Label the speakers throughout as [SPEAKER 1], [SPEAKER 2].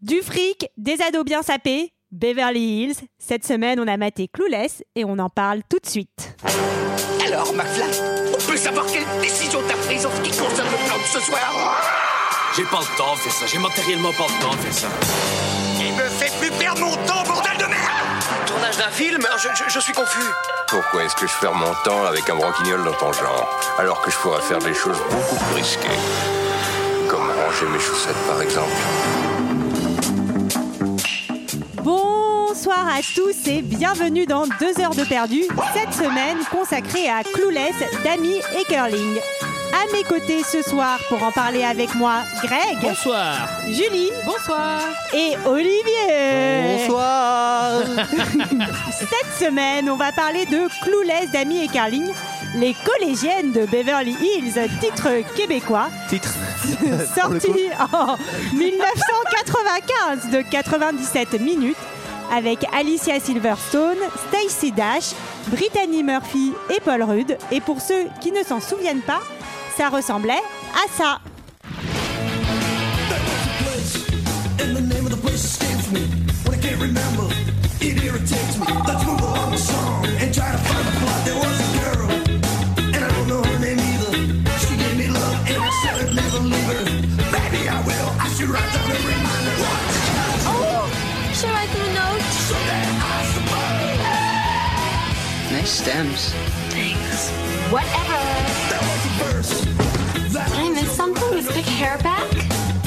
[SPEAKER 1] Du fric, des ados bien sapés, Beverly Hills. Cette semaine, on a maté Clueless et on en parle tout de suite.
[SPEAKER 2] Alors, McFly, on peut savoir quelle décision t'as prise en ce qui concerne le plan de ce soir
[SPEAKER 3] J'ai pas le temps de faire ça, j'ai matériellement pas le temps de faire ça.
[SPEAKER 2] Il me fait plus perdre mon temps, bordel de merde
[SPEAKER 4] Tournage d'un film euh, je, je- je suis confus.
[SPEAKER 5] Pourquoi est-ce que je perds mon temps avec un broquignol dans ton genre Alors que je pourrais faire des choses beaucoup plus risquées. Comme ranger mes chaussettes par exemple.
[SPEAKER 1] Bonsoir à tous et bienvenue dans 2 heures de perdu, cette semaine consacrée à Clueless, Dami et Curling. À mes côtés ce soir pour en parler avec moi, Greg. Bonsoir. Julie. Bonsoir. Et Olivier.
[SPEAKER 6] Bonsoir
[SPEAKER 1] Cette semaine, on va parler de Clueless, Dami et Curling, les collégiennes de Beverly Hills, titre québécois.
[SPEAKER 6] Titre
[SPEAKER 1] sorti en 1995 de 97 minutes avec Alicia Silverstone, Stacy Dash, Brittany Murphy et Paul Rudd. Et pour ceux qui ne s'en souviennent pas, ça ressemblait à ça.
[SPEAKER 7] Should Oh, I do notes?
[SPEAKER 4] Nice stems.
[SPEAKER 7] Whatever. Did I miss something with big hair back?
[SPEAKER 8] Un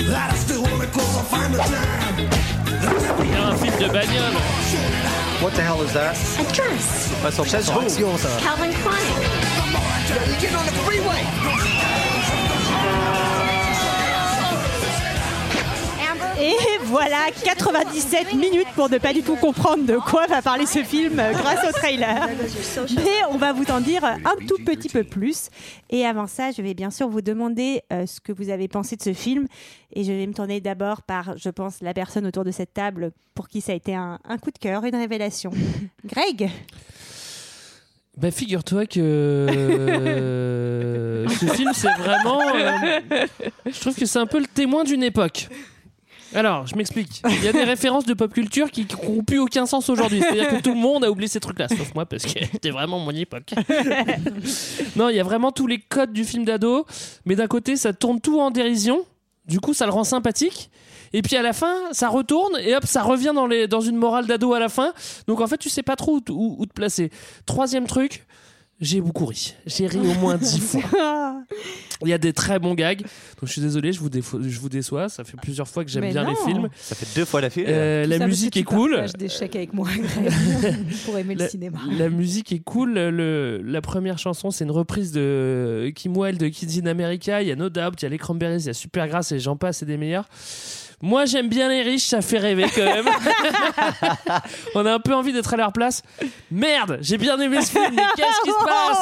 [SPEAKER 8] film de bagnole.
[SPEAKER 6] What the hell is that
[SPEAKER 7] A dress.
[SPEAKER 6] Pas sur chaise action ça
[SPEAKER 7] Calvin Klein.
[SPEAKER 1] Et voilà, 97 minutes pour ne pas du tout comprendre de quoi va parler ce film euh, grâce au trailer. Mais on va vous en dire un tout petit peu plus. Et avant ça, je vais bien sûr vous demander euh, ce que vous avez pensé de ce film. Et je vais me tourner d'abord par, je pense, la personne autour de cette table pour qui ça a été un, un coup de cœur, une révélation. Greg
[SPEAKER 8] Bah figure-toi que euh, ce film c'est vraiment... euh, je trouve que c'est un peu le témoin d'une époque. Alors, je m'explique. Il y a des références de pop culture qui n'ont plus aucun sens aujourd'hui. C'est-à-dire que tout le monde a oublié ces trucs-là, sauf moi, parce que c'était vraiment mon époque. non, il y a vraiment tous les codes du film d'ado, mais d'un côté, ça tourne tout en dérision. Du coup, ça le rend sympathique. Et puis à la fin, ça retourne et hop, ça revient dans, les, dans une morale d'ado à la fin. Donc en fait, tu sais pas trop où t- où- où te placer. Troisième truc, j'ai beaucoup ri. J'ai ri au moins dix fois.
[SPEAKER 1] Ah,
[SPEAKER 8] Il y a des très bons gags. Donc je suis désolé, je vous, défo- je vous déçois. Ça fait plusieurs fois que j'aime
[SPEAKER 9] Mais
[SPEAKER 8] bien
[SPEAKER 9] non.
[SPEAKER 8] les films.
[SPEAKER 6] Ça fait deux fois la file
[SPEAKER 8] Euh, la musique est cool.
[SPEAKER 9] Je chèques avec moi Greg, pour aimer le cinéma.
[SPEAKER 8] La musique est cool. Le, la première chanson, c'est une reprise de Kim Wilde de Kids in America. Il y a No Doubt, il y a les Cranberries, il y a Supergrass et j'en passe et des meilleurs. Moi, j'aime bien les riches, ça fait rêver quand même. On a un peu envie d'être à leur place. Merde, j'ai bien aimé ce film, mais qu'est-ce qui se passe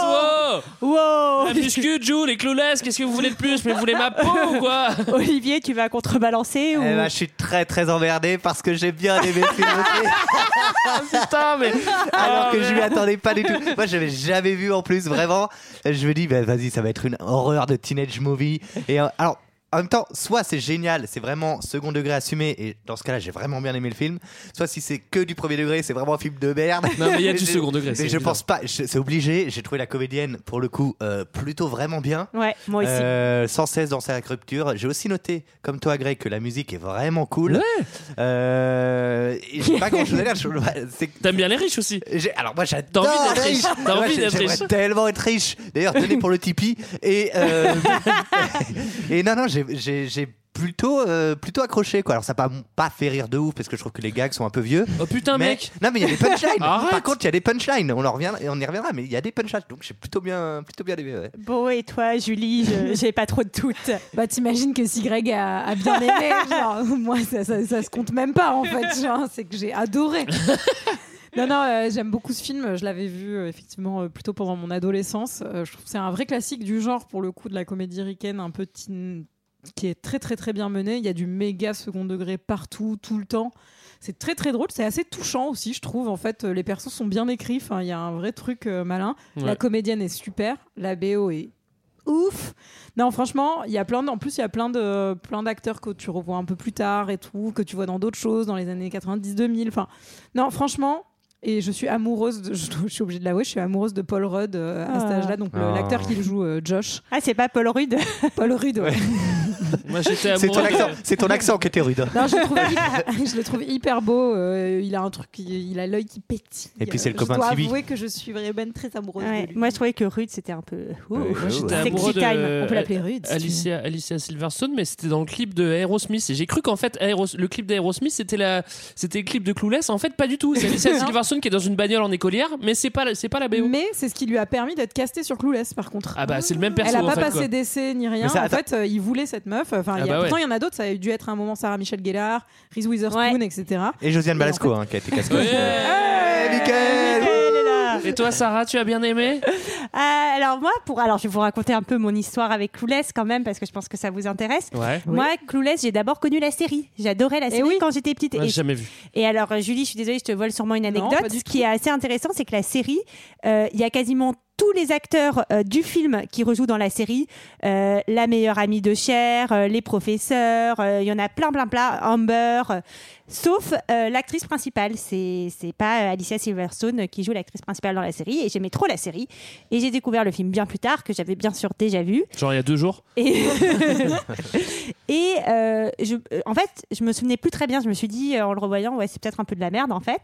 [SPEAKER 1] Oh,
[SPEAKER 8] wow La muscu, Jules, les Clueless, qu'est-ce que vous voulez de plus Mais vous voulez ma peau ou quoi
[SPEAKER 1] Olivier, tu vas contrebalancer ou...
[SPEAKER 6] Eh ben, je suis très très emmerdé parce que j'ai bien aimé le film aussi,
[SPEAKER 8] Putain, mais.
[SPEAKER 6] alors que je
[SPEAKER 8] Ah,
[SPEAKER 6] m'y attendais pas du tout. Moi, je l'avais jamais vu en plus, vraiment. Je me dis, bah, vas-y, ça va être une horreur de teenage movie. Et euh, alors, en même temps, soit c'est génial, c'est vraiment second degré assumé, et dans ce cas-là, j'ai vraiment bien aimé le film. Soit si c'est que du premier degré, c'est vraiment un film de merde.
[SPEAKER 8] Non, mais il y a
[SPEAKER 6] Mais
[SPEAKER 8] du
[SPEAKER 6] je-
[SPEAKER 8] second degré. c'est
[SPEAKER 6] Mais je
[SPEAKER 8] évident.
[SPEAKER 6] pense pas, je- c'est obligé. J'ai trouvé la comédienne, pour le coup, euh, plutôt vraiment bien.
[SPEAKER 1] Ouais, moi aussi.
[SPEAKER 6] Euh, sans cesse dans sa rupture. J'ai aussi noté, comme toi, Greg, que la musique est vraiment cool.
[SPEAKER 8] Ouais.
[SPEAKER 6] Euh, et j'ai pas grand chose à dire. je- c'est-
[SPEAKER 8] T'aimes bien les riches aussi
[SPEAKER 6] j'ai- Alors, moi,
[SPEAKER 8] T'as
[SPEAKER 6] j'adore.
[SPEAKER 8] envie d'être
[SPEAKER 6] être
[SPEAKER 8] riche. T'as envie d'être riche.
[SPEAKER 6] J'aimerais tellement être riche. D'ailleurs, tenez pour le Tipeee. Et, euh, et non, non, j'ai- j'ai j'ai plutôt, euh, plutôt accroché. Quoi. Alors, ça n'a pas, pas fait rire de ouf parce que je trouve que les gags sont un peu vieux.
[SPEAKER 8] Oh putain,
[SPEAKER 6] mais,
[SPEAKER 8] mec
[SPEAKER 6] Non, mais il y a des punchlines.
[SPEAKER 8] Arrête.
[SPEAKER 6] Par contre, il y a des punchlines. On, en reviendra, on y reviendra, mais il y a des punchlines. Donc, j'ai plutôt bien, plutôt bien aimé. ouais.
[SPEAKER 1] Bon, et toi, Julie, je- j'ai pas trop de doutes.
[SPEAKER 9] Bah t'imagines que si Greg a, a bien aimé, genre, moi ça, ça, ça se compte même pas en fait, genre, c'est que j'ai adoré. Non, non, euh, j'aime beaucoup ce film. Je l'avais vu euh, effectivement euh, plutôt pendant mon adolescence. Euh, je trouve que c'est un vrai classique du genre pour le coup de la comédie ricaine, un peu teen- qui est très très très bien menée. Il y a du méga second degré partout, tout le temps. C'est très très drôle. C'est assez touchant aussi, je trouve. En fait, euh, les persos sont bien écrits. Enfin, il y a un vrai truc euh, malin.
[SPEAKER 8] Ouais.
[SPEAKER 9] La comédienne est super. La BO est ouf. Non, franchement, il y a plein de- en plus il y a plein de plein d'acteurs que tu revois un peu plus tard et tout, que tu vois dans d'autres choses dans les années 90 2000, enfin. Non, franchement, et je suis amoureuse de, je, suis obligée de l'avouer, je suis amoureuse de Paul Rudd euh, à cet
[SPEAKER 1] Ah.
[SPEAKER 9] âge-là, donc le-
[SPEAKER 6] Ah.
[SPEAKER 9] l'acteur qui le joue euh, Josh,
[SPEAKER 1] Ah, c'est pas Paul Rudd.
[SPEAKER 9] Paul Rudd. ouais.
[SPEAKER 8] Moi, j'étais
[SPEAKER 6] C'est ton
[SPEAKER 8] amoureux.
[SPEAKER 6] accent,
[SPEAKER 8] de-
[SPEAKER 6] c'est ton accent qui était rude.
[SPEAKER 9] Non, je le trouve hyper, je le trouve hyper beau. euh, il a un truc, qui- il a l'œil qui pétille.
[SPEAKER 6] Et puis c'est le
[SPEAKER 9] Je
[SPEAKER 6] copain de
[SPEAKER 9] dois
[SPEAKER 6] Phoebe.
[SPEAKER 9] avouer que je suis vraiment très amoureuse
[SPEAKER 1] Ouais,
[SPEAKER 9] de lui.
[SPEAKER 1] Moi, je trouvais que Rudd, c'était un peu. Ouh.
[SPEAKER 6] Ouais.
[SPEAKER 8] Moi, j'étais
[SPEAKER 1] Sexy
[SPEAKER 8] amoureux de-
[SPEAKER 1] time,
[SPEAKER 9] On peut l'appeler Rude. si tu veux.
[SPEAKER 8] Alicia, Alicia Silverstone, mais c'était dans le clip de Aerosmith. Et j'ai cru qu'en fait, Aeros- le clip d'Aerosmith, c'était la, c'était le clip de Clueless. En fait, pas du tout. C'est Alicia
[SPEAKER 9] Non.
[SPEAKER 8] Silverstone qui est dans une bagnole en écolière, mais c'est pas, la- c'est pas la BO.
[SPEAKER 9] Mais c'est ce qui lui a permis d'être castée sur Clueless, par contre.
[SPEAKER 8] Ah bah, c'est le même perso.
[SPEAKER 9] Elle a
[SPEAKER 8] en
[SPEAKER 9] pas
[SPEAKER 8] fait, quoi.
[SPEAKER 9] passé d'essai ni rien.
[SPEAKER 6] Mais ça,
[SPEAKER 9] en fait, euh, il voulait cette meuf. Enfin,
[SPEAKER 8] Ah
[SPEAKER 9] il y
[SPEAKER 8] bah
[SPEAKER 9] a,
[SPEAKER 8] ouais.
[SPEAKER 9] pourtant, il y en a d'autres. Ça a dû être à un moment Sarah Michelle Gellar, Reese Witherspoon, etc.
[SPEAKER 6] Et Josiane Balasco, hein, qui a été casse
[SPEAKER 8] Ouais.
[SPEAKER 1] Ah, Elle est là.
[SPEAKER 8] Et toi, Sarah, tu as bien aimé
[SPEAKER 1] Euh, alors moi, pour alors je vais vous raconter un peu mon histoire avec Clueless quand même parce que je pense que ça vous intéresse.
[SPEAKER 8] Ouais.
[SPEAKER 1] Moi, Clueless, j'ai d'abord connu la série. J'adorais la série
[SPEAKER 9] oui.
[SPEAKER 1] quand j'étais petite.
[SPEAKER 8] Eh Moi,
[SPEAKER 1] Et-
[SPEAKER 8] j'ai jamais vu.
[SPEAKER 1] Et alors, euh, Julie, je suis désolée, je te vole sûrement une
[SPEAKER 9] Non,
[SPEAKER 1] anecdote.
[SPEAKER 9] pas du
[SPEAKER 1] Ce qui est assez intéressant, c'est que la série, euh, il y a quasiment tous les acteurs euh, du film qui rejouent dans la série. Euh, la meilleure amie de Cher, euh, les professeurs, euh, il y en a plein, plein, plein, Amber. euh, sauf euh, l'actrice principale. C'est c'est pas euh, Alicia Silverstone qui joue l'actrice principale dans la série. Et j'aimais trop la série. Et j'ai découvert le film bien plus tard, que j'avais bien sûr déjà vu.
[SPEAKER 8] Genre il y a deux jours.
[SPEAKER 1] Et, et euh, je, euh, en fait, je me souvenais plus très bien. Je me suis dit, euh, en le revoyant, ouais, c'est peut-être un peu de la merde, en fait.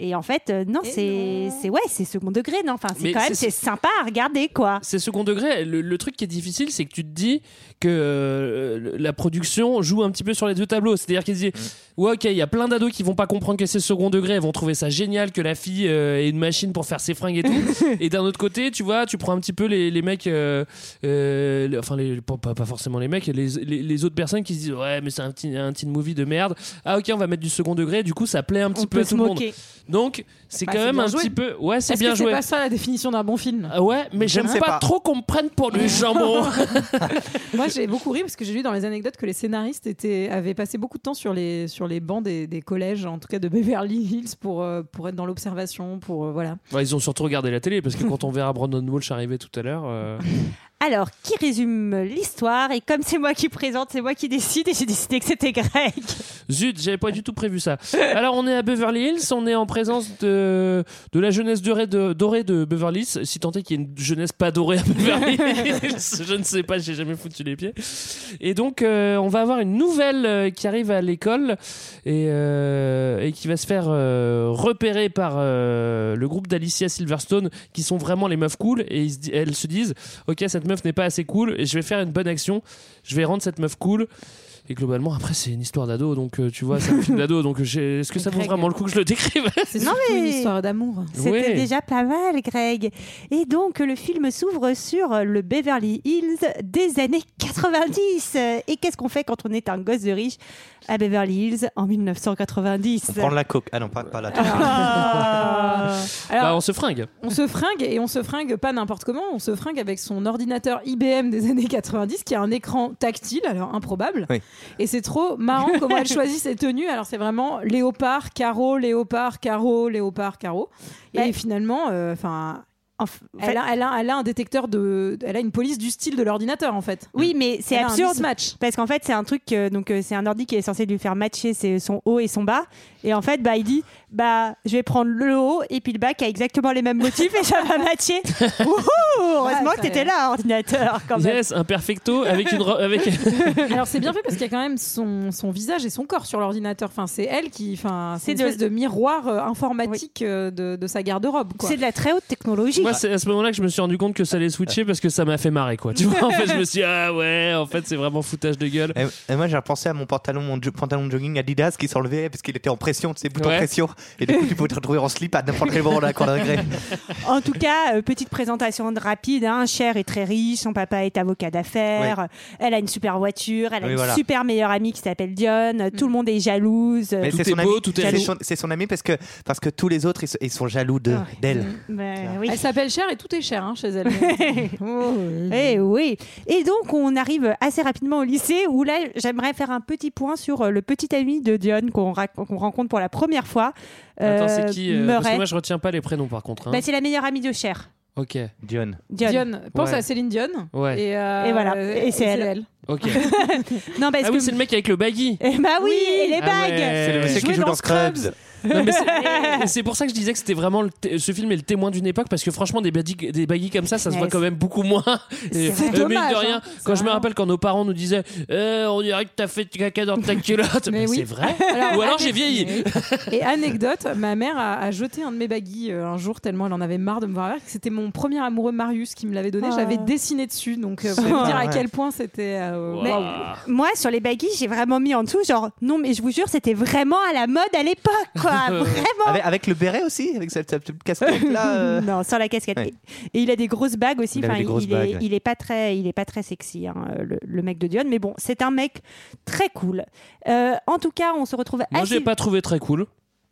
[SPEAKER 1] Et en fait, euh, non,
[SPEAKER 9] Et
[SPEAKER 1] c'est
[SPEAKER 9] non.
[SPEAKER 1] c'est ouais, c'est second degré, non Enfin,
[SPEAKER 8] Mais
[SPEAKER 1] c'est quand même c'est
[SPEAKER 8] c'est-
[SPEAKER 1] sympa à regarder, quoi.
[SPEAKER 8] C'est second degré. Le, le truc qui est difficile, c'est que tu te dis que euh, la production joue un petit peu sur les deux tableaux. C'est-à-dire qu'ils disent
[SPEAKER 9] Mm.
[SPEAKER 8] ouais, ok, il y a plein d'ados qui vont pas comprendre que c'est second degré, ils vont trouver ça génial que la fille euh, ait une machine pour faire ses fringues et tout. et d'un autre côté, tu vois, tu prends un petit peu les, les mecs, euh, euh, les- enfin les, pas, pas- pas forcément les mecs, les, les- les autres personnes qui se disent ouais, mais c'est un petit un teen movie de merde. Ah ok, on va mettre du second degré. Du coup, ça plaît un petit
[SPEAKER 1] On
[SPEAKER 8] peu
[SPEAKER 1] peut
[SPEAKER 8] à
[SPEAKER 1] se
[SPEAKER 8] tout le monde.
[SPEAKER 1] moquer.
[SPEAKER 8] Donc c'est
[SPEAKER 9] Bah,
[SPEAKER 8] quand
[SPEAKER 9] c'est
[SPEAKER 8] même
[SPEAKER 9] bien
[SPEAKER 8] un
[SPEAKER 9] joué.
[SPEAKER 8] petit peu, ouais, c'est
[SPEAKER 9] Est-ce
[SPEAKER 8] bien
[SPEAKER 9] que
[SPEAKER 8] joué.
[SPEAKER 9] C'est pas ça la définition d'un bon film.
[SPEAKER 8] Ah ouais, mais
[SPEAKER 6] Je
[SPEAKER 8] j'aime
[SPEAKER 6] ne sais
[SPEAKER 8] pas,
[SPEAKER 6] pas.
[SPEAKER 8] trop qu'on me prenne pour du jambon.
[SPEAKER 9] Moi, j'ai beaucoup ri parce que j'ai lu dans les anecdotes que les scénaristes étaient, avaient passé beaucoup de temps sur les, sur les bancs des, des collèges, en tout cas de Beverly Hills, pour, euh, pour être dans l'observation, pour euh, voilà.
[SPEAKER 8] Ouais, ils ont surtout regardé la télé parce que quand on verra Brandon Walsh arriver tout à l'heure, euh,
[SPEAKER 1] Alors, qui résume l'histoire Et comme c'est moi qui présente, c'est moi qui décide, et j'ai décidé que c'était Greg.
[SPEAKER 8] zut, j'avais pas du tout prévu ça. Alors on est à Beverly Hills, on est en présence de, de la jeunesse dorée de, dorée de Beverly Hills, si tant est qu'il y ait une jeunesse pas dorée à Beverly Hills, je ne sais pas, j'ai jamais foutu les pieds. Et donc euh, on va avoir une nouvelle euh, qui arrive à l'école et, euh, et qui va se faire euh, repérer par euh, le groupe d'Alicia Silverstone qui sont vraiment les meufs cool et ils se di- elles se disent ok cette meuf n'est pas assez cool et je vais faire une bonne action je vais rendre cette meuf cool et globalement après c'est une histoire d'ado donc euh, tu vois c'est un film d'ado donc j'ai- est-ce que ça vaut
[SPEAKER 9] Greg.
[SPEAKER 8] vraiment le coup que je le décrive
[SPEAKER 9] C'est
[SPEAKER 1] Non,
[SPEAKER 9] surtout
[SPEAKER 1] mais-
[SPEAKER 9] une histoire d'amour.
[SPEAKER 1] C'était
[SPEAKER 8] Ouais.
[SPEAKER 1] déjà pas mal, Greg. Et donc, le film s'ouvre sur le Beverly Hills des années 90. Et qu'est-ce qu'on fait quand on est un gosse de riche à Beverly Hills en 1990
[SPEAKER 6] On prend la coke. Ah non, pas, pas la
[SPEAKER 1] Ah.
[SPEAKER 9] Alors,
[SPEAKER 8] Bah, on se fringue
[SPEAKER 9] On se fringue et on se fringue pas n'importe comment, on se fringue avec son ordinateur IBM des années 90 qui a un écran tactile, alors improbable.
[SPEAKER 6] Oui.
[SPEAKER 9] Et c'est trop marrant comment elle choisit ses tenues. Alors c'est vraiment léopard, carreau, léopard, carreau, léopard, carreau.
[SPEAKER 1] Ouais.
[SPEAKER 9] Et finalement, euh, enfin,
[SPEAKER 1] Enf- en fait,
[SPEAKER 9] elle, a, elle a- elle a un détecteur de, elle a une police du style de l'ordinateur en fait.
[SPEAKER 1] oui, mais c'est
[SPEAKER 9] Elle a un
[SPEAKER 1] absurde.
[SPEAKER 9] mismatch.
[SPEAKER 1] Parce qu'en fait, c'est un truc, euh, donc euh, c'est un ordi qui est censé lui faire matcher ses- son haut et son bas. Et en fait, bah, il dit, bah, je vais prendre le haut et puis le bas qui a exactement les mêmes motifs et ça va matcher. Wouhou Heureusement
[SPEAKER 9] Ouais,
[SPEAKER 1] que
[SPEAKER 9] ça
[SPEAKER 1] t'étais
[SPEAKER 9] est.
[SPEAKER 1] là, ordinateur, quand même.
[SPEAKER 8] yes un perfecto avec une ro- avec
[SPEAKER 9] Alors c'est bien fait parce qu'il y a quand même son, son visage et son corps sur l'ordinateur. Enfin, c'est elle qui, enfin,
[SPEAKER 1] C'est
[SPEAKER 9] c'est une
[SPEAKER 1] de-
[SPEAKER 9] espèce de miroir euh, informatique euh, de, de sa garde-robe. quoi.
[SPEAKER 1] C'est de la très haute technologie.
[SPEAKER 8] moi c'est à ce moment-là que je me suis rendu compte que ça allait switcher parce que ça m'a fait marrer quoi tu vois en fait je me suis dit, ah ouais en fait c'est vraiment foutage de gueule
[SPEAKER 6] Et, et moi j'ai repensé à mon pantalon, mon jo- pantalon de jogging Adidas qui s'enlevait parce qu'il était en pression, tu sais, bouton
[SPEAKER 8] Ouais.
[SPEAKER 6] pression. Et du coup tu pouvais te retrouver en slip à n'importe quel moment là qu'on regret.
[SPEAKER 1] En tout cas, euh, petite présentation de rapide. Hein. Cher est très riche, son papa est avocat d'affaires. Elle a une super voiture, elle a
[SPEAKER 6] Oui,
[SPEAKER 1] une
[SPEAKER 6] voilà.
[SPEAKER 1] super meilleure amie qui s'appelle Dion. Tout le monde est jalouse.
[SPEAKER 6] Mais
[SPEAKER 8] Tout
[SPEAKER 6] c'est
[SPEAKER 8] est
[SPEAKER 6] son
[SPEAKER 8] beau,
[SPEAKER 6] ami,
[SPEAKER 8] tout est
[SPEAKER 6] c'est
[SPEAKER 8] jaloux.
[SPEAKER 6] son, c'est son ami parce que, parce que tous les autres ils, se- ils sont jaloux de-
[SPEAKER 1] Ah.
[SPEAKER 6] d'elle.
[SPEAKER 1] Mais oui.
[SPEAKER 9] Elle s'appelle Cher et tout est cher hein, chez elle. Oh,
[SPEAKER 1] Eh oui. Et donc, on arrive assez rapidement au lycée où là, j'aimerais faire un petit point sur euh, le petit ami de Dion qu'on rac- qu'on rencontre pour la première fois.
[SPEAKER 8] Attends,
[SPEAKER 1] Euh,
[SPEAKER 8] c'est qui euh, Parce que
[SPEAKER 1] Murray.
[SPEAKER 8] moi, je retiens pas les prénoms par contre. hein.
[SPEAKER 1] Bah, c'est la meilleure amie de Cher.
[SPEAKER 8] Ok,
[SPEAKER 6] Dion.
[SPEAKER 1] Dion.
[SPEAKER 9] Dion. Pense
[SPEAKER 8] Ouais.
[SPEAKER 9] à Céline Dion.
[SPEAKER 8] ouais.
[SPEAKER 9] Et, euh,
[SPEAKER 1] Et voilà.
[SPEAKER 9] euh,
[SPEAKER 1] Et c'est elle.
[SPEAKER 8] Ok.
[SPEAKER 1] Non, bah, est-ce
[SPEAKER 8] Ah oui,
[SPEAKER 1] que-
[SPEAKER 8] c'est le mec avec le baggy.
[SPEAKER 1] Eh bah oui,
[SPEAKER 9] Oui.
[SPEAKER 1] et les
[SPEAKER 8] Ah
[SPEAKER 1] bagues.
[SPEAKER 8] ouais. C'est le monsieur
[SPEAKER 1] Jouer
[SPEAKER 6] qui joue dans Scrubs.
[SPEAKER 8] Non, mais c'est- c'est pour ça que je disais que c'était vraiment le té- ce film est le témoin d'une époque parce que franchement des baggy, des baggy comme ça ça se
[SPEAKER 1] Ouais,
[SPEAKER 8] voit quand même beaucoup moins Et,
[SPEAKER 1] vrai.
[SPEAKER 8] euh,
[SPEAKER 9] C'est
[SPEAKER 8] mine
[SPEAKER 9] dommage,
[SPEAKER 8] de rien
[SPEAKER 9] hein.
[SPEAKER 8] quand je me
[SPEAKER 9] vraiment-
[SPEAKER 8] rappelle quand nos parents nous disaient Eh, on dirait que t'as fait du caca dans ta culotte
[SPEAKER 9] Mais
[SPEAKER 8] Mais
[SPEAKER 9] oui.
[SPEAKER 8] c'est vrai
[SPEAKER 9] Alors,
[SPEAKER 8] ou alors
[SPEAKER 9] anec-
[SPEAKER 8] j'ai vieilli
[SPEAKER 9] Et anecdote, ma mère a, a jeté un de mes baggy euh, un jour tellement elle en avait marre de me voir avec. C'était mon premier amoureux Marius qui me l'avait donné.
[SPEAKER 1] Ah.
[SPEAKER 9] J'avais dessiné dessus, donc euh, vous pouvez me dire à quel point c'était. euh,
[SPEAKER 8] Wow.
[SPEAKER 9] waouh.
[SPEAKER 1] Moi, sur les baggy, j'ai vraiment mis en dessous, genre, non, mais je vous jure, c'était vraiment à la mode à l'époque, quoi. Vraiment.
[SPEAKER 6] Avec, avec le béret aussi, avec cette, cette petite casquette là. euh.
[SPEAKER 1] Non, sans la casquette.
[SPEAKER 6] Ouais.
[SPEAKER 1] Et il a des grosses bagues aussi.
[SPEAKER 6] Il avait
[SPEAKER 1] Enfin,
[SPEAKER 6] des grosses
[SPEAKER 1] il,
[SPEAKER 6] bagues,
[SPEAKER 1] est,
[SPEAKER 6] ouais.
[SPEAKER 1] il est pas très, il est pas très sexy, hein, le, le mec de Dion. Mais bon, c'est un mec très cool. Euh, en tout cas, on se retrouve.
[SPEAKER 8] moi je l'ai
[SPEAKER 1] assez-
[SPEAKER 8] pas trouvé très cool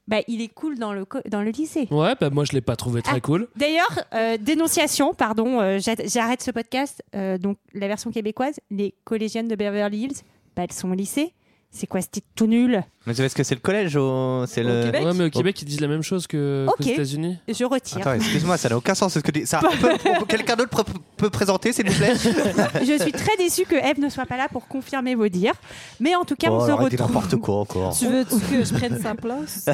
[SPEAKER 1] Bah, il est cool dans le co- dans le lycée.
[SPEAKER 8] ouais bah moi je l'ai pas trouvé très
[SPEAKER 1] Ah.
[SPEAKER 8] cool
[SPEAKER 1] D'ailleurs, euh, dénonciation, pardon, euh, j'a- j'arrête ce podcast. Euh, donc, la version québécoise, les collégiennes de Beverly Hills, bah, elles sont au lycée. C'est quoi ce titre tout nul
[SPEAKER 6] Mais c'est parce que c'est le collège, au- c'est le.
[SPEAKER 9] Québec.
[SPEAKER 8] ouais mais au Québec ils disent la même chose que
[SPEAKER 1] Ok.
[SPEAKER 8] aux États-Unis
[SPEAKER 1] Je retire.
[SPEAKER 6] Attends, excuse-moi, ça n'a aucun sens ce que tu dis. Ça, on peut- on peut- Quelqu'un d'autre peut, peut présenter, s'il vous plaît
[SPEAKER 1] Je suis très déçue que Eve ne soit pas là pour confirmer vos dires. Mais en tout cas, on
[SPEAKER 6] Oh,
[SPEAKER 1] se
[SPEAKER 6] arrêtez
[SPEAKER 1] retrouve.
[SPEAKER 6] n'importe quoi encore.
[SPEAKER 9] Tu veux que je prenne sa place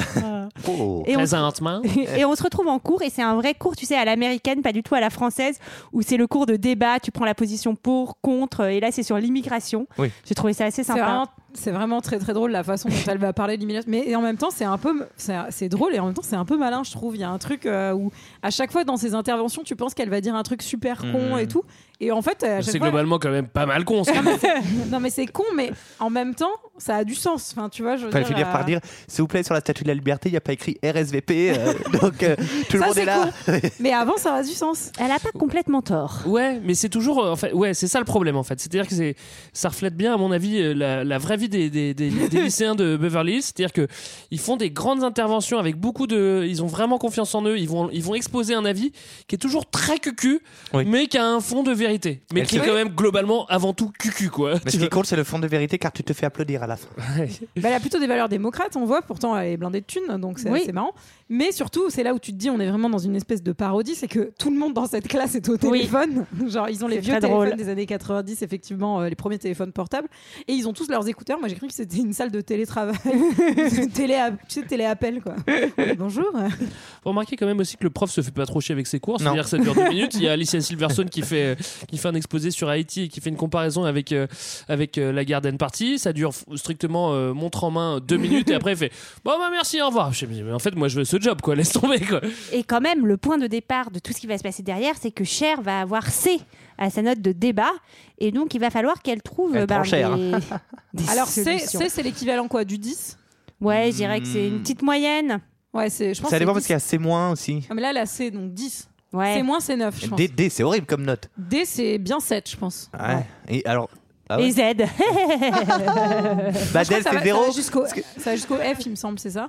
[SPEAKER 1] Euh,
[SPEAKER 6] Oh.
[SPEAKER 1] Et on,
[SPEAKER 8] présentement
[SPEAKER 1] et on se retrouve en cours, et c'est un vrai cours, tu sais, à l'américaine, pas du tout à la française, où c'est le cours de débat, tu prends la position pour, contre, et là c'est sur l'immigration.
[SPEAKER 6] Oui.
[SPEAKER 1] J'ai trouvé ça assez
[SPEAKER 9] C'est
[SPEAKER 1] sympa.
[SPEAKER 9] vraiment, c'est vraiment très très drôle la façon dont elle va parler de l'immigration. Mais en même temps, c'est un peu, c'est c'est drôle et en même temps, c'est un peu malin, je trouve. Il y a un truc euh, où à chaque fois dans ses interventions, tu penses qu'elle va dire un truc super con
[SPEAKER 6] Mhm.
[SPEAKER 9] et tout. Et en fait,
[SPEAKER 6] Bah,
[SPEAKER 9] à chaque
[SPEAKER 8] c'est
[SPEAKER 9] fois,
[SPEAKER 8] globalement quand même pas mal con
[SPEAKER 1] Ah,
[SPEAKER 8] ça.
[SPEAKER 9] non mais c'est con, mais en même temps, ça a du sens. Enfin, tu vois, je veux
[SPEAKER 6] Enfin,
[SPEAKER 9] dire,
[SPEAKER 6] finir
[SPEAKER 9] euh,
[SPEAKER 6] par dire, s'il vous plaît, sur la statue de la liberté, il n'y a pas écrit RSVP, euh, donc euh, tout
[SPEAKER 9] Ça,
[SPEAKER 6] le monde est,
[SPEAKER 9] c'est
[SPEAKER 6] là.
[SPEAKER 9] Mais avant, ça a du sens.
[SPEAKER 1] Elle a pas complètement tort.
[SPEAKER 8] Ouais, mais c'est toujours euh, en fait, ouais, c'est ça le problème en fait. C'est-à-dire que c'est, ça reflète bien à mon avis euh, la, la vraie vie des, des, des- des lycéens de Beverly Hills. C'est-à-dire que ils font des grandes interventions avec beaucoup de, ils ont vraiment confiance en eux. Ils vont, ils vont exposer un avis qui est toujours très cucu,
[SPEAKER 6] Oui.
[SPEAKER 8] mais qui a un fond de vérité, mais
[SPEAKER 6] Elle
[SPEAKER 8] qui est
[SPEAKER 6] se-
[SPEAKER 8] quand même globalement avant tout cucu quoi.
[SPEAKER 6] Mais
[SPEAKER 8] Tu
[SPEAKER 6] ce qui
[SPEAKER 8] vois.
[SPEAKER 6] compte, c'est le fond de vérité, car tu te fais applaudir à la fin.
[SPEAKER 9] Bah, elle a plutôt des valeurs démocrates, on voit, pourtant elle est blindée de thunes, donc c'est
[SPEAKER 1] Oui.
[SPEAKER 9] assez marrant. Mais surtout, c'est là où tu te dis, on est vraiment dans une espèce de parodie, c'est que tout le monde dans cette classe est au
[SPEAKER 1] Oui.
[SPEAKER 9] téléphone. Genre, ils ont les
[SPEAKER 1] C'est
[SPEAKER 9] vieux
[SPEAKER 1] très
[SPEAKER 9] téléphones
[SPEAKER 1] drôle.
[SPEAKER 9] des années 90, effectivement, euh, les premiers téléphones portables. Et ils ont tous leurs écouteurs. Moi, j'ai cru que c'était une salle de télétravail, de télé, tu sais, téléappel, quoi. Oui, bonjour.
[SPEAKER 8] Faut remarquer quand même aussi que le prof se fait pas trop chier avec ses cours.
[SPEAKER 6] Non.
[SPEAKER 8] C'est-à-dire que ça dure deux minutes. Il y a Alicia Silverstone qui fait, euh, qui fait un exposé sur Haïti et qui fait une comparaison avec, euh, avec euh, la Garden Party. Ça dure f- strictement euh, montre en main deux minutes et après il fait Bon bah merci, au revoir. Je me dis, mais en fait, moi je veux ce job quoi, laisse tomber quoi.
[SPEAKER 1] Et quand même, le point de départ de tout ce qui va se passer derrière, c'est que Cher va avoir C à sa note de débat, et donc il va falloir qu'elle trouve bah,
[SPEAKER 6] Elle prend Cher,
[SPEAKER 1] des, des
[SPEAKER 9] Alors, c'est,
[SPEAKER 1] solutions.
[SPEAKER 9] c'est, c'est l'équivalent, quoi, du 10
[SPEAKER 1] Ouais, je dirais que c'est
[SPEAKER 6] Hmm.
[SPEAKER 1] une petite moyenne.
[SPEAKER 9] Ouais, c'est, je pense.
[SPEAKER 6] Ça
[SPEAKER 9] que c'est
[SPEAKER 6] dépend parce
[SPEAKER 9] 10.
[SPEAKER 6] qu'il y a C- aussi.
[SPEAKER 9] Ah, mais là, la C, donc 10.
[SPEAKER 1] Ouais.
[SPEAKER 9] C moins, c'est 9, je pense.
[SPEAKER 6] D, Bah, D, c'est horrible comme note.
[SPEAKER 9] D, c'est bien 7, je pense.
[SPEAKER 6] Ouais. Et alors, Ah ouais
[SPEAKER 1] Et Z.
[SPEAKER 6] bah,
[SPEAKER 9] Je crois
[SPEAKER 6] D,
[SPEAKER 9] que ça
[SPEAKER 6] c'est
[SPEAKER 9] va- ça va
[SPEAKER 6] 0
[SPEAKER 9] jusqu'au- Ça va jusqu'au F, il me semble, c'est ça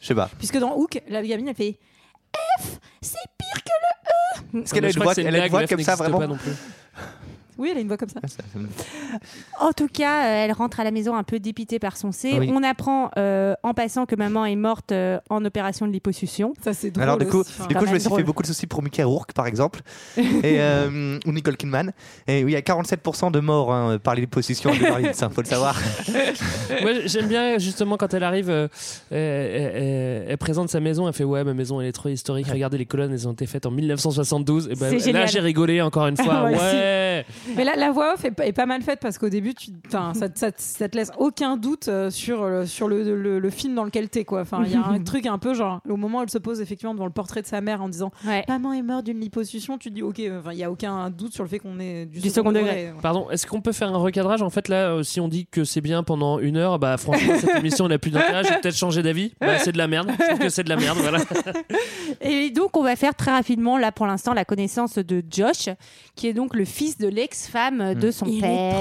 [SPEAKER 6] Je sais pas.
[SPEAKER 9] Puisque dans Hook, la gamine, elle fait.
[SPEAKER 6] Parce qu'elle
[SPEAKER 8] Mais
[SPEAKER 6] a
[SPEAKER 8] je
[SPEAKER 6] une
[SPEAKER 8] crois
[SPEAKER 6] voix,
[SPEAKER 8] que c'est
[SPEAKER 6] elle a une
[SPEAKER 8] blague,
[SPEAKER 6] voix
[SPEAKER 8] l'œuf
[SPEAKER 6] comme ça,
[SPEAKER 8] n'existe
[SPEAKER 6] vraiment.
[SPEAKER 8] pas non plus.
[SPEAKER 9] Oui, elle a une voix comme ça.
[SPEAKER 1] En tout cas, euh, elle rentre à la maison un peu dépitée par son C.
[SPEAKER 6] Ah Oui.
[SPEAKER 1] On apprend euh, en passant que maman est morte euh, en opération de liposuction.
[SPEAKER 9] Ça, c'est drôle.
[SPEAKER 6] Alors du coup,
[SPEAKER 9] aussi, enfin.
[SPEAKER 6] du
[SPEAKER 1] quand
[SPEAKER 6] coup je
[SPEAKER 1] même
[SPEAKER 6] me suis
[SPEAKER 1] drôle.
[SPEAKER 6] fait beaucoup de soucis pour Mickey Rourke par exemple et, euh, ou Nicole Kidman. Et oui, il y a 47% de morts hein, par les positions de Beverly Hills, hein, faut le savoir.
[SPEAKER 8] Moi j'aime bien justement quand elle arrive, euh, elle, elle- elle- elle présente sa maison, elle fait Ouais, ma maison elle est trop historique. Regardez les colonnes, elles ont été faites en 1972. Et ben,
[SPEAKER 1] C'est
[SPEAKER 8] là
[SPEAKER 1] génial.
[SPEAKER 8] j'ai rigolé encore une fois.
[SPEAKER 1] Moi aussi.
[SPEAKER 8] ouais.
[SPEAKER 9] Mais la, la voix off est, pas- est pas mal faite parce qu'au début, tu, enfin, ça, te- ça, te- ça te laisse aucun doute euh, sur, le, sur le, le- le film dans lequel t'es. quoi. Enfin, il y a un truc un peu genre, au moment où elle se pose effectivement devant le portrait de sa mère en disant Maman est morte d'une liposuction, tu te dis Ok, euh, enfin, il n'y a aucun doute sur le fait qu'on est du,
[SPEAKER 1] Du second degré.
[SPEAKER 8] Pardon, est-ce qu'on peut faire un recadrage En fait, là, euh, si on dit que c'est bien pendant une heure, bah franchement, cette émission n'a plus d'intérêt. J'ai peut-être changé d'avis. Bah, c'est de la merde. Je trouve que c'est de la merde. Voilà.
[SPEAKER 1] Et donc, on va faire très rapidement, là pour l'instant, la connaissance de Josh, qui est donc le fils de l'ex l'ex-femme euh, de son
[SPEAKER 9] Il est
[SPEAKER 1] père.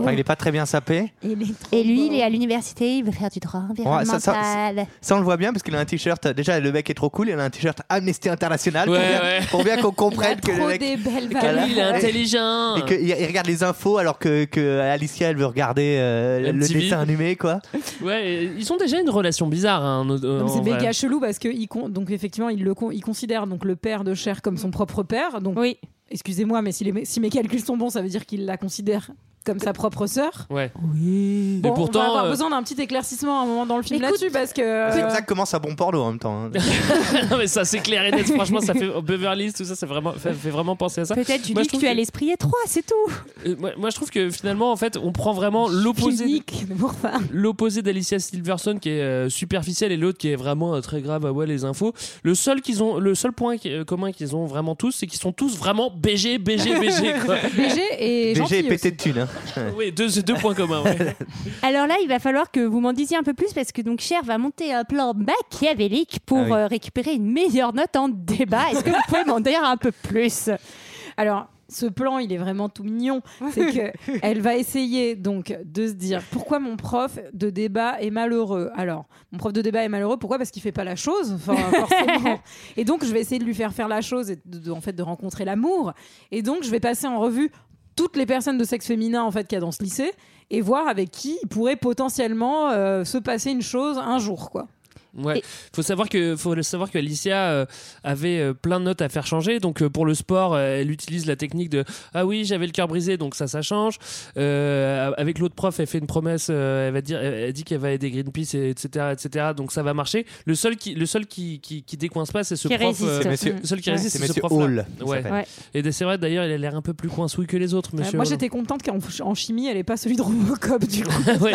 [SPEAKER 6] Enfin, il est Hmm. pas très bien sapé.
[SPEAKER 1] Et lui, il est à l'université, il veut faire du droit
[SPEAKER 6] Ouais, ça-
[SPEAKER 1] environnemental.
[SPEAKER 6] ça- Ça, on le voit bien parce qu'il a un t-shirt. Déjà, le mec est trop cool. Il a un t-shirt Amnesty International pour
[SPEAKER 8] Ouais,
[SPEAKER 6] bien-
[SPEAKER 8] ouais.
[SPEAKER 6] pour bien qu'on comprenne que le
[SPEAKER 9] Trop
[SPEAKER 6] mec.
[SPEAKER 9] des belles
[SPEAKER 6] Voilà.
[SPEAKER 8] Ah oui, il est
[SPEAKER 9] valeurs.
[SPEAKER 8] intelligent.
[SPEAKER 6] Et qu'il il regarde les infos alors que, que Alicia elle veut regarder euh, le
[SPEAKER 8] MTV.
[SPEAKER 6] dessin animé quoi.
[SPEAKER 8] Ouais, et ils ont déjà une relation bizarre. hein, en- en
[SPEAKER 9] Non, mais C'est
[SPEAKER 8] vrai.
[SPEAKER 9] méga chelou parce que il con- donc effectivement il le con- il considère donc le père de Cher comme son propre père. Donc
[SPEAKER 1] Oui.
[SPEAKER 9] excusez-moi mais si, les mé- si mes calculs sont bons ça veut dire qu'il la considère comme sa propre sœur.
[SPEAKER 8] Ouais.
[SPEAKER 9] Oui. Bon,
[SPEAKER 8] Et pourtant,
[SPEAKER 9] on va avoir
[SPEAKER 8] euh,
[SPEAKER 9] besoin d'un petit éclaircissement à un moment dans le film
[SPEAKER 1] Écoute,
[SPEAKER 9] là-dessus parce que
[SPEAKER 6] C'est comme ça que commence un bon porno en même temps. hein.
[SPEAKER 8] non, mais ça, c'est clair et net. Franchement, ça fait Beverly Hills, tout ça, ça vraiment, fait, fait vraiment penser à ça.
[SPEAKER 1] Peut-être
[SPEAKER 8] Moi, je trouve que-
[SPEAKER 1] l'esprit étroit, c'est tout.
[SPEAKER 8] Euh, moi, moi, je trouve que finalement, en fait, on prend vraiment l'opposé.
[SPEAKER 9] euh, clinique pour ça.
[SPEAKER 8] L'opposé d'Alicia Silverstone qui est euh, superficielle et l'autre qui est vraiment euh, très grave à ouais les infos. Le seul qu'ils ont, le seul point qui- euh, commun qu'ils ont vraiment tous, c'est qu'ils sont tous vraiment BG, BG, BG. Quoi.
[SPEAKER 9] BG
[SPEAKER 6] BG
[SPEAKER 9] et
[SPEAKER 6] est
[SPEAKER 9] gentil
[SPEAKER 6] pété
[SPEAKER 9] aussi.
[SPEAKER 6] de thunes. hein.
[SPEAKER 8] oui, deux, deux points communs. ouais.
[SPEAKER 1] Alors là, il va falloir que vous m'en disiez un peu plus parce que donc Cher va monter un plan machiavélique pour
[SPEAKER 6] Ah oui.
[SPEAKER 1] euh, récupérer une meilleure note en débat. Est-ce que vous pouvez m'en dire un peu plus
[SPEAKER 9] Alors, ce plan, il est vraiment tout mignon. C'est que elle va essayer donc de se dire pourquoi mon prof de débat est malheureux. Alors, mon prof de débat est malheureux. Pourquoi Parce qu'il fait pas la chose. Enfin, forcément. Et donc, je vais essayer de lui faire faire la chose et de, de- en fait de rencontrer l'amour. Et donc, je vais passer en revue toutes les personnes de sexe féminin en fait qu'il y a dans ce lycée et voir avec qui il pourrait potentiellement euh, se passer une chose un jour quoi.
[SPEAKER 8] Ouais.
[SPEAKER 1] Et-
[SPEAKER 8] Faut savoir que faut le savoir que Alicia euh, avait euh, plein de notes à faire changer. Donc euh, pour le sport, euh, elle utilise la technique de ah oui j'avais le cœur brisé donc ça ça change. Euh, avec l'autre prof, elle fait une promesse. euh, elle va dire, elle, elle dit qu'elle va aider Greenpeace et- etc etc. Donc ça va marcher. Le seul qui le seul qui qui, qui décoince pas c'est ce
[SPEAKER 1] Qui
[SPEAKER 8] prof.
[SPEAKER 1] résiste. Mm.
[SPEAKER 8] euh,
[SPEAKER 6] C'est monsieur-
[SPEAKER 8] le seul qui
[SPEAKER 1] Ouais.
[SPEAKER 8] résiste
[SPEAKER 6] C'est
[SPEAKER 8] c'est ce
[SPEAKER 6] Monsieur
[SPEAKER 8] prof
[SPEAKER 6] Hall. il
[SPEAKER 8] Ouais.
[SPEAKER 6] s'appelle.
[SPEAKER 1] Ouais.
[SPEAKER 8] Et ben, c'est vrai d'ailleurs il a l'air un peu plus coinceux que les autres monsieur.
[SPEAKER 9] Euh, Moi,
[SPEAKER 8] Hollande.
[SPEAKER 9] j'étais contente qu'en en chimie, elle est pas celui de Robocop du coup.
[SPEAKER 8] Ouais.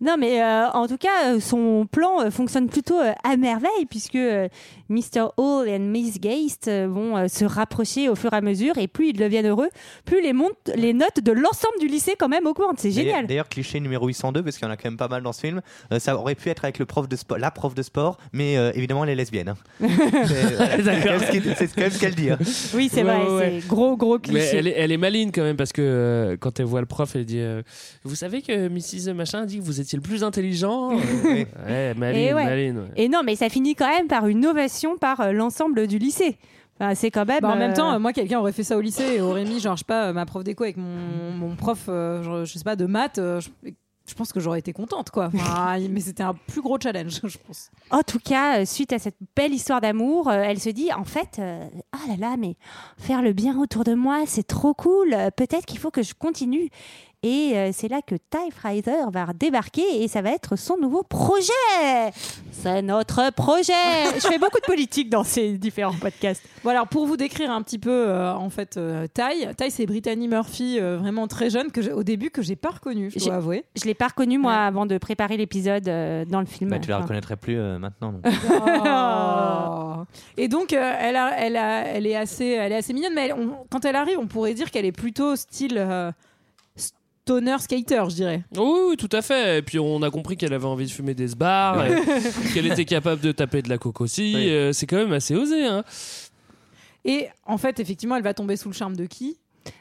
[SPEAKER 1] Non, mais euh, en tout cas, euh, son plan euh, fonctionne plutôt euh, à merveille puisque euh, Mr. Hall et Miss Geist euh, vont euh, se rapprocher au fur et à mesure et plus ils deviennent heureux, plus les, montes, les notes de l'ensemble du lycée quand même augmentent. C'est
[SPEAKER 6] D'ailleurs-
[SPEAKER 1] génial.
[SPEAKER 6] D'ailleurs, cliché numéro 802, parce qu'il y en a quand même pas mal dans ce film, euh, ça aurait pu être avec le prof de sport, la prof de sport, mais euh, évidemment, elle est lesbienne. hein. C'est voilà, c'est quand même ce qu'il- c'est quand même ce qu'elle dit. hein.
[SPEAKER 1] Oui, c'est
[SPEAKER 8] Ouais,
[SPEAKER 1] vrai,
[SPEAKER 8] ouais, ouais.
[SPEAKER 1] c'est gros, gros
[SPEAKER 8] Mais
[SPEAKER 1] cliché.
[SPEAKER 8] elle est, elle est maligne quand même parce que euh, quand elle voit le prof, elle dit euh, Vous savez que Mrs. Machin a dit que vous étiez le plus intelligent Euh,
[SPEAKER 6] Oui.
[SPEAKER 8] Ouais, maligne,
[SPEAKER 1] Et ouais.
[SPEAKER 8] maligne. ouais.
[SPEAKER 1] Et non, mais ça finit quand même par une ovation par euh, l'ensemble du lycée. Enfin, c'est quand même.
[SPEAKER 9] Bah, en même
[SPEAKER 1] euh,
[SPEAKER 9] temps, euh, moi, quelqu'un aurait fait ça au lycée et aurait mis, genre, je sais pas, euh, ma prof d'éco avec mon, mon prof, euh, genre, je sais pas, de maths. euh, je, je pense que j'aurais été contente, quoi. Enfin, mais c'était un plus gros challenge, je pense.
[SPEAKER 1] En tout cas, euh, suite à cette belle histoire d'amour, euh, elle se dit en fait, euh, ah là là, mais faire le bien autour de moi, c'est trop cool. Euh, Peut-être qu'il faut que je continue. Et euh, c'est là que Typewriter va débarquer et ça va être son nouveau projet. C'est notre projet.
[SPEAKER 10] Je fais beaucoup de politique dans ces différents podcasts.
[SPEAKER 9] Bon, alors, pour vous décrire un petit peu, euh, en fait, euh, Ty, Ty, c'est Brittany Murphy, euh, vraiment très jeune, que j'ai- au début, que j'ai pas reconnue, je
[SPEAKER 1] J'ai-
[SPEAKER 9] dois avouer.
[SPEAKER 1] Je l'ai pas reconnu moi
[SPEAKER 9] Ouais.
[SPEAKER 1] avant de préparer l'épisode euh, dans le film.
[SPEAKER 6] Bah, tu la
[SPEAKER 1] Enfin,
[SPEAKER 6] reconnaîtrais plus euh, maintenant. donc.
[SPEAKER 9] Oh. Et donc, euh, elle, a- elle, a- elle est assez, elle est assez mignonne, mais elle- on- quand elle arrive, on pourrait dire qu'elle est plutôt style euh, stoner skater, je dirais.
[SPEAKER 8] Oui, oui, tout à fait. Et puis on a compris qu'elle avait envie de fumer des sbars,
[SPEAKER 6] Ouais.
[SPEAKER 8] euh, qu'elle était capable de taper de la coke aussi.
[SPEAKER 6] Oui.
[SPEAKER 8] Euh, c'est quand même assez osé. Hein.
[SPEAKER 9] Et en fait, effectivement, elle va tomber sous le charme de qui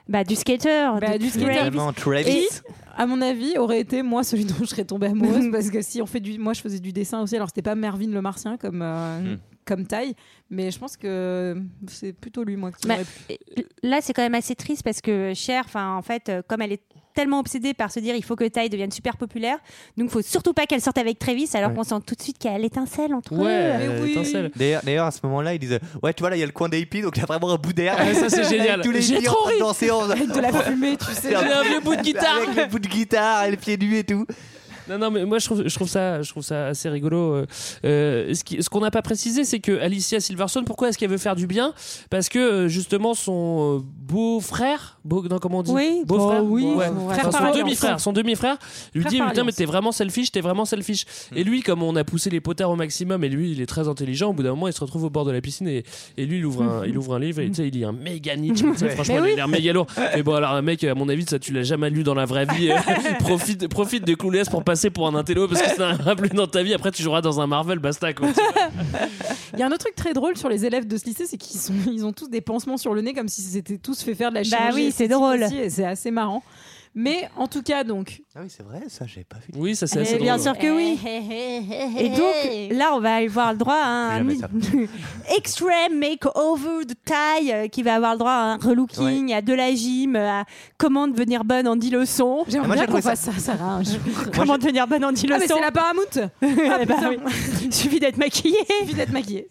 [SPEAKER 1] bah, du skater.
[SPEAKER 9] Bah,
[SPEAKER 1] de
[SPEAKER 9] du skater.
[SPEAKER 1] Travis.
[SPEAKER 6] Évidemment, Travis.
[SPEAKER 9] Qui, à mon avis, aurait été moi celui dont je serais tombée amoureuse parce que si on fait du, moi je faisais du dessin aussi. Alors c'était pas Mervyn le Martien comme euh,
[SPEAKER 6] Hmm.
[SPEAKER 9] comme taille, mais je pense que c'est plutôt lui moi qui
[SPEAKER 1] Bah,
[SPEAKER 9] aurait-
[SPEAKER 1] Là, c'est quand même assez triste parce que Cher, enfin, en fait, euh, comme elle est tellement obsédée par se dire il faut que Ty devienne super populaire, donc faut surtout pas qu'elle sorte avec Travis, alors
[SPEAKER 6] Ouais.
[SPEAKER 1] qu'on sent tout de suite qu'il y a l'étincelle entre
[SPEAKER 8] Ouais,
[SPEAKER 1] eux.
[SPEAKER 9] mais oui.
[SPEAKER 8] étincelle.
[SPEAKER 6] Euh, D'ailleurs, d'ailleurs, à ce moment-là, ils disent Ouais, tu vois, là, il y a le coin des hippies, donc il y a vraiment un bout d'air.
[SPEAKER 8] Ah, ça, c'est
[SPEAKER 6] Avec
[SPEAKER 8] génial.
[SPEAKER 6] Tous les
[SPEAKER 8] J'ai
[SPEAKER 6] hippies en
[SPEAKER 8] trop
[SPEAKER 6] train de
[SPEAKER 8] ri.
[SPEAKER 6] danser en-
[SPEAKER 9] Avec de la fumée, tu sais.
[SPEAKER 8] J'ai un vieux bout de guitare.
[SPEAKER 6] Avec le bout de guitare et le pied nu et tout.
[SPEAKER 8] Non, non, mais moi je trouve, je trouve ça, je trouve ça assez rigolo. euh, euh, ce qui- ce qu'on n'a pas précisé, c'est que Alicia Silverstone, pourquoi est-ce qu'elle veut faire du bien Parce que euh, justement son euh, beau-frère, beau, non, comment on dit
[SPEAKER 1] Oui,
[SPEAKER 8] beau-frère,
[SPEAKER 1] bah oui,
[SPEAKER 8] ouais.
[SPEAKER 1] son-
[SPEAKER 8] Enfin,
[SPEAKER 9] par
[SPEAKER 8] son
[SPEAKER 9] alliance.
[SPEAKER 8] demi-frère, son demi-frère, lui
[SPEAKER 9] Frère
[SPEAKER 8] dit
[SPEAKER 9] par
[SPEAKER 8] putain mais
[SPEAKER 9] alliance.
[SPEAKER 8] t'es vraiment selfish, t'es vraiment selfish.
[SPEAKER 6] Mm.
[SPEAKER 8] Et lui, comme on a poussé les potards au maximum, et lui il est très intelligent, au bout d'un moment il se retrouve au bord de la piscine et, et lui il ouvre un, il ouvre un livre et tu sais il lit un méga Nietzsche. tu sais, Franchement il a l'air méga lourd. Mais bon alors un mec à mon avis ça tu l'as jamais lu dans la vraie vie. euh, hein. profite profite de Clouless pour passer pour un intello parce que ça n'arrivera plus dans ta vie. Après, tu joueras dans un Marvel, basta quoi.
[SPEAKER 9] Il y a un autre truc très drôle sur les élèves de ce lycée, c'est qu'ils sont, ils ont tous des pansements sur le nez comme si c'était tous fait faire de la chirurgie.
[SPEAKER 1] Bah oui, c'est
[SPEAKER 9] esthétique
[SPEAKER 1] drôle.
[SPEAKER 9] aussi, et c'est assez marrant. Mais en tout cas, donc,
[SPEAKER 6] Ah oui, c'est vrai, ça, j'avais pas vu.
[SPEAKER 8] Oui, ça c'est
[SPEAKER 1] Eh
[SPEAKER 8] assez
[SPEAKER 1] bien
[SPEAKER 8] drôle.
[SPEAKER 1] sûr que oui.
[SPEAKER 7] Eh,
[SPEAKER 1] Et donc là, on va avoir le droit à
[SPEAKER 8] Ah,
[SPEAKER 1] un
[SPEAKER 6] Jamais ça.
[SPEAKER 1] extreme makeover de taille euh, qui va avoir le droit à un relooking, à de la gym, à comment devenir bonne en 10 leçons.
[SPEAKER 9] j'aimerais
[SPEAKER 6] moi, j'ai
[SPEAKER 9] bien qu'on
[SPEAKER 6] trouvé
[SPEAKER 9] fasse ça, Sarah, un jour.
[SPEAKER 1] Comment devenir bonne en 10
[SPEAKER 9] Ah, mais
[SPEAKER 1] leçons.
[SPEAKER 9] c'est la Paramount
[SPEAKER 1] Eh ben oui. Il suffit d'être maquillée.
[SPEAKER 9] Suffit d'être maquillée.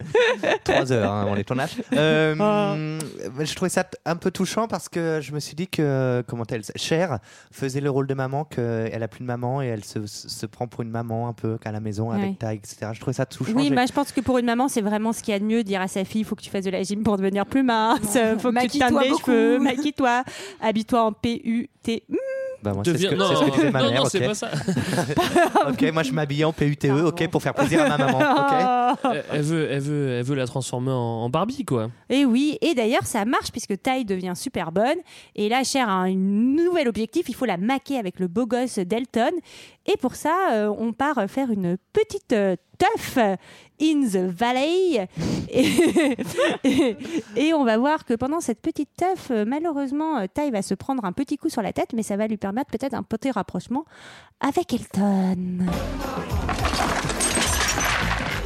[SPEAKER 6] 3 heures hein, avant les tournages.
[SPEAKER 8] Ah.
[SPEAKER 6] Euh, mm, Je trouvais ça t- un peu touchant parce que je me suis dit que comment elle, Cher faisait le rôle de maman, qu'elle a plus de maman et elle se, se- se prend pour une maman un peu à la maison
[SPEAKER 1] Ouais.
[SPEAKER 6] avec taille, etc. Je trouvais ça touchant.
[SPEAKER 1] Oui,
[SPEAKER 6] J'ai-
[SPEAKER 1] moi je pense que pour une maman, c'est vraiment ce qu'il y a de mieux de dire à sa fille faut que tu fasses de la gym pour devenir plus mince, faut que tu
[SPEAKER 9] Maquille-toi
[SPEAKER 1] teignes les
[SPEAKER 9] beaucoup.
[SPEAKER 1] cheveux, maquille-toi, habille-toi en PUT.
[SPEAKER 6] Bah, moi, c'est ce
[SPEAKER 8] Deviens-
[SPEAKER 6] que,
[SPEAKER 8] Non,
[SPEAKER 6] c'est ce que disait ma
[SPEAKER 8] non,
[SPEAKER 6] mère.
[SPEAKER 8] non,
[SPEAKER 6] ok.
[SPEAKER 8] c'est pas ça.
[SPEAKER 6] Ok, moi je m'habillais en PUTE, E, ok, pour faire plaisir à ma maman.
[SPEAKER 9] Ah.
[SPEAKER 6] ok.
[SPEAKER 1] Oh.
[SPEAKER 8] Elle- Elle veut, elle veut, elle veut la transformer en, en Barbie quoi.
[SPEAKER 1] Et Eh oui, et d'ailleurs ça marche puisque taille devient super bonne. Et là, Cher a un nouvel objectif, il faut la maquer avec le beau gosse d'Elton. Et pour ça, euh, on part faire une petite euh, teuf in the valley. Et, et- et on va voir que pendant cette petite teuf, euh, malheureusement, euh, taille va se prendre un petit coup sur la tête, mais ça va lui permettre peut-être un petit rapprochement avec Elton.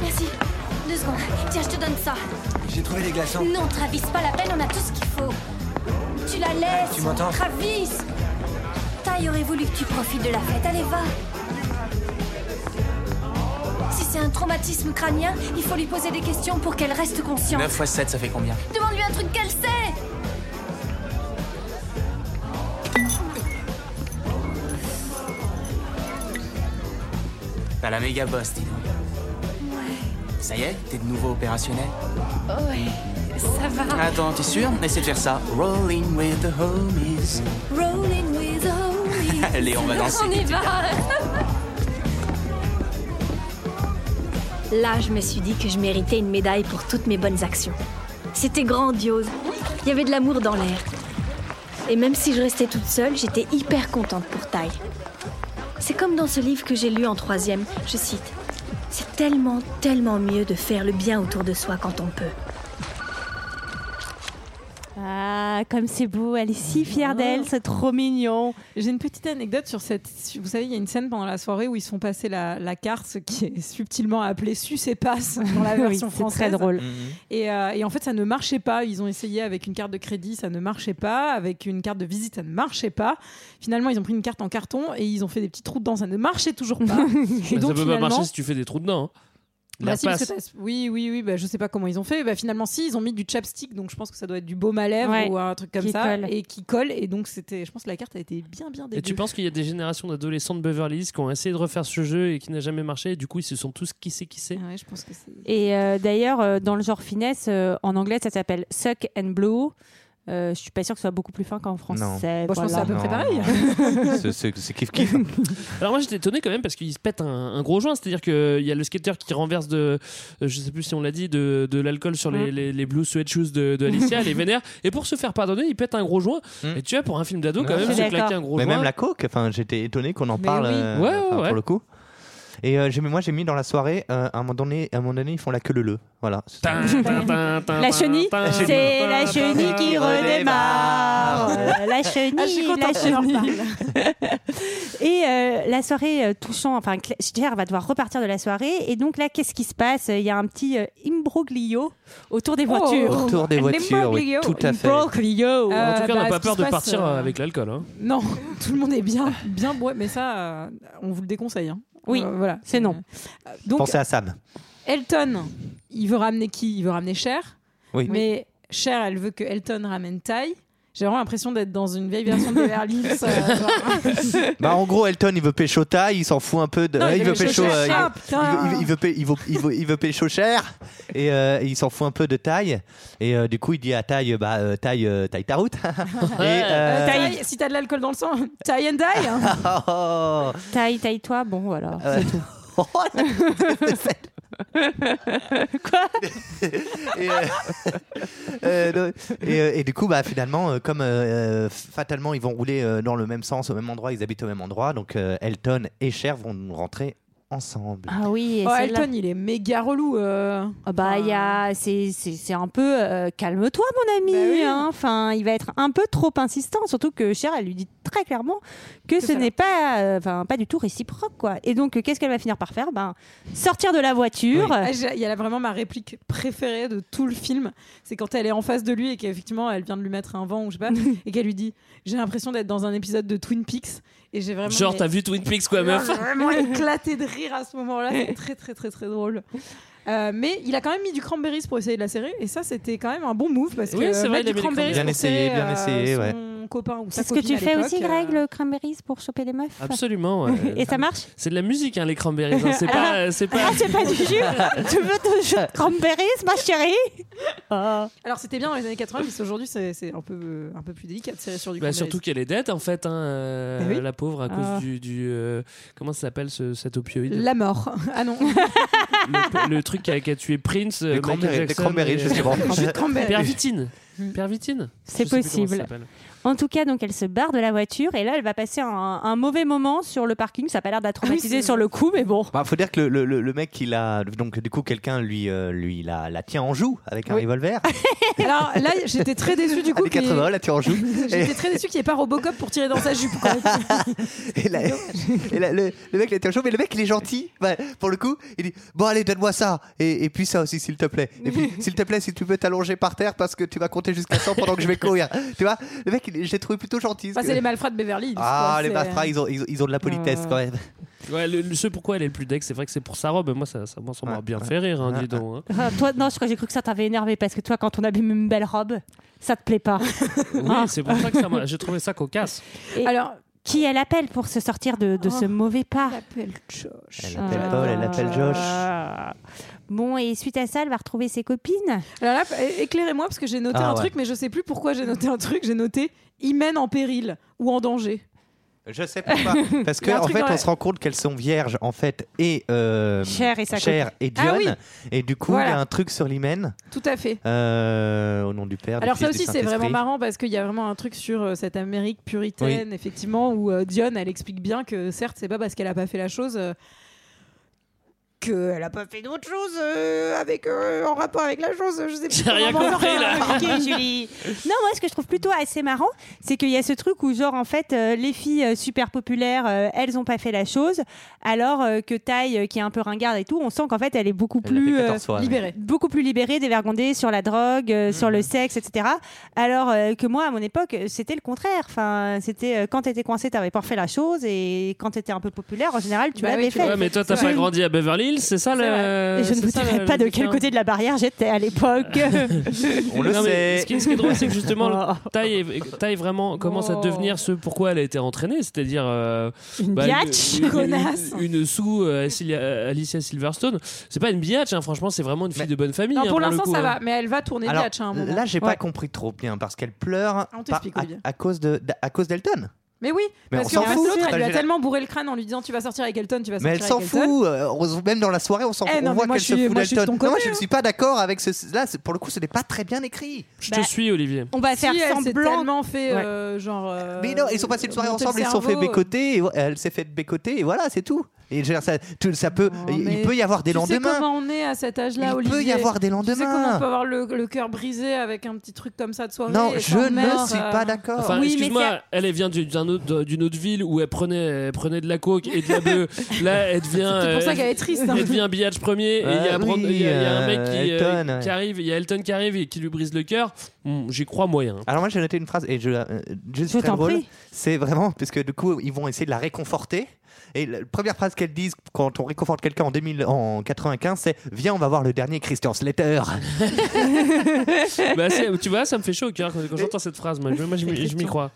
[SPEAKER 7] Merci. eh. Deux secondes. Tiens, je te donne ça.
[SPEAKER 11] J'ai trouvé des glaçons.
[SPEAKER 7] Non, Travis, pas la peine, on a tout ce qu'il faut. Tu la laisses.
[SPEAKER 11] Ah, Tu m'entends
[SPEAKER 7] Travis Taille aurait voulu que tu profites de la fête, allez, va. Si c'est un traumatisme crânien, il faut lui poser des questions pour qu'elle reste consciente.
[SPEAKER 11] 9 x 7, ça fait combien
[SPEAKER 7] Demande-lui un truc qu'elle sait
[SPEAKER 11] T'as la méga bosse, dis donc. Ça y est, t'es de nouveau opérationnel
[SPEAKER 7] Ouais, ça va.
[SPEAKER 11] Attends, t'es sûr Essaie de faire ça. Rolling with the homies.
[SPEAKER 7] Rolling with the homies.
[SPEAKER 11] Allez, on va danser.
[SPEAKER 7] On y va. Là, je me suis dit que je méritais une médaille pour toutes mes bonnes actions. C'était grandiose. Il y avait de l'amour dans l'air. Et même si je restais toute seule, j'étais hyper contente pour Ty. C'est comme dans ce livre que j'ai lu en troisième, je cite. C'est tellement, tellement mieux de faire le bien autour de soi quand on peut.
[SPEAKER 1] Ah, comme c'est beau, elle est si fière d'elle, c'est trop mignon.
[SPEAKER 9] J'ai une petite anecdote sur cette. sur- Vous savez, il y a une scène pendant la soirée où ils se font passer la, la carte, ce qui est subtilement appelée Suce et Passe dans la
[SPEAKER 1] Oui,
[SPEAKER 9] version
[SPEAKER 1] c'est
[SPEAKER 9] française.
[SPEAKER 1] très drôle.
[SPEAKER 9] Et, euh, et en fait, ça ne marchait pas. Ils ont essayé avec une carte de crédit, ça ne marchait pas. Avec une carte de visite, ça ne marchait pas. Finalement, ils ont pris une carte en carton et ils ont fait des petits trous dedans, ça ne marchait toujours pas. et
[SPEAKER 8] Mais ça
[SPEAKER 9] donc,
[SPEAKER 8] peut pas
[SPEAKER 9] finalement.
[SPEAKER 8] marcher si tu fais des trous dedans. hein. La
[SPEAKER 9] Bah, si, parce
[SPEAKER 8] passe.
[SPEAKER 9] que t'as- oui, oui, oui, bah, je sais pas comment ils ont fait. Bah, finalement, si, ils ont mis du chapstick, donc je pense que ça doit être du baume à lèvres
[SPEAKER 1] Ouais,
[SPEAKER 9] ou un truc comme
[SPEAKER 1] qui
[SPEAKER 9] ça,
[SPEAKER 1] colle.
[SPEAKER 9] et qui colle. Et donc, c'était, je pense que la carte a été bien, bien
[SPEAKER 8] Et
[SPEAKER 9] dégueu.
[SPEAKER 8] tu penses qu'il y a des générations d'adolescents de Beverly Hills qui ont essayé de refaire ce jeu et qui n'a jamais marché et du coup ils se sont tous kissés kissés.
[SPEAKER 9] Ouais, je pense que c'est.
[SPEAKER 1] Et euh, d'ailleurs, euh, dans le genre finesse, euh, en anglais, ça s'appelle suck and blow. Euh, je suis pas sûre que ce soit beaucoup plus fin qu'en français.
[SPEAKER 6] Non.
[SPEAKER 9] Bon, je pense que c'est à
[SPEAKER 1] voilà.
[SPEAKER 9] peu près pareil.
[SPEAKER 6] C'est- C'est c'est kiff kiff.
[SPEAKER 8] Alors moi j'étais étonné quand même parce qu'il se pète un, un gros joint, c'est-à-dire qu'il y a le skateur qui renverse de, euh, je sais plus si on l'a dit, de, de l'alcool sur les,
[SPEAKER 1] Mm.
[SPEAKER 8] les, les blue sweat shoes de, de Alicia, les vénère, et pour se faire pardonner il pète un gros joint.
[SPEAKER 6] Mm.
[SPEAKER 8] Et tu vois pour un film d'ado
[SPEAKER 6] Ouais.
[SPEAKER 8] quand
[SPEAKER 1] Je
[SPEAKER 8] même
[SPEAKER 1] suis
[SPEAKER 8] se claquer
[SPEAKER 1] d'accord.
[SPEAKER 8] un gros
[SPEAKER 6] Mais
[SPEAKER 8] joint.
[SPEAKER 6] même la coke, enfin, j'étais étonné qu'on en
[SPEAKER 9] Mais
[SPEAKER 6] parle
[SPEAKER 9] oui.
[SPEAKER 6] euh,
[SPEAKER 8] Ouais, ouais,
[SPEAKER 6] enfin,
[SPEAKER 8] ouais.
[SPEAKER 6] pour le coup. Et euh, j'ai- moi, j'ai mis dans la soirée, euh, à, un moment donné, à un moment donné, ils font la queue le le. Voilà.
[SPEAKER 8] Tin, euh, tin, tin, tin,
[SPEAKER 1] La
[SPEAKER 8] tin,
[SPEAKER 1] chenille,
[SPEAKER 8] tin,
[SPEAKER 1] c'est
[SPEAKER 8] tin,
[SPEAKER 1] la
[SPEAKER 8] tin,
[SPEAKER 1] chenille
[SPEAKER 8] tin,
[SPEAKER 1] qui
[SPEAKER 8] tin.
[SPEAKER 1] redémarre. Euh, la chenille,
[SPEAKER 9] Ah, je suis
[SPEAKER 1] la
[SPEAKER 9] contente qu'on en
[SPEAKER 1] chenille. et euh, la soirée euh, touchant, enfin, Cla- Cher va devoir repartir de la soirée. Et donc là, qu'est-ce qui se passe Il y a un petit euh, imbroglio autour
[SPEAKER 9] Oh.
[SPEAKER 1] des voitures.
[SPEAKER 6] Retour des
[SPEAKER 9] Les
[SPEAKER 6] voitures, oui,
[SPEAKER 9] Mario,
[SPEAKER 6] tout à fait.
[SPEAKER 1] Imbroglio.
[SPEAKER 9] Euh,
[SPEAKER 8] En tout cas, on
[SPEAKER 9] bah,
[SPEAKER 8] n'a pas
[SPEAKER 9] ce qui
[SPEAKER 8] peur
[SPEAKER 9] se
[SPEAKER 8] de
[SPEAKER 9] passe,
[SPEAKER 8] partir
[SPEAKER 9] euh,
[SPEAKER 8] euh, avec l'alcool. hein.
[SPEAKER 9] Non, tout le monde est bien, bien boit, mais ça, euh, on vous le déconseille. hein.
[SPEAKER 1] Oui,
[SPEAKER 9] Euh, voilà,
[SPEAKER 1] c'est non.
[SPEAKER 9] Euh, Donc,
[SPEAKER 6] Pensez à Sam.
[SPEAKER 9] Elton, il veut ramener qui Il veut ramener Cher.
[SPEAKER 6] Oui.
[SPEAKER 9] Mais Cher, elle veut que Elton ramène Ty. J'ai vraiment l'impression d'être dans une vieille version de Beverly Hills. euh, genre.
[SPEAKER 6] Bah, en gros, Elton, il veut pécho taille, il s'en fout un peu de.
[SPEAKER 9] Non,
[SPEAKER 6] Ouais, il veut pécho.
[SPEAKER 9] Cher.
[SPEAKER 6] euh, il-
[SPEAKER 9] Ah,
[SPEAKER 6] il
[SPEAKER 9] putain.
[SPEAKER 6] veut- il veut, pé- il veut, il veut, il veut pécho cher et, euh, et il s'en fout un peu de taille et euh, du coup il dit à taille bah euh, taille euh, taille ta route et euh,
[SPEAKER 9] Euh, Ty, si t'as de l'alcool dans le sang, Ty and Die. hein.
[SPEAKER 6] oh,
[SPEAKER 9] Euh,
[SPEAKER 1] Taille, taille-toi. Bon, voilà.
[SPEAKER 6] euh, oh, la- et, euh, euh, non, et, euh, et du coup, bah, finalement, euh, comme euh, euh, fatalement ils vont rouler euh, dans le même sens, au même endroit, ils habitent au même endroit, donc euh, Elton et Cher vont rentrer ensemble.
[SPEAKER 1] Ah oui, et
[SPEAKER 9] Oh,
[SPEAKER 1] celle-là-
[SPEAKER 9] Elton, il est méga relou. euh.
[SPEAKER 1] Ah bah, il y a, c'est, c'est, c'est un peu euh, calme-toi, mon ami.
[SPEAKER 9] Bah oui.
[SPEAKER 1] hein. Enfin, il va être un peu trop insistant, surtout que Cher, elle lui dit très clairement que ce
[SPEAKER 9] ça
[SPEAKER 1] n'est pas, euh, enfin, pas du tout réciproque, quoi. Et donc, euh, qu'est-ce qu'elle va finir par faire Ben, sortir de la voiture. Euh,
[SPEAKER 9] Ah, j'ai- Il y a là vraiment ma réplique préférée de tout le film. C'est quand elle est en face de lui et qu'effectivement elle vient de lui mettre un vent ou je sais pas, et qu'elle lui dit J'ai l'impression d'être dans un épisode de Twin Peaks. Et j'ai vraiment.
[SPEAKER 8] Genre,
[SPEAKER 9] mais-
[SPEAKER 8] t'as vu Twin Peaks, quoi,
[SPEAKER 9] Non,
[SPEAKER 8] meuf
[SPEAKER 9] j'ai vraiment éclaté de rire à ce moment-là. C'est très, très, très, très drôle. Euh, mais il a quand même mis du cranberries pour essayer de la serrer et ça c'était quand même un bon move parce que
[SPEAKER 8] Oui, c'est vrai, il a
[SPEAKER 9] mettre
[SPEAKER 8] mis
[SPEAKER 9] du
[SPEAKER 8] des
[SPEAKER 6] cranberries.
[SPEAKER 9] cranberries
[SPEAKER 6] Bien
[SPEAKER 9] pour
[SPEAKER 6] essayé,
[SPEAKER 9] serrer,
[SPEAKER 6] bien essayé, ouais.
[SPEAKER 9] son copain ou sa
[SPEAKER 1] c'est ce que
[SPEAKER 9] copine
[SPEAKER 1] tu
[SPEAKER 9] à
[SPEAKER 1] fais aussi,
[SPEAKER 9] l'époque,
[SPEAKER 1] Greg,
[SPEAKER 9] euh,
[SPEAKER 1] le cranberries pour choper les meufs.
[SPEAKER 8] Absolument. ouais.
[SPEAKER 1] Et ça marche
[SPEAKER 8] C'est de la musique, hein, les cranberries. hein. C'est pas, euh, c'est pas.
[SPEAKER 1] Ah, c'est pas du jus Tu veux ton jus de cranberries, ma chérie
[SPEAKER 9] Alors c'était bien dans les années 80 mais aujourd'hui c'est c'est un peu un peu plus délicat de serrer sur du
[SPEAKER 8] Bah,
[SPEAKER 9] cranberries.
[SPEAKER 8] surtout qu'elle est dead en fait, hein, euh,
[SPEAKER 1] Eh
[SPEAKER 9] Bah oui.
[SPEAKER 8] la pauvre à
[SPEAKER 9] Ah.
[SPEAKER 8] cause du, du, euh, comment ça s'appelle ce, cet opioïde,
[SPEAKER 9] la mort. Ah non,
[SPEAKER 8] le, le truc qui a, qui a tué Prince, euh, Michael
[SPEAKER 6] Les cranberries, les
[SPEAKER 8] Jackson
[SPEAKER 6] cranberries,
[SPEAKER 8] et- euh,
[SPEAKER 6] justement.
[SPEAKER 9] jus de cranberries.
[SPEAKER 8] Pervitine, pervitine.
[SPEAKER 1] Mm. C'est
[SPEAKER 8] Je sais plus comment ça
[SPEAKER 1] possible.
[SPEAKER 8] s'appelle.
[SPEAKER 1] En tout cas, donc elle se barre de la voiture et là, elle va passer un, un mauvais moment sur le parking. Ça a pas l'air de la
[SPEAKER 9] Ah
[SPEAKER 1] traumatiser sur le coup, mais bon.
[SPEAKER 6] Bah, faut dire que le, le- le- le mec, il a donc du coup quelqu'un lui euh, lui la, la tient en joue avec un
[SPEAKER 9] Oui.
[SPEAKER 6] revolver.
[SPEAKER 9] Alors là, j'étais très déçue du coup.
[SPEAKER 6] Avec
[SPEAKER 9] qu'il-
[SPEAKER 6] 80, la tient en joue.
[SPEAKER 9] J'étais très déçue qu'il n'y ait pas Robocop pour tirer dans sa jupe. quoi.
[SPEAKER 6] Et la- et la- le, le mec, il était chaud, mais le mec, il est gentil. Bah, pour le coup, il dit Bon, allez, donne-moi ça. Et, et puis ça aussi, s'il te plaît. Et puis, s'il te plaît, si tu peux t'allonger par terre parce que tu vas compter jusqu'à 100 pendant que je vais courir. Tu vois, le mec, il- je l'ai trouvé plutôt gentil.
[SPEAKER 9] Enfin, Bah, c'est les malfrats de Beverly. Hills,
[SPEAKER 6] ah,
[SPEAKER 9] quoi,
[SPEAKER 6] les
[SPEAKER 9] c'est- euh,
[SPEAKER 6] Bastra, ils ont, ils, ont- ils ont de la politesse
[SPEAKER 1] Euh.
[SPEAKER 6] quand même.
[SPEAKER 8] Ouais, le, le- ce pourquoi elle est le plus deck, c'est vrai que c'est pour sa robe. Moi, ça, ça, moi, ça m'a
[SPEAKER 6] Ouais.
[SPEAKER 8] bien fait rire, hein, dis donc. hein.
[SPEAKER 1] Ah, toi, non, je crois j'ai cru que ça t'avait énervé parce que toi, quand on abîme une belle robe, ça te plaît pas. Ah.
[SPEAKER 8] Oui, c'est pour ça que ça m'a- j'ai trouvé ça cocasse.
[SPEAKER 1] Et
[SPEAKER 9] Alors,
[SPEAKER 1] qui elle appelle pour se sortir de, de ce
[SPEAKER 9] Oh.
[SPEAKER 1] mauvais pas
[SPEAKER 9] appelle Josh.
[SPEAKER 6] Elle appelle Paul, elle appelle Josh.
[SPEAKER 1] Ah. Bon, et suite à ça, elle va retrouver ses copines.
[SPEAKER 9] Alors là, é- éclairez-moi parce que j'ai noté
[SPEAKER 6] Ah,
[SPEAKER 9] un
[SPEAKER 6] ouais.
[SPEAKER 9] truc, mais je sais plus pourquoi j'ai noté un truc. J'ai noté hymen en péril ou en danger.
[SPEAKER 6] Je sais pourquoi. Parce
[SPEAKER 9] Il y
[SPEAKER 6] que
[SPEAKER 9] a un
[SPEAKER 6] en
[SPEAKER 9] truc
[SPEAKER 6] fait,
[SPEAKER 9] dans
[SPEAKER 6] on
[SPEAKER 9] la-
[SPEAKER 6] se rend compte qu'elles sont vierges, en fait, et. Euh,
[SPEAKER 1] Cher et sa
[SPEAKER 6] Cher et Dion.
[SPEAKER 9] Ah oui.
[SPEAKER 6] Et du coup, il y a
[SPEAKER 9] Voilà.
[SPEAKER 6] un truc sur l'hymen.
[SPEAKER 9] Tout à fait.
[SPEAKER 6] euh, au nom du Père. du
[SPEAKER 9] Alors ça
[SPEAKER 6] Fils, du
[SPEAKER 9] aussi c'est vraiment
[SPEAKER 6] Saint-Esprit.
[SPEAKER 9] marrant parce qu'il y a vraiment un truc sur euh, cette Amérique puritaine effectivement où euh, Dionne elle explique bien que certes c'est pas parce qu'elle a pas fait la chose euh, qu'elle a pas fait d'autre chose euh, avec euh, en rapport avec la chose euh, je sais plus
[SPEAKER 8] J'ai rien
[SPEAKER 9] comment on
[SPEAKER 8] compris,
[SPEAKER 9] en
[SPEAKER 8] là.
[SPEAKER 9] parle.
[SPEAKER 1] Non, moi, ce que je trouve plutôt assez marrant, c'est qu'il y a ce truc où, genre, en fait, euh, les filles euh, super populaires, euh, elles ont pas fait la chose, alors euh, que Taille, qui est un peu ringarde et tout, on sent qu'en fait, elle est beaucoup
[SPEAKER 6] Elle l'a fait
[SPEAKER 1] plus. euh,
[SPEAKER 6] 14 fois, ouais.
[SPEAKER 9] libérée
[SPEAKER 1] beaucoup plus libérée, dévergondée sur la drogue, euh, sur le sexe, etc. Alors euh, que moi, à mon époque, euh, c'était le contraire. Enfin, c'était euh, quand t'étais coincé, t'avais pas fait la chose, et quand t'étais un peu populaire, en général, tu
[SPEAKER 9] Bah
[SPEAKER 1] l'avais
[SPEAKER 9] oui, tu
[SPEAKER 1] fait.
[SPEAKER 8] Ouais, mais toi, t'as
[SPEAKER 9] C'est
[SPEAKER 8] pas
[SPEAKER 9] vrai.
[SPEAKER 8] grandi à Beverly Hills, c'est ça
[SPEAKER 9] C'est
[SPEAKER 8] le.
[SPEAKER 1] Et je ne
[SPEAKER 8] euh, c'est
[SPEAKER 1] vous
[SPEAKER 8] ça, hein.
[SPEAKER 1] dirai
[SPEAKER 8] le-
[SPEAKER 1] pas de
[SPEAKER 8] le
[SPEAKER 1] quel
[SPEAKER 8] bouquin.
[SPEAKER 1] côté de la barrière j'étais à l'époque.
[SPEAKER 6] On le
[SPEAKER 8] Non, mais
[SPEAKER 6] sait.
[SPEAKER 8] Ce qui, ce qui est drôle, c'est que justement, le-
[SPEAKER 1] Oh,
[SPEAKER 8] Taille, est- Taille vraiment commence à
[SPEAKER 9] Oh.
[SPEAKER 8] devenir ce pourquoi elle a été entraînée, c'est-à-dire euh,
[SPEAKER 1] une
[SPEAKER 8] bah,
[SPEAKER 1] biatch.
[SPEAKER 8] une,
[SPEAKER 9] connasse.
[SPEAKER 8] une- une sous euh, Cilia- euh, Alicia Silverstone. C'est pas une biatch, hein, franchement, c'est vraiment une fille
[SPEAKER 6] Mais-
[SPEAKER 8] de bonne famille.
[SPEAKER 9] non
[SPEAKER 8] hein,
[SPEAKER 9] pour
[SPEAKER 8] le
[SPEAKER 9] l'instant
[SPEAKER 8] coup,
[SPEAKER 9] ça
[SPEAKER 8] hein.
[SPEAKER 9] va mais elle va tourner
[SPEAKER 6] Alors,
[SPEAKER 9] Biatch hein, à un moment
[SPEAKER 6] là, j'ai
[SPEAKER 9] Ouais. Ah,
[SPEAKER 6] pas compris trop bien parce qu'elle pleure
[SPEAKER 9] On
[SPEAKER 6] par-
[SPEAKER 9] t'explique,
[SPEAKER 6] à,
[SPEAKER 9] Olivier.
[SPEAKER 6] à cause de- d- à cause d'Elton.
[SPEAKER 9] mais oui
[SPEAKER 6] Mais
[SPEAKER 9] parce
[SPEAKER 6] on
[SPEAKER 9] qu'en
[SPEAKER 6] s'en
[SPEAKER 9] fait
[SPEAKER 6] fout.
[SPEAKER 9] l'autre elle lui a
[SPEAKER 6] J'ai-
[SPEAKER 9] tellement bourré le crâne en lui disant tu vas sortir avec Elton tu vas sortir
[SPEAKER 6] Mais elle s'en
[SPEAKER 9] avec Elton.
[SPEAKER 6] fout. euh, on- même dans la soirée, on s'en
[SPEAKER 9] Eh
[SPEAKER 6] fout.
[SPEAKER 9] non,
[SPEAKER 6] on
[SPEAKER 9] mais
[SPEAKER 6] voit
[SPEAKER 9] moi,
[SPEAKER 6] qu'elle
[SPEAKER 9] je
[SPEAKER 6] se
[SPEAKER 9] suis-
[SPEAKER 6] fout
[SPEAKER 9] moi, je suis de
[SPEAKER 6] d'Elton.
[SPEAKER 9] ton
[SPEAKER 6] Non,
[SPEAKER 9] côté,
[SPEAKER 6] moi, je ne
[SPEAKER 9] hein.
[SPEAKER 6] suis pas d'accord avec ce. Là, c'est- pour le coup, ce n'est pas très bien écrit.
[SPEAKER 8] Je
[SPEAKER 1] Bah,
[SPEAKER 8] te suis,
[SPEAKER 9] Oh.
[SPEAKER 8] Olivier.
[SPEAKER 1] On va faire
[SPEAKER 9] Si, elle s'est
[SPEAKER 1] semblant.
[SPEAKER 9] tellement fait
[SPEAKER 1] Ouais.
[SPEAKER 9] euh, genre euh,
[SPEAKER 6] Mais non, ils sont passés une soirée
[SPEAKER 9] monter le
[SPEAKER 6] ensemble, ils se sont fait
[SPEAKER 9] cerveau, euh,
[SPEAKER 6] bécoter, et vo- elle s'est fait bécoter, et voilà, c'est tout. Et je veux dire, ça, tout- ça peut,
[SPEAKER 9] Non,
[SPEAKER 6] il- il
[SPEAKER 9] mais
[SPEAKER 6] peut y avoir des
[SPEAKER 9] tu sais
[SPEAKER 6] lendemains.
[SPEAKER 9] comment on est à cet âge-là,
[SPEAKER 6] Il
[SPEAKER 9] Olivier
[SPEAKER 6] peut y avoir des
[SPEAKER 9] Tu sais comment on peut
[SPEAKER 6] lendemains.
[SPEAKER 9] avoir le, le cœur brisé avec un petit truc comme ça de soirée
[SPEAKER 6] Non,
[SPEAKER 9] et
[SPEAKER 6] je
[SPEAKER 9] sans
[SPEAKER 6] ne
[SPEAKER 9] mère,
[SPEAKER 6] suis
[SPEAKER 9] euh,
[SPEAKER 6] pas d'accord.
[SPEAKER 8] Enfin,
[SPEAKER 1] Oui, mais
[SPEAKER 8] excuse-moi,
[SPEAKER 1] c'est-
[SPEAKER 8] elle elle vient du- d'un autre- d'une autre ville où elle prenait, elle prenait de la coke et de la bœuf. Là, elle devient.
[SPEAKER 9] C'est pour ça
[SPEAKER 8] euh,
[SPEAKER 9] qu'elle est triste. hein.
[SPEAKER 8] Elle devient billage premier et il y, a
[SPEAKER 6] Ah
[SPEAKER 8] à prendre-
[SPEAKER 6] oui,
[SPEAKER 8] il y a- il y a un
[SPEAKER 6] euh,
[SPEAKER 8] mec qui, euh,
[SPEAKER 6] Elton, ouais.
[SPEAKER 8] qui arrive, il y a Elton qui arrive et qui lui brise le cœur. Hmm, J'y crois moyen.
[SPEAKER 6] Alors moi j'ai noté une phrase et je, euh, juste
[SPEAKER 1] Je
[SPEAKER 6] très
[SPEAKER 1] t'en
[SPEAKER 6] drôle.
[SPEAKER 1] prie.
[SPEAKER 6] C'est vraiment parce que du coup ils vont essayer de la réconforter. Et la première phrase qu'elles disent quand on réconforte quelqu'un en 2000, en 95, c'est viens on va voir le dernier Christian Slater.
[SPEAKER 1] Ah,
[SPEAKER 8] Bah, c'est- tu vois, ça me fait chaud au cœur quand quand j'entends cette phrase. Moi, je, moi, je m'y je m'y crois.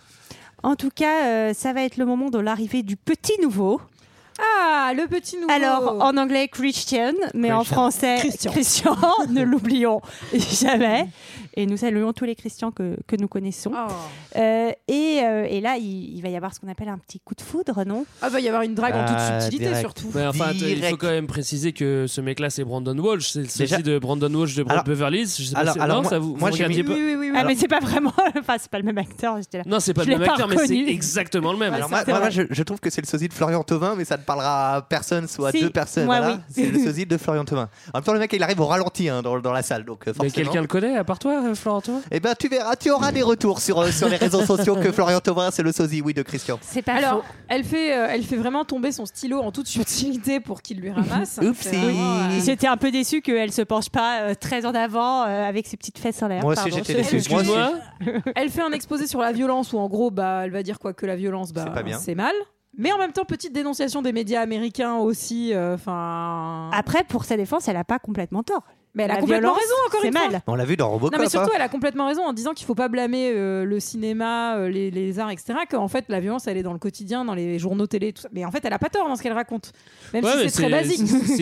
[SPEAKER 1] En tout cas, euh, ça va être le moment de l'arrivée du petit nouveau.
[SPEAKER 9] Ah, le petit nouveau.
[SPEAKER 1] Alors, en anglais, Christian, mais en
[SPEAKER 6] Christian.
[SPEAKER 1] français,
[SPEAKER 9] Christian.
[SPEAKER 1] Christian. ne l'oublions jamais. Et nous saluons tous les Christians que, que nous connaissons.
[SPEAKER 9] Oh.
[SPEAKER 1] Euh, et, euh, et là, il, il va y avoir ce qu'on appelle un petit coup de foudre, non
[SPEAKER 9] Ah, bah, il va y avoir une drague en toute
[SPEAKER 6] Ah,
[SPEAKER 9] subtilité,
[SPEAKER 6] direct.
[SPEAKER 9] surtout.
[SPEAKER 8] Ouais, enfin, t- il faut
[SPEAKER 6] Direct.
[SPEAKER 8] quand même préciser que ce mec-là, c'est Brandon Walsh. C'est le
[SPEAKER 6] Déjà-
[SPEAKER 8] ceci de Brandon Walsh de
[SPEAKER 6] Alors-
[SPEAKER 8] Beverly Hills. Je sais pas
[SPEAKER 6] alors-
[SPEAKER 8] si-
[SPEAKER 6] alors
[SPEAKER 8] non,
[SPEAKER 6] moi-
[SPEAKER 8] ça vous,
[SPEAKER 6] moi,
[SPEAKER 8] vous
[SPEAKER 6] j'ai
[SPEAKER 8] regardiez
[SPEAKER 6] mis-
[SPEAKER 8] pas-
[SPEAKER 9] Oui, oui, oui. oui.
[SPEAKER 1] Ah, mais c'est pas vraiment. Enfin, c'est pas le même acteur. j'étais là.
[SPEAKER 8] Non, c'est pas
[SPEAKER 1] Je
[SPEAKER 8] le même
[SPEAKER 1] l'ai pas
[SPEAKER 8] acteur, mais c'est
[SPEAKER 1] reconnu.
[SPEAKER 8] exactement le même.
[SPEAKER 6] Alors moi,
[SPEAKER 1] c'est
[SPEAKER 6] moi,
[SPEAKER 1] vrai.
[SPEAKER 6] je, je trouve que c'est le sosie de Florian Thauvin, mais ça ne parlera à personne, soit à
[SPEAKER 1] Si,
[SPEAKER 6] deux personnes.
[SPEAKER 1] moi,
[SPEAKER 6] voilà.
[SPEAKER 1] oui.
[SPEAKER 6] C'est le sosie de Florian Thauvin. En même temps, le mec, il arrive au ralenti hein, dans, dans la salle, donc euh,
[SPEAKER 8] mais
[SPEAKER 6] forcément.
[SPEAKER 8] quelqu'un le connaît, à part toi, euh, Florent toi
[SPEAKER 6] Eh ben, tu verras, tu auras des retours sur, euh, sur les réseaux sociaux que Florian Thauvin, c'est le sosie, oui, de Christian.
[SPEAKER 12] C'est pas
[SPEAKER 1] Ah,
[SPEAKER 9] Alors,
[SPEAKER 12] faux.
[SPEAKER 9] elle fait, euh, elle fait vraiment tomber son stylo en toute subtilité pour qu'il lui ramasse.
[SPEAKER 6] Oupsie.
[SPEAKER 9] C'est vraiment, euh,
[SPEAKER 1] J'étais un peu déçue qu'elle se penche pas euh, très en avant euh, avec ses petites fesses en l'air.
[SPEAKER 6] Moi aussi,
[SPEAKER 1] pardon.
[SPEAKER 6] j'étais
[SPEAKER 1] C'est-
[SPEAKER 6] déçue. Excuse-moi.
[SPEAKER 8] Excuse-moi.
[SPEAKER 9] Elle fait un exposé sur la violence où en gros bah elle va dire quoi que la violence bah
[SPEAKER 6] C'est pas bien.
[SPEAKER 9] c'est mal. Mais en même temps petite dénonciation des médias américains aussi euh, enfin
[SPEAKER 1] Après, pour sa défense, elle a pas complètement tort.
[SPEAKER 9] mais elle a
[SPEAKER 1] Ah, la
[SPEAKER 9] complètement
[SPEAKER 1] violence,
[SPEAKER 9] raison encore
[SPEAKER 1] C'est
[SPEAKER 9] une fois.
[SPEAKER 1] mal.
[SPEAKER 6] On l'a vu dans Robocop.
[SPEAKER 9] Non mais surtout
[SPEAKER 6] hein.
[SPEAKER 9] elle a complètement raison en disant qu'il faut pas blâmer euh, le cinéma, euh, les, les arts etc. Qu'en fait la violence elle est dans le quotidien, dans les journaux télé. Tout ça. Mais en fait elle a pas tort dans ce qu'elle raconte. Même
[SPEAKER 8] Ouais, mais
[SPEAKER 9] si c'est très basique.
[SPEAKER 8] c'est-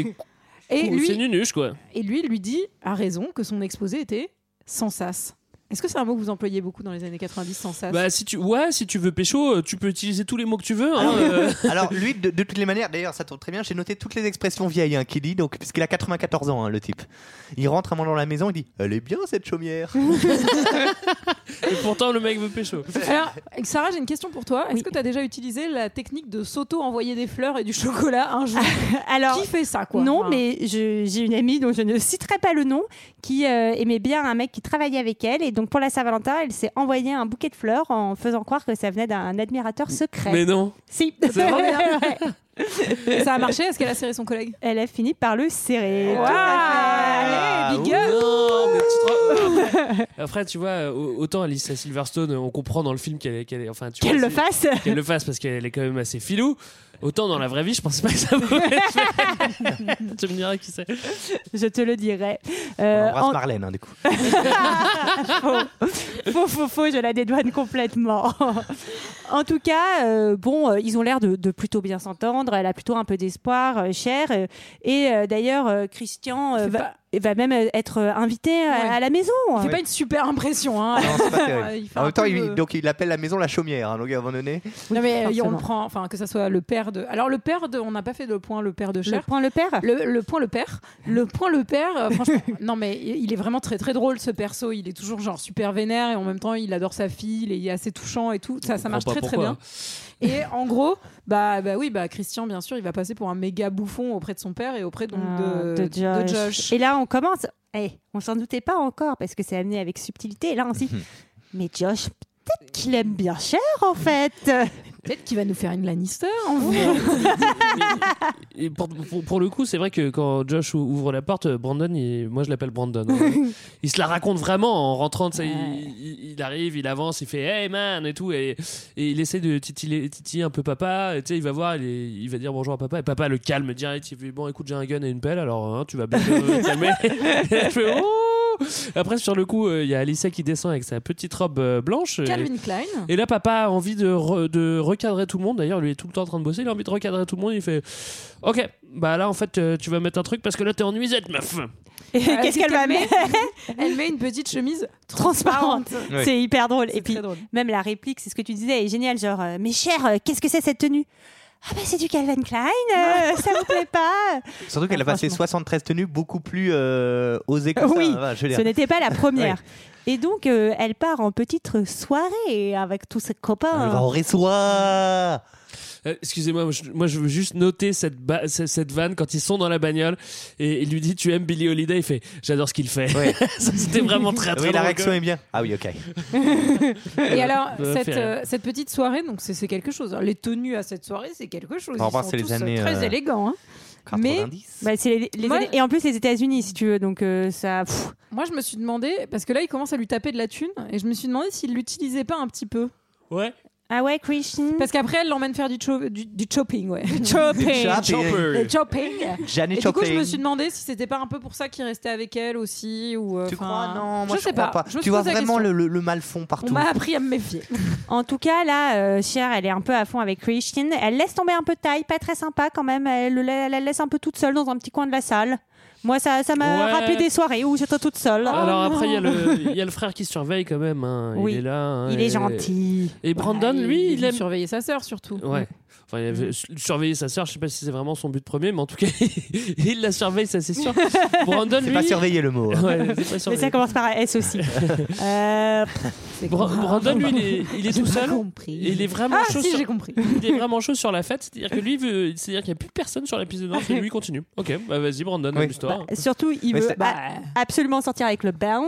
[SPEAKER 8] C'est
[SPEAKER 9] Et
[SPEAKER 8] c'est
[SPEAKER 9] lui
[SPEAKER 8] nunuche, quoi.
[SPEAKER 9] et lui lui dit à raison que son exposé était sans sas. Est-ce que c'est un mot que vous employez beaucoup dans les années 90 sans sas
[SPEAKER 8] Bah, si tu, ouais, si tu veux pécho, euh, tu peux utiliser tous les mots que tu veux.
[SPEAKER 9] Ah
[SPEAKER 8] hein, euh.
[SPEAKER 6] Alors lui, de, de toutes les manières, d'ailleurs, ça tombe très bien. J'ai noté toutes les expressions vieilles hein, qu'il dit, donc puisqu'il a 94 ans, hein, le type. Il rentre un moment dans la maison, il dit "Elle est bien cette chaumière."
[SPEAKER 9] Euh,
[SPEAKER 8] Et pourtant, le mec veut pécho.
[SPEAKER 9] Alors, Sarah, j'ai une question pour toi. Est-ce que tu as déjà utilisé la technique de s'auto-envoyer des fleurs et du chocolat un jour
[SPEAKER 1] Alors,
[SPEAKER 9] Qui fait ça, quoi
[SPEAKER 1] non,
[SPEAKER 9] Enfin,
[SPEAKER 1] mais je- j'ai une amie dont je ne citerai pas le nom qui euh, aimait bien un mec qui travaillait avec elle. Et donc, pour la Saint-Valentin, elle s'est envoyée un bouquet de fleurs en faisant croire que ça venait d'un admirateur secret.
[SPEAKER 8] Mais non.
[SPEAKER 1] Si.
[SPEAKER 8] C'est vrai
[SPEAKER 9] Ça a marché Est-ce qu'elle a serré son collègue
[SPEAKER 1] Elle a fini par le serrer. Tout à fait. Ah,
[SPEAKER 9] Allez, big up
[SPEAKER 8] Non, Ah oh, mais tu te rends- après, après, tu vois, euh, autant Alicia Silverstone, on comprend dans le film qu'elle est. qu'elle est- enfin, tu vois,
[SPEAKER 1] Qu'elle le
[SPEAKER 8] c'est-
[SPEAKER 1] fasse.
[SPEAKER 8] Qu'elle le fasse parce qu'elle est quand même assez filou. Autant dans la vraie vie, je pensais pas que ça pouvait être fait. Tu me diras qui c'est.
[SPEAKER 1] Je te le dirai.
[SPEAKER 6] On
[SPEAKER 1] Euh,
[SPEAKER 6] embrasse
[SPEAKER 1] en-
[SPEAKER 6] Marlène, hein, du coup.
[SPEAKER 1] faux. faux, faux, faux, je la dédouane complètement. en tout cas, euh, bon, euh, ils ont l'air de, de plutôt bien s'entendre. Elle a plutôt un peu d'espoir, euh, Cher. Euh, et euh, d'ailleurs, euh, Christian euh,
[SPEAKER 9] Fais
[SPEAKER 1] va,
[SPEAKER 9] pas-
[SPEAKER 1] va même euh, être euh, invité à-
[SPEAKER 9] Ouais.
[SPEAKER 1] à la maison.
[SPEAKER 9] Fais pas une super impression, hein
[SPEAKER 6] Non, c'est pas terrible.
[SPEAKER 9] Il fait
[SPEAKER 6] En
[SPEAKER 9] un
[SPEAKER 6] même temps,
[SPEAKER 9] peu
[SPEAKER 6] il,
[SPEAKER 9] le-
[SPEAKER 6] donc il appelle la maison la chaumière, hein, donc à un moment donné.
[SPEAKER 9] Non, mais euh, on
[SPEAKER 1] forcément.
[SPEAKER 9] le prend, enfin, que ça soit le père de. Alors, le père de. On n'a pas fait le point, le père de
[SPEAKER 1] Le
[SPEAKER 9] Cher.
[SPEAKER 1] point le père.
[SPEAKER 9] Le, le point le père, le point le père, euh, franchement, non mais il est vraiment très très drôle ce perso, il est toujours genre super vénère et en même temps il adore sa fille, il est il est assez touchant et tout, ça ça
[SPEAKER 8] comprend
[SPEAKER 9] marche
[SPEAKER 8] pas
[SPEAKER 9] très très
[SPEAKER 8] pourquoi.
[SPEAKER 9] bien. Et en gros, bah bah oui, bah Christian bien sûr, il va passer pour un méga bouffon auprès de son père et auprès donc de,
[SPEAKER 1] Ah, de Josh.
[SPEAKER 9] de Josh.
[SPEAKER 1] Et là, on commence. Eh, on s'en doutait pas encore parce que c'est amené avec subtilité. Et là, on se dit, mais Josh, peut-être qu'il aime bien Cher en fait.
[SPEAKER 9] Peut-être qu'il va nous faire une Lannister en vrai.
[SPEAKER 8] Et- et pour, pour- pour le coup, c'est vrai que quand Josh ou- ouvre la porte, euh, Brandon, il- moi je l'appelle Brandon. hein. il se la raconte vraiment en rentrant. tu sais, Il, il- il arrive, il avance, il fait Hey man et tout. Et, et il essaie de titiller, titiller un peu papa. Et tu sais, il va voir, il, est- il va dire bonjour à papa. Et papa le calme direct. Il fait Bon, écoute, j'ai un gun et une pelle, alors hein, tu vas bien te calmer. Et je fais, Oh Après, sur le coup, euh, il y a Alicia qui descend avec sa petite robe euh, blanche. Et-
[SPEAKER 9] Calvin Klein.
[SPEAKER 8] et là, papa a envie de, re- de recadrer tout le monde. D'ailleurs, lui est tout le temps en train de bosser. Il a envie de recadrer tout le monde. Il fait Ok, bah là, en fait, euh, tu vas mettre un truc parce que là, t'es en nuisette, meuf.
[SPEAKER 1] Et
[SPEAKER 9] Euh,
[SPEAKER 1] Qu'est-ce qu'elle va mettre
[SPEAKER 9] Elle met une petite chemise
[SPEAKER 1] Transparente.
[SPEAKER 9] transparente.
[SPEAKER 6] Oui.
[SPEAKER 1] C'est hyper drôle.
[SPEAKER 9] C'est
[SPEAKER 1] Et puis,
[SPEAKER 9] très drôle.
[SPEAKER 1] même la réplique, c'est ce que tu disais, est géniale. Genre, euh, mais Cher, euh, qu'est-ce que c'est cette tenue ah bah c'est du Calvin Klein, euh, ça vous plaît pas
[SPEAKER 6] Surtout qu'elle a passé
[SPEAKER 1] franchement.
[SPEAKER 6] 73 tenues beaucoup plus euh, osées
[SPEAKER 9] Ah
[SPEAKER 6] que ça.
[SPEAKER 1] Oui,
[SPEAKER 6] hein, je veux dire.
[SPEAKER 1] Ce n'était pas la première. Et donc euh, elle part en petite soirée avec tous ses
[SPEAKER 6] Elle
[SPEAKER 8] Ah,
[SPEAKER 1] copains.
[SPEAKER 6] va au Ressois.
[SPEAKER 8] Euh, Excusez-moi, moi, je- moi, je veux juste noter cette, ba- ce- cette vanne quand ils sont dans la bagnole. Et il lui dit Tu aimes Billy Holiday Il fait J'adore ce qu'il fait.
[SPEAKER 6] Ouais.
[SPEAKER 8] Ça, C'était vraiment très, très
[SPEAKER 6] Oui, la
[SPEAKER 8] drôle,
[SPEAKER 6] réaction est bien. Ah oui, ok.
[SPEAKER 9] Et alors,
[SPEAKER 8] Ça
[SPEAKER 9] cette,
[SPEAKER 8] fait rire.
[SPEAKER 9] euh, cette petite soirée, donc c'est c'est quelque chose. hein. Les tenues à cette soirée, c'est quelque chose.
[SPEAKER 6] Au revoir,
[SPEAKER 9] Ils sont
[SPEAKER 6] c'est les
[SPEAKER 9] tous, euh,
[SPEAKER 6] années,
[SPEAKER 9] très
[SPEAKER 6] euh,
[SPEAKER 9] élégants. hein. Mais-
[SPEAKER 6] 90.
[SPEAKER 1] Bah, c'est les- les
[SPEAKER 9] Moi-
[SPEAKER 1] années- Et en plus les États-Unis si tu veux, donc euh, ça. pff,
[SPEAKER 9] Moi, je me suis demandé parce que là, il commence à lui taper de la thune, et je me suis demandé s'il l'utilisait pas un petit peu.
[SPEAKER 8] quoi. Ouais.
[SPEAKER 1] Ah ouais, Christian
[SPEAKER 9] Parce qu'après, elle l'emmène faire du, cho- du, du shopping, ouais.
[SPEAKER 1] Chopin.
[SPEAKER 9] Le shopping.
[SPEAKER 6] Janet
[SPEAKER 9] Et du coup, je
[SPEAKER 6] Chopping.
[SPEAKER 9] me suis demandé si c'était pas un peu pour ça qu'il restait avec elle aussi. Ou, euh,
[SPEAKER 6] Tu
[SPEAKER 9] enfin,
[SPEAKER 6] crois Non, moi
[SPEAKER 9] je, sais
[SPEAKER 6] crois
[SPEAKER 9] pas.
[SPEAKER 6] pas.
[SPEAKER 9] Je me suis
[SPEAKER 6] tu vois
[SPEAKER 9] posé la
[SPEAKER 6] vraiment
[SPEAKER 9] question.
[SPEAKER 6] le, le, le mal fond partout.
[SPEAKER 9] On m'a appris à me méfier.
[SPEAKER 1] En tout cas, là, euh, Cher, elle est un peu à fond avec Christian. Elle laisse tomber un peu de taille, pas très sympa quand même. Elle, le la- elle la laisse un peu toute seule dans un petit coin de la salle. Moi, ça ça m'a
[SPEAKER 8] Ouais.
[SPEAKER 1] rappelé des soirées où j'étais toute seule.
[SPEAKER 8] Alors
[SPEAKER 9] Oh
[SPEAKER 8] après, il y, a le- il y a le frère qui surveille quand même. hein.
[SPEAKER 1] Oui.
[SPEAKER 8] Il est là. hein,
[SPEAKER 1] Il
[SPEAKER 8] et-
[SPEAKER 1] est gentil.
[SPEAKER 8] Et Brandon, lui, il aime.
[SPEAKER 9] surveiller sa sœur surtout.
[SPEAKER 8] Ouais. Enfin, il avait su- surveiller sa sœur. Je sais pas si c'est vraiment son but premier, mais en tout cas, il la surveille, ça c'est sûr. Brandon,
[SPEAKER 6] C'est
[SPEAKER 8] lui.
[SPEAKER 6] pas surveiller le mot. hein.
[SPEAKER 8] Ouais, c'est pas
[SPEAKER 1] Mais
[SPEAKER 8] surveiller.
[SPEAKER 1] ça commence par S aussi. Euh,
[SPEAKER 9] C'est
[SPEAKER 8] Bra-
[SPEAKER 9] grave.
[SPEAKER 8] Brandon, lui, il est, il est tout
[SPEAKER 9] J'ai
[SPEAKER 8] seul.
[SPEAKER 9] compris.
[SPEAKER 8] Et il est vraiment
[SPEAKER 9] Ah
[SPEAKER 8] chaud.
[SPEAKER 9] si,
[SPEAKER 8] sur-
[SPEAKER 9] j'ai compris.
[SPEAKER 8] il est vraiment chaud sur la fête. C'est-à-dire que lui, veut... c'est-à-dire qu'il n'y a plus personne sur la piste de danse. Et lui, il continue. Ok, bah vas-y, Brandon,
[SPEAKER 6] Oui.
[SPEAKER 8] amuse-toi.
[SPEAKER 1] surtout, il
[SPEAKER 6] Mais
[SPEAKER 1] veut
[SPEAKER 6] c'est-
[SPEAKER 9] Bah, Ah.
[SPEAKER 1] a- absolument sortir avec le band.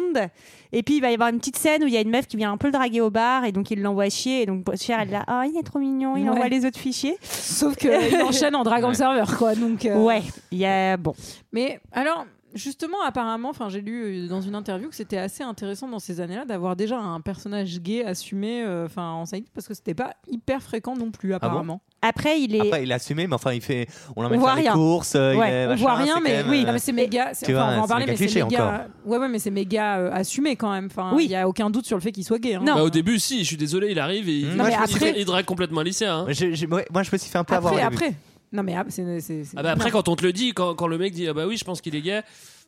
[SPEAKER 1] Et puis, il va y avoir une petite scène où il y a une meuf qui vient un peu le draguer au bar et donc il l'envoie chier. Et donc, Cher, elle est là, oh, il est trop mignon, il
[SPEAKER 9] Ouais.
[SPEAKER 1] envoie les autres fichiers.
[SPEAKER 9] Sauf qu'il enchaîne en draguant le serveur, quoi. Donc, euh,
[SPEAKER 1] Ouais, il y a. Bon.
[SPEAKER 9] Mais alors, justement, apparemment, enfin, j'ai lu euh, dans une interview que c'était assez intéressant dans ces années-là d'avoir déjà un personnage gay assumé, euh, enfin, en scène, parce que c'était pas hyper fréquent non plus,
[SPEAKER 6] Ah
[SPEAKER 9] apparemment.
[SPEAKER 1] Après, il est.
[SPEAKER 6] Après, il a assumé, mais enfin, il fait. On l'emmène
[SPEAKER 1] On voit
[SPEAKER 6] faire les
[SPEAKER 1] rien.
[SPEAKER 6] courses. euh, il
[SPEAKER 1] Ouais,
[SPEAKER 6] est
[SPEAKER 9] on
[SPEAKER 6] machin,
[SPEAKER 9] voit rien,
[SPEAKER 6] c'est
[SPEAKER 9] mais
[SPEAKER 6] quand même,
[SPEAKER 9] oui,
[SPEAKER 6] euh,
[SPEAKER 9] non, mais c'est méga. c'est-
[SPEAKER 6] tu vois,
[SPEAKER 9] enfin, on va en
[SPEAKER 6] c'est
[SPEAKER 9] parler,
[SPEAKER 6] méga
[SPEAKER 9] mais c'est
[SPEAKER 6] cliché
[SPEAKER 9] méga. Ouais, ouais, mais c'est méga euh, assumé quand même. Enfin,
[SPEAKER 1] Oui.
[SPEAKER 9] il y a aucun doute sur le fait qu'il soit gay. hein.
[SPEAKER 1] Non.
[SPEAKER 8] Bah, au début, si, je suis désolé, il arrive et il, Ah,
[SPEAKER 6] Non,
[SPEAKER 9] mais
[SPEAKER 8] il-
[SPEAKER 9] après-
[SPEAKER 8] il drague complètement un lycéen. hein.
[SPEAKER 6] moi, j'ai- j'ai- ouais, moi, je me suis fait un peu avoir. au
[SPEAKER 9] Après,
[SPEAKER 6] début.
[SPEAKER 9] après. Non, mais ah, c'est. c'est- c'est-
[SPEAKER 8] Ah bah, après, quand on te le dit, quand, quand le mec dit Ah bah oui, je pense qu'il est gay.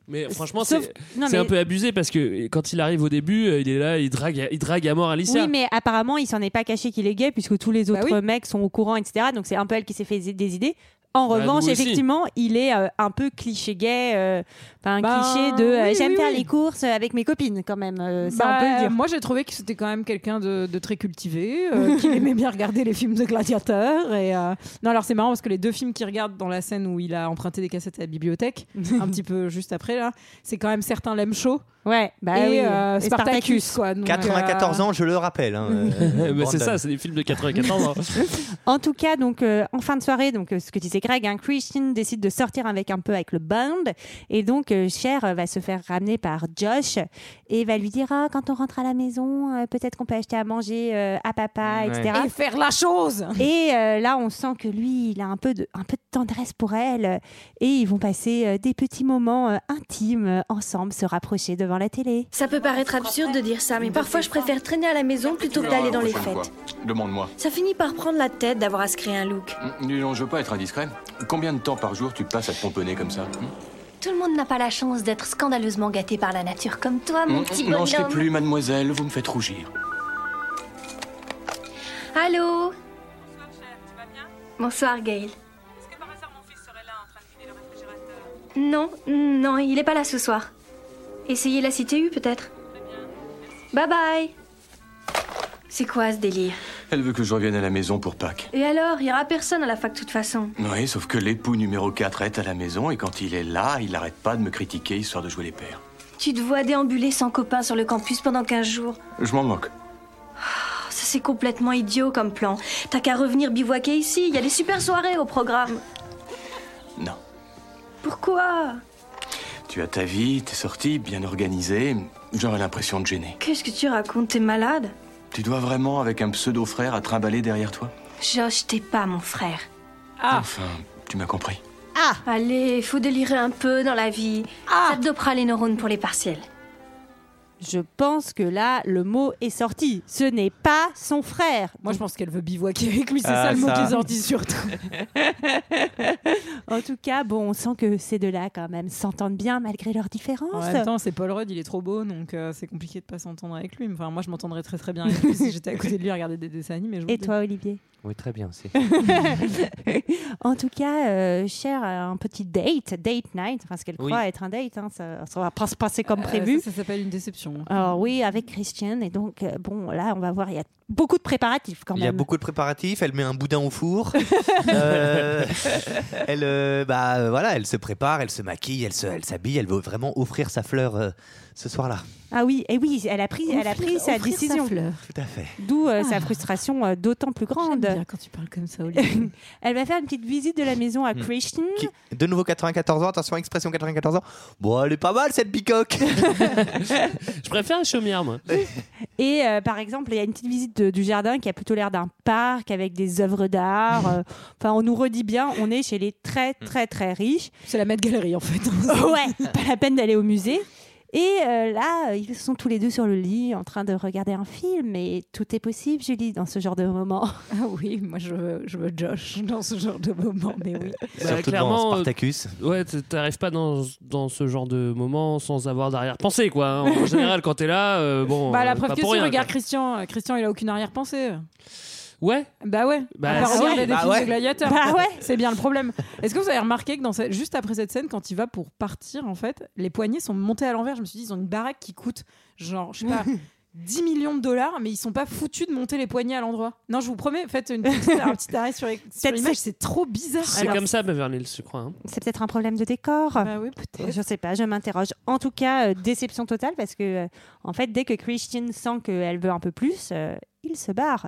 [SPEAKER 8] Mais franchement,
[SPEAKER 1] Sauf-
[SPEAKER 8] c'est
[SPEAKER 1] non,
[SPEAKER 8] c'est un
[SPEAKER 1] mais-
[SPEAKER 8] peu abusé parce que quand il arrive au début, euh, il est là, il drague, à- il drague à mort Alicia.
[SPEAKER 1] Oui, mais apparemment, il s'en est pas caché qu'il est gay, puisque tous les
[SPEAKER 9] Bah
[SPEAKER 1] autres mecs sont au courant, etc. Donc c'est un peu elle qui s'est fait des idées. En
[SPEAKER 8] Bah,
[SPEAKER 1] revanche,
[SPEAKER 8] nous aussi.
[SPEAKER 1] effectivement, il est euh, un peu cliché gay, euh, enfin un
[SPEAKER 9] Bah,
[SPEAKER 1] cliché de euh,
[SPEAKER 9] oui,
[SPEAKER 1] j'aime
[SPEAKER 9] oui,
[SPEAKER 1] faire
[SPEAKER 9] oui.
[SPEAKER 1] les courses avec mes copines quand même. euh, ça,
[SPEAKER 9] Bah,
[SPEAKER 1] on peut le dire.
[SPEAKER 9] Moi, j'ai trouvé que c'était quand même quelqu'un de, de très cultivé, euh, qui aimait bien regarder les films de gladiateurs. Et euh, non, alors c'est marrant parce que les deux films qu'il regarde dans la scène où il a emprunté des cassettes à la bibliothèque, un petit peu juste après là, c'est quand même certains l'aiment chaud
[SPEAKER 1] Ouais, bah
[SPEAKER 9] et,
[SPEAKER 1] oui.
[SPEAKER 9] euh,
[SPEAKER 1] Et
[SPEAKER 9] Spartacus, quoi. Donc,
[SPEAKER 6] 94
[SPEAKER 9] euh,
[SPEAKER 6] ans, je le rappelle. hein, euh,
[SPEAKER 8] Bah, c'est
[SPEAKER 6] Brandon.
[SPEAKER 8] ça, c'est des films de hein. 94 ans.
[SPEAKER 1] En tout cas, donc euh, en fin de soirée, donc euh, ce que disait Greg, hein, Christine décide de sortir avec un peu avec le band, et donc euh, Cher euh, va se faire ramener par Josh et va lui dire ah quand on rentre à la maison, euh, peut-être qu'on peut acheter à manger euh, à papa,
[SPEAKER 6] Ouais.
[SPEAKER 1] etc.
[SPEAKER 9] euh, Et faire la chose.
[SPEAKER 1] Et euh, là, on sent que lui, il a un peu de, un peu de tendresse pour elle. euh, Et ils vont passer euh, des petits moments euh, intimes euh, ensemble, se rapprocher devant la télé.
[SPEAKER 7] Ça peut paraître absurde de dire ça, mais parfois je préfère traîner à la maison plutôt que d'aller dans les fêtes.
[SPEAKER 3] Demande-moi.
[SPEAKER 7] Ça finit par prendre la tête d'avoir à se créer un look.
[SPEAKER 3] Hum, Dis donc, je veux pas être indiscret. Combien de temps par jour tu passes à te pomponner comme ça hum
[SPEAKER 7] Tout le monde n'a pas la chance d'être scandaleusement gâté par la nature comme toi, mon
[SPEAKER 3] Hum,
[SPEAKER 7] petit
[SPEAKER 3] Non, je t'ai
[SPEAKER 7] bonhomme.
[SPEAKER 3] plus, mademoiselle, vous me faites rougir.
[SPEAKER 7] Allô Bonsoir, Gail. Non, non, il est pas là ce soir. Essayez la CTU peut-être. Bye bye. C'est quoi ce délire
[SPEAKER 3] Elle veut que je revienne à la maison pour Pâques.
[SPEAKER 7] Et alors, il y aura personne à la fac de toute façon.
[SPEAKER 3] Oui, sauf que l'époux numéro 4 est à la maison et quand il est là, il n'arrête pas de me critiquer histoire de jouer les pères.
[SPEAKER 7] Tu te vois déambuler sans copain sur le campus pendant 15 jours.
[SPEAKER 3] Je m'en moque.
[SPEAKER 7] Oh, ça c'est complètement idiot comme plan. T'as qu'à revenir bivouaquer ici, il y a des super soirées au programme.
[SPEAKER 3] Non.
[SPEAKER 7] Pourquoi
[SPEAKER 3] Tu as ta vie, tes sorties bien organisées. J'aurais l'impression de gêner.
[SPEAKER 7] Qu'est-ce que tu racontes, t'es malade
[SPEAKER 3] Tu dois vraiment, avec un pseudo-frère, à trimballer derrière toi
[SPEAKER 7] Josh, t'es pas mon frère.
[SPEAKER 9] Ah,
[SPEAKER 3] Enfin, tu m'as compris.
[SPEAKER 7] Allez, faut délirer un peu dans la vie.
[SPEAKER 1] Ah.
[SPEAKER 7] Ça te dopera les neurones pour les partiels.
[SPEAKER 1] Je pense que là, le mot est sorti. Ce n'est pas son frère.
[SPEAKER 9] Moi, je pense qu'elle veut bivouaquer avec lui. C'est
[SPEAKER 6] Ah,
[SPEAKER 9] ça le mot
[SPEAKER 6] ça.
[SPEAKER 9] qui est sorti surtout.
[SPEAKER 1] En tout cas, bon, on sent que ces deux-là, quand même, s'entendent bien malgré leurs différences.
[SPEAKER 9] En même temps, c'est Paul Rudd, il est trop beau, donc euh, c'est compliqué de pas s'entendre avec lui. Enfin, moi, je m'entendrais très très bien avec lui si j'étais à côté de lui à regarder des dessins animés. je vous
[SPEAKER 1] Et
[SPEAKER 9] le dis.
[SPEAKER 1] toi, Olivier
[SPEAKER 6] Oui, très bien aussi.
[SPEAKER 1] En tout cas, euh, Cher a un petit date, date night, enfin ce qu'elle
[SPEAKER 6] Oui.
[SPEAKER 1] croit être un date, hein, ça, ça va pas se passer comme
[SPEAKER 9] Euh,
[SPEAKER 1] prévu.
[SPEAKER 9] ça, ça s'appelle une déception.
[SPEAKER 1] Alors oui, avec Christian. Et donc, euh, bon, là, on va voir, il y a beaucoup de préparatifs quand
[SPEAKER 6] Il
[SPEAKER 1] même.
[SPEAKER 6] y a beaucoup de préparatifs. Elle met un boudin au four. Euh, elle, euh, bah euh, voilà, elle se prépare, elle se maquille, elle se, elle s'habille. Elle veut vraiment offrir sa fleur euh, ce soir-là.
[SPEAKER 1] Ah oui, et oui, elle a pris, elle a pris sa décision.
[SPEAKER 6] Tout à fait.
[SPEAKER 1] D'où euh, sa frustration euh, d'autant plus grande.
[SPEAKER 9] J'aime bien quand tu parles comme ça, Olivier.
[SPEAKER 1] Elle va faire une petite visite de la maison
[SPEAKER 6] Hmm.
[SPEAKER 1] à Christian.
[SPEAKER 6] Qui- de
[SPEAKER 9] Bah,
[SPEAKER 6] nouveau 94 ans. Attention, expression 94 ans. Bon, elle est pas mal cette bicoque.
[SPEAKER 8] Je préfère la chaumière, moi.
[SPEAKER 1] Et euh, par exemple, il y a une petite visite de- du jardin qui a plutôt l'air d'un parc avec des œuvres d'art. euh, Enfin, on nous redit bien, on est chez les très,
[SPEAKER 6] Hmm.
[SPEAKER 1] très, très riches.
[SPEAKER 9] C'est la Met Galerie en fait.
[SPEAKER 1] Ouais, pas la peine d'aller au musée. Et euh, là, euh, ils sont tous les deux sur le lit en train de regarder un film. Et tout est possible, Julie, dans ce genre de moment.
[SPEAKER 9] Ah oui, moi je veux, je veux Josh dans ce genre de moment, mais oui.
[SPEAKER 8] Bah,
[SPEAKER 6] Surtout
[SPEAKER 8] clairement,
[SPEAKER 6] dans
[SPEAKER 8] euh,
[SPEAKER 6] Spartacus.
[SPEAKER 8] Ouais, t- t'arrives pas dans, dans ce genre de moment sans avoir d'arrière-pensée, quoi. hein. En général, quand t'es là, euh, bon.
[SPEAKER 9] Bah
[SPEAKER 8] euh,
[SPEAKER 9] la
[SPEAKER 8] pas
[SPEAKER 9] preuve que si,
[SPEAKER 8] pour rien,
[SPEAKER 9] regarde
[SPEAKER 8] quoi.
[SPEAKER 9] Christian. Euh, Christian, il a aucune arrière-pensée.
[SPEAKER 8] Ouais,
[SPEAKER 9] Bah ouais.
[SPEAKER 8] Bah,
[SPEAKER 9] à part
[SPEAKER 8] si.
[SPEAKER 9] regarder des
[SPEAKER 6] Bah
[SPEAKER 9] films
[SPEAKER 6] ouais.
[SPEAKER 9] de gladiateurs.
[SPEAKER 1] Bah ouais.
[SPEAKER 9] C'est bien le problème. Est-ce que vous avez remarqué que dans cette- juste après cette scène, quand il va pour partir, en fait, les poignées sont montées à l'envers. Je me suis dit, ils ont une baraque qui coûte genre, je sais pas. 10 millions de dollars, mais ils sont pas foutus de monter les poignées à l'endroit. Non, je vous promets, faites une petite, un petit arrêt sur, les- sur
[SPEAKER 1] Peut-être
[SPEAKER 9] l'image, c'est trop bizarre.
[SPEAKER 8] c'est
[SPEAKER 1] Alors-
[SPEAKER 8] comme ça, Beverly Hills, je crois. hein.
[SPEAKER 1] C'est peut-être un problème de décor.
[SPEAKER 9] Bah oui, peut-être.
[SPEAKER 1] Je sais pas, je m'interroge. En tout cas, euh, déception totale parce que, euh, en fait, dès que Christian sent qu'elle veut un peu plus, euh, il se barre.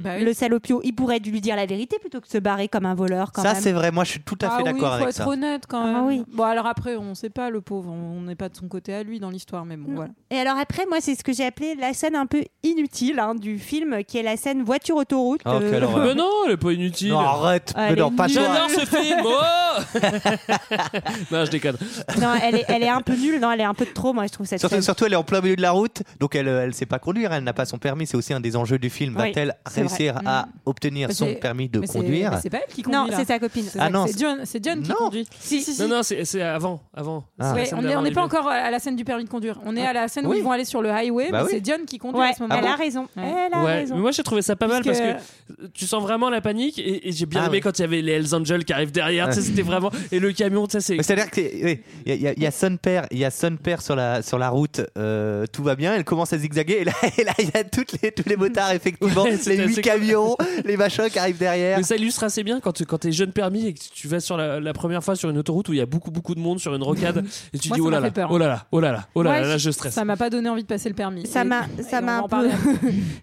[SPEAKER 9] Bah oui.
[SPEAKER 1] Le salopio, il pourrait lui dire la vérité plutôt que de se barrer comme un voleur quand
[SPEAKER 6] Ça,
[SPEAKER 1] même.
[SPEAKER 6] c'est vrai. Moi, je suis tout à
[SPEAKER 9] ah
[SPEAKER 6] fait
[SPEAKER 9] oui,
[SPEAKER 6] d'accord
[SPEAKER 9] faut
[SPEAKER 6] avec
[SPEAKER 9] être
[SPEAKER 6] ça.
[SPEAKER 9] honnête quand
[SPEAKER 1] Ah
[SPEAKER 9] même.
[SPEAKER 1] oui.
[SPEAKER 9] Bon, alors après, on sait pas, le pauvre, on n'est pas de son côté à lui dans l'histoire, mais bon,
[SPEAKER 1] Non.
[SPEAKER 9] voilà.
[SPEAKER 1] Et alors après, moi, c'est ce que j'ai appelé la scène un peu inutile hein, du film, qui est la scène voiture autoroute. Euh,
[SPEAKER 6] Oh, quelle horreur.
[SPEAKER 8] Mais non, elle est pas inutile.
[SPEAKER 6] Non, arrête.
[SPEAKER 1] Ah,
[SPEAKER 6] mais
[SPEAKER 1] elle
[SPEAKER 6] non,
[SPEAKER 1] est
[SPEAKER 6] pas toi.
[SPEAKER 8] J'adore ce film. Oh non, je déconne.
[SPEAKER 1] non, elle est, elle est un peu nulle. Non, elle est un peu de trop. Moi, je trouve cette
[SPEAKER 6] Surtout,
[SPEAKER 1] scène.
[SPEAKER 6] surtout, elle est en plein milieu de la route, donc elle ne sait pas conduire, elle n'a pas son permis. C'est aussi un des enjeux du film.
[SPEAKER 1] Oui,
[SPEAKER 6] Va-t-elle
[SPEAKER 1] c'est
[SPEAKER 6] réussir
[SPEAKER 9] vrai.
[SPEAKER 6] à
[SPEAKER 9] Mm.
[SPEAKER 6] obtenir
[SPEAKER 9] Mais
[SPEAKER 6] son
[SPEAKER 9] c'est-
[SPEAKER 6] permis de
[SPEAKER 9] Mais c'est-
[SPEAKER 6] conduire
[SPEAKER 9] mais C'est pas elle qui conduit.
[SPEAKER 1] Non,
[SPEAKER 9] là.
[SPEAKER 1] c'est sa copine.
[SPEAKER 9] C'est
[SPEAKER 6] Ah
[SPEAKER 9] ça,
[SPEAKER 6] non,
[SPEAKER 9] c'est
[SPEAKER 6] c'est-
[SPEAKER 9] John, c'est John qui
[SPEAKER 6] Non.
[SPEAKER 9] conduit. Si, si, si.
[SPEAKER 8] Non, non, c'est c'est avant. avant.
[SPEAKER 6] Ah.
[SPEAKER 8] C'est la
[SPEAKER 9] Ouais,
[SPEAKER 8] scène
[SPEAKER 9] on n'est
[SPEAKER 8] d'avant, les
[SPEAKER 9] pas
[SPEAKER 8] deux.
[SPEAKER 9] encore euh, à la scène du permis de conduire. On est à la scène où
[SPEAKER 6] Oui.
[SPEAKER 9] ils vont aller sur le highway,
[SPEAKER 6] Bah
[SPEAKER 9] mais
[SPEAKER 6] oui.
[SPEAKER 9] c'est John qui conduit
[SPEAKER 1] Ouais,
[SPEAKER 9] à ce
[SPEAKER 1] elle
[SPEAKER 9] moment-là.
[SPEAKER 1] a raison.
[SPEAKER 9] Ouais.
[SPEAKER 1] Elle a
[SPEAKER 8] Ouais, mais
[SPEAKER 1] raison.
[SPEAKER 8] moi j'ai trouvé ça pas mal
[SPEAKER 9] Puisque-
[SPEAKER 8] parce que tu sens vraiment la panique et, et j'ai bien
[SPEAKER 6] Ah
[SPEAKER 8] aimé
[SPEAKER 6] ouais.
[SPEAKER 8] quand il y avait les Hells Angels qui arrivent derrière, tu sais,
[SPEAKER 6] Ouais.
[SPEAKER 8] c'était vraiment et le camion, tu sais, c'est
[SPEAKER 6] Mais C'est-à-dire que t'es- oui, il y, a- il y a- il y a son père, il y a son père sur la sur la route, euh, tout va bien, elle commence à zigzaguer et là et là, il y a toutes les tous les motards effectivement,
[SPEAKER 8] Ouais, c'était
[SPEAKER 6] les huit
[SPEAKER 8] assez-
[SPEAKER 6] camions, les machins qui arrivent derrière.
[SPEAKER 8] Mais ça illustre assez bien quand tu quand t'es jeune permis et que tu vas sur la, la première fois sur une autoroute où il y a beaucoup beaucoup de monde sur une rocade et tu
[SPEAKER 9] Moi,
[SPEAKER 8] dis
[SPEAKER 9] ça
[SPEAKER 8] oh
[SPEAKER 9] m'a
[SPEAKER 8] là
[SPEAKER 9] fait
[SPEAKER 8] là,
[SPEAKER 9] peur.
[SPEAKER 8] oh là là, oh là là, oh là
[SPEAKER 9] Ouais,
[SPEAKER 8] là, là, je stresse.
[SPEAKER 9] Ça m'a pas donné envie de passer le permis.
[SPEAKER 1] Ça
[SPEAKER 9] Et-
[SPEAKER 1] m'a,
[SPEAKER 9] et
[SPEAKER 1] ça
[SPEAKER 9] on
[SPEAKER 1] m'a
[SPEAKER 9] va
[SPEAKER 1] un peu,
[SPEAKER 9] en parler.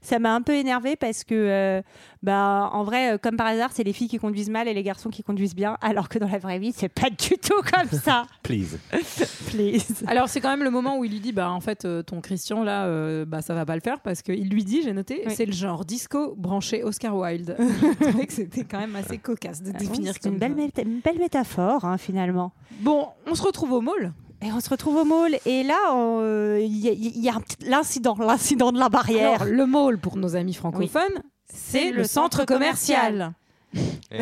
[SPEAKER 1] ça m'a un peu énervé parce que, euh, bah, en vrai, euh, comme par hasard, c'est les filles qui conduisent mal et les garçons qui conduisent bien, alors que dans la vraie vie, c'est pas du tout comme ça.
[SPEAKER 6] Please.
[SPEAKER 1] Please.
[SPEAKER 9] Alors c'est quand même le moment où il lui dit bah en fait euh, ton Christian là euh, bah ça va pas le faire parce qu'il lui dit j'ai noté
[SPEAKER 1] Oui.
[SPEAKER 9] c'est le genre disco branché Oscar Wilde. Je trouvais que c'était quand même assez cocasse de définir
[SPEAKER 1] Euh, Ah c'est
[SPEAKER 9] comme
[SPEAKER 1] une belle,
[SPEAKER 9] ça.
[SPEAKER 1] méta- une belle métaphore hein, finalement.
[SPEAKER 9] Bon on se retrouve au mall.
[SPEAKER 1] Et on se retrouve au mall et là, on, euh, il y a, il y a un petit- l'incident, l'incident de la barrière.
[SPEAKER 9] Alors le mall pour nos amis francophones c'est le, centre commercial.
[SPEAKER 6] Eh,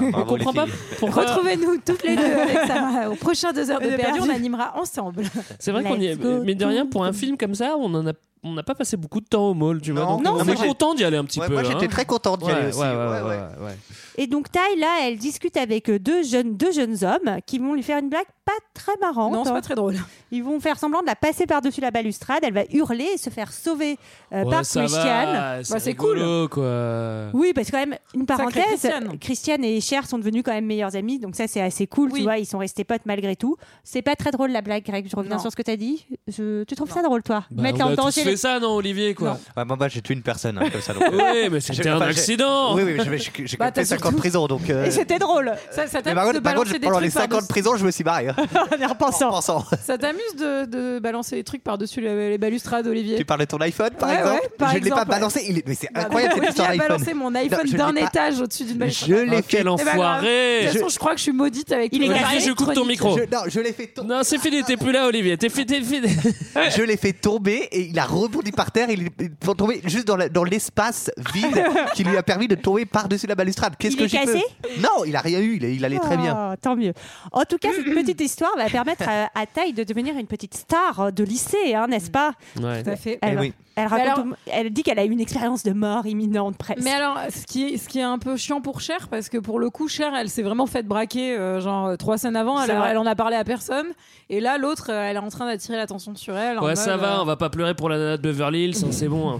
[SPEAKER 8] On comprend pas pourquoi.
[SPEAKER 9] Retrouvez-nous toutes les deux Alexa, euh, au prochain deux heures de
[SPEAKER 1] De
[SPEAKER 9] perdu
[SPEAKER 1] perdu.
[SPEAKER 9] on animera ensemble.
[SPEAKER 8] C'est vrai qu'on y est,
[SPEAKER 1] Let's go
[SPEAKER 8] mais de rien pour un film comme ça, on en a on n'a pas passé beaucoup de temps au mall, tu vois.
[SPEAKER 6] Non,
[SPEAKER 8] donc
[SPEAKER 1] non,
[SPEAKER 8] on
[SPEAKER 1] c'est
[SPEAKER 8] est
[SPEAKER 6] vrai.
[SPEAKER 8] content d'y aller un petit
[SPEAKER 6] Ouais,
[SPEAKER 8] peu.
[SPEAKER 6] moi
[SPEAKER 8] hein.
[SPEAKER 6] j'étais très content d'y
[SPEAKER 8] Ouais,
[SPEAKER 6] aller aussi.
[SPEAKER 8] ouais, ouais,
[SPEAKER 6] Ouais, ouais.
[SPEAKER 8] ouais, ouais.
[SPEAKER 1] Et donc Ty, là, elle discute avec deux jeunes, deux jeunes hommes qui vont lui faire une blague pas très marrante. hein.
[SPEAKER 9] Non c'est pas très drôle.
[SPEAKER 1] Ils vont faire semblant de la passer par-dessus la balustrade. Elle va hurler et se faire sauver euh,
[SPEAKER 8] Ouais,
[SPEAKER 1] par
[SPEAKER 8] ça va,
[SPEAKER 1] Christiane.
[SPEAKER 9] Bah, c'est
[SPEAKER 8] c'est cool quoi.
[SPEAKER 1] Oui, parce que quand même, une
[SPEAKER 9] Sacrée
[SPEAKER 1] parenthèse,
[SPEAKER 9] Christiane.
[SPEAKER 1] Christiane. et Cher sont devenus quand même meilleurs amis, donc ça c'est assez cool,
[SPEAKER 9] Oui.
[SPEAKER 1] tu vois, ils sont restés potes malgré tout. C'est pas très drôle la blague, Greg, je reviens
[SPEAKER 9] Non.
[SPEAKER 1] sur ce que t'as dit. Je... Tu trouves
[SPEAKER 9] Non.
[SPEAKER 1] ça drôle, toi
[SPEAKER 8] Bah,
[SPEAKER 1] Mettre
[SPEAKER 8] on
[SPEAKER 1] en
[SPEAKER 8] a tous
[SPEAKER 1] danger
[SPEAKER 8] fait
[SPEAKER 1] les...
[SPEAKER 8] ça non Olivier quoi.
[SPEAKER 6] Ouais, Ah, bah, moi, moi, j'ai tué une personne hein, comme ça. donc, euh,
[SPEAKER 8] Oui, mais
[SPEAKER 6] j'ai-
[SPEAKER 8] c'était un
[SPEAKER 6] enfin, j'ai-
[SPEAKER 8] accident.
[SPEAKER 6] Oui, oui, j'ai- j'ai j'ai
[SPEAKER 9] Bah,
[SPEAKER 6] capté
[SPEAKER 9] t'as
[SPEAKER 6] 50
[SPEAKER 9] surtout-
[SPEAKER 6] prisons donc. euh,
[SPEAKER 1] Et c'était drôle,
[SPEAKER 9] Ça, ça
[SPEAKER 6] Mais par
[SPEAKER 9] t'amuse
[SPEAKER 6] contre,
[SPEAKER 9] de
[SPEAKER 6] Eh ben, par contre,
[SPEAKER 9] balancer des
[SPEAKER 6] pendant les
[SPEAKER 9] trucs
[SPEAKER 6] 50
[SPEAKER 9] par-dessus-
[SPEAKER 6] prisons, je me suis barré. hein,
[SPEAKER 1] en
[SPEAKER 6] en
[SPEAKER 1] repensant.
[SPEAKER 6] pensant.
[SPEAKER 9] Ça t'amuse de, de balancer les trucs par-dessus les, les balustrades Olivier.
[SPEAKER 6] Tu parles de ton iPhone par
[SPEAKER 9] Ouais, ouais,
[SPEAKER 6] exemple
[SPEAKER 9] par
[SPEAKER 6] Je ne l'ai pas
[SPEAKER 9] exemple, ouais.
[SPEAKER 6] balancé. il est- Mais c'est
[SPEAKER 9] Bah,
[SPEAKER 6] incroyable
[SPEAKER 9] oui,
[SPEAKER 6] cette histoire
[SPEAKER 9] J'ai
[SPEAKER 6] d'iPhone.
[SPEAKER 9] balancé mon iPhone
[SPEAKER 6] je ne
[SPEAKER 9] d'un
[SPEAKER 6] l'ai pas.
[SPEAKER 9] étage au-dessus d'une
[SPEAKER 6] Je
[SPEAKER 9] balustrade.
[SPEAKER 6] l'ai
[SPEAKER 8] Ah,
[SPEAKER 6] fait.
[SPEAKER 8] quel
[SPEAKER 9] Eh ben, grave. De
[SPEAKER 8] enfoiré
[SPEAKER 9] toute façon, je crois que je suis maudite avec
[SPEAKER 1] Il est
[SPEAKER 9] les
[SPEAKER 8] Olivier,
[SPEAKER 9] appareils
[SPEAKER 8] je coupe ton
[SPEAKER 9] électroniques.
[SPEAKER 8] micro.
[SPEAKER 6] Je- non, je l'ai fait tomber.
[SPEAKER 8] Non, c'est fini, t'es plus là, Olivier. T'es fi- t'es fini.
[SPEAKER 6] Je l'ai fait tomber et il a rebondi par terre. Il est pour tomber juste dans la- dans l'espace vide qui lui a permis de tomber par-dessus la balustrade. Qu'est-ce
[SPEAKER 1] Il
[SPEAKER 6] que
[SPEAKER 1] est
[SPEAKER 6] j'ai
[SPEAKER 1] cassé
[SPEAKER 6] fait Non, il a rien eu. Il, il allait très
[SPEAKER 9] Oh,
[SPEAKER 6] bien.
[SPEAKER 1] Ah, tant mieux. En tout cas, cette petite histoire va permettre à, à Ty de devenir une petite star de lycée, hein, n'est-ce pas
[SPEAKER 8] Ouais.
[SPEAKER 9] Tout à fait.
[SPEAKER 1] elle,
[SPEAKER 6] Eh oui.
[SPEAKER 1] elle raconte
[SPEAKER 9] alors-
[SPEAKER 1] au- elle dit qu'elle a eu une expérience de mort imminente presque.
[SPEAKER 9] Mais alors, ce qui, est, ce qui est un peu chiant pour Cher, parce que pour le coup, Cher, elle s'est vraiment faite braquer, euh, genre euh, trois scènes avant, elle,
[SPEAKER 1] C'est vrai.
[SPEAKER 9] elle en a parlé à personne. Et là, l'autre, euh, elle est en train d'attirer l'attention sur elle. en
[SPEAKER 8] Ouais,
[SPEAKER 9] mode,
[SPEAKER 8] ça
[SPEAKER 9] euh,
[SPEAKER 8] va, on va pas pleurer pour la nana de Beverly Hills, hein, c'est bon. hein.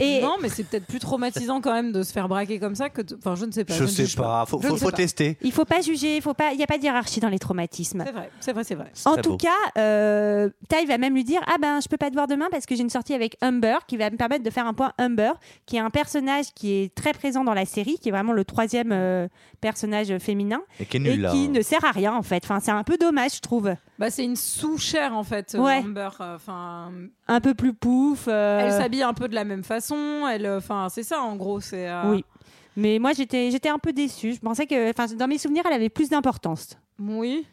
[SPEAKER 1] Et-
[SPEAKER 9] Non, mais c'est peut-être plus traumatisant quand même de se faire braquer comme ça que. de- Enfin, bah, je ne sais pas.
[SPEAKER 6] Je
[SPEAKER 9] ne
[SPEAKER 6] sais
[SPEAKER 9] juge
[SPEAKER 6] pas. Faut,
[SPEAKER 9] Je ne
[SPEAKER 6] faut,
[SPEAKER 9] sais
[SPEAKER 6] faut
[SPEAKER 9] pas.
[SPEAKER 6] tester.
[SPEAKER 1] Il faut pas juger, il faut pas, il y a pas de hiérarchie dans les traumatismes.
[SPEAKER 9] C'est vrai, c'est vrai, c'est vrai.
[SPEAKER 1] En
[SPEAKER 6] Très
[SPEAKER 1] tout
[SPEAKER 6] beau.
[SPEAKER 1] cas, euh, Ty va même lui dire Ah ben, je peux pas te voir demain parce que j'ai une sortie avec Humber qui va me permettre de faire un point Humber, qui est un personnage qui est très présent dans la série, qui est vraiment le troisième euh, personnage féminin
[SPEAKER 6] Et qui est
[SPEAKER 1] et qui ne sert à rien en fait. Enfin, c'est un peu dommage, je trouve.
[SPEAKER 9] Bah, c'est une sous-chair en fait, euh,
[SPEAKER 1] Ouais.
[SPEAKER 9] Amber. Enfin,
[SPEAKER 12] Euh.
[SPEAKER 1] Un peu plus pouf. euh,
[SPEAKER 9] elle s'habille un peu de la même façon. Elle, euh, enfin, c'est ça en gros. C'est euh,
[SPEAKER 1] Oui. Mais moi, j'étais j'étais un peu déçue. Je pensais que, enfin, dans mes souvenirs, elle avait plus d'importance.
[SPEAKER 9] oui.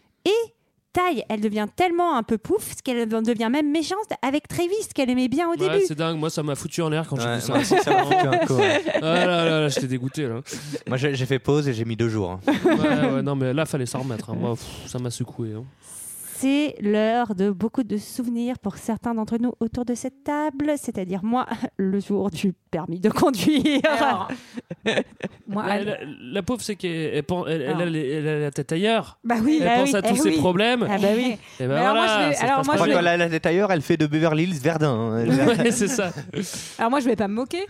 [SPEAKER 12] Taille, elle devient tellement un peu pouf, ce qu'elle devient même méchante avec Travis, qu'elle aimait bien au
[SPEAKER 8] Ouais,
[SPEAKER 12] début.
[SPEAKER 8] c'est dingue, moi ça m'a foutu en l'air quand j'ai
[SPEAKER 6] Ouais,
[SPEAKER 8] vu ça.
[SPEAKER 6] moi aussi, ça m'a foutu un coup, ouais.
[SPEAKER 8] Ah là là, là j'étais dégoûté là.
[SPEAKER 6] Moi, j'ai j'ai fait pause et j'ai mis deux jours. hein.
[SPEAKER 8] Ouais, ouais, non mais là fallait s'en remettre. hein. Moi, pff, ça m'a secoué. hein.
[SPEAKER 12] C'est l'heure de beaucoup de souvenirs pour certains d'entre nous autour de cette table, c'est-à-dire moi, le jour du permis de conduire.
[SPEAKER 9] Alors, bah, moi,
[SPEAKER 8] La,
[SPEAKER 9] elle-
[SPEAKER 8] Ah, la- la pauvre, c'est qu'elle elle pen- elle- elle
[SPEAKER 9] Ah.
[SPEAKER 8] a, les- elle a la tête ailleurs.
[SPEAKER 12] bah oui,
[SPEAKER 8] Elle
[SPEAKER 12] bah
[SPEAKER 8] pense
[SPEAKER 12] oui.
[SPEAKER 8] à tous
[SPEAKER 12] Eh
[SPEAKER 8] ses
[SPEAKER 12] oui.
[SPEAKER 8] problèmes.
[SPEAKER 12] Ah bah oui.
[SPEAKER 8] Et ben
[SPEAKER 9] Eh, Mais alors, moi,
[SPEAKER 8] voilà,
[SPEAKER 9] je vais-
[SPEAKER 8] ça se
[SPEAKER 9] alors,
[SPEAKER 8] passe pas
[SPEAKER 6] Je
[SPEAKER 9] moi,
[SPEAKER 6] crois
[SPEAKER 9] je
[SPEAKER 6] que
[SPEAKER 8] bien.
[SPEAKER 9] vais-
[SPEAKER 6] la la tailleur, elle fait de Beverly Hills Verdun. hein. Elle-
[SPEAKER 8] Ouais, c'est ça.
[SPEAKER 9] alors moi, je vais pas me moquer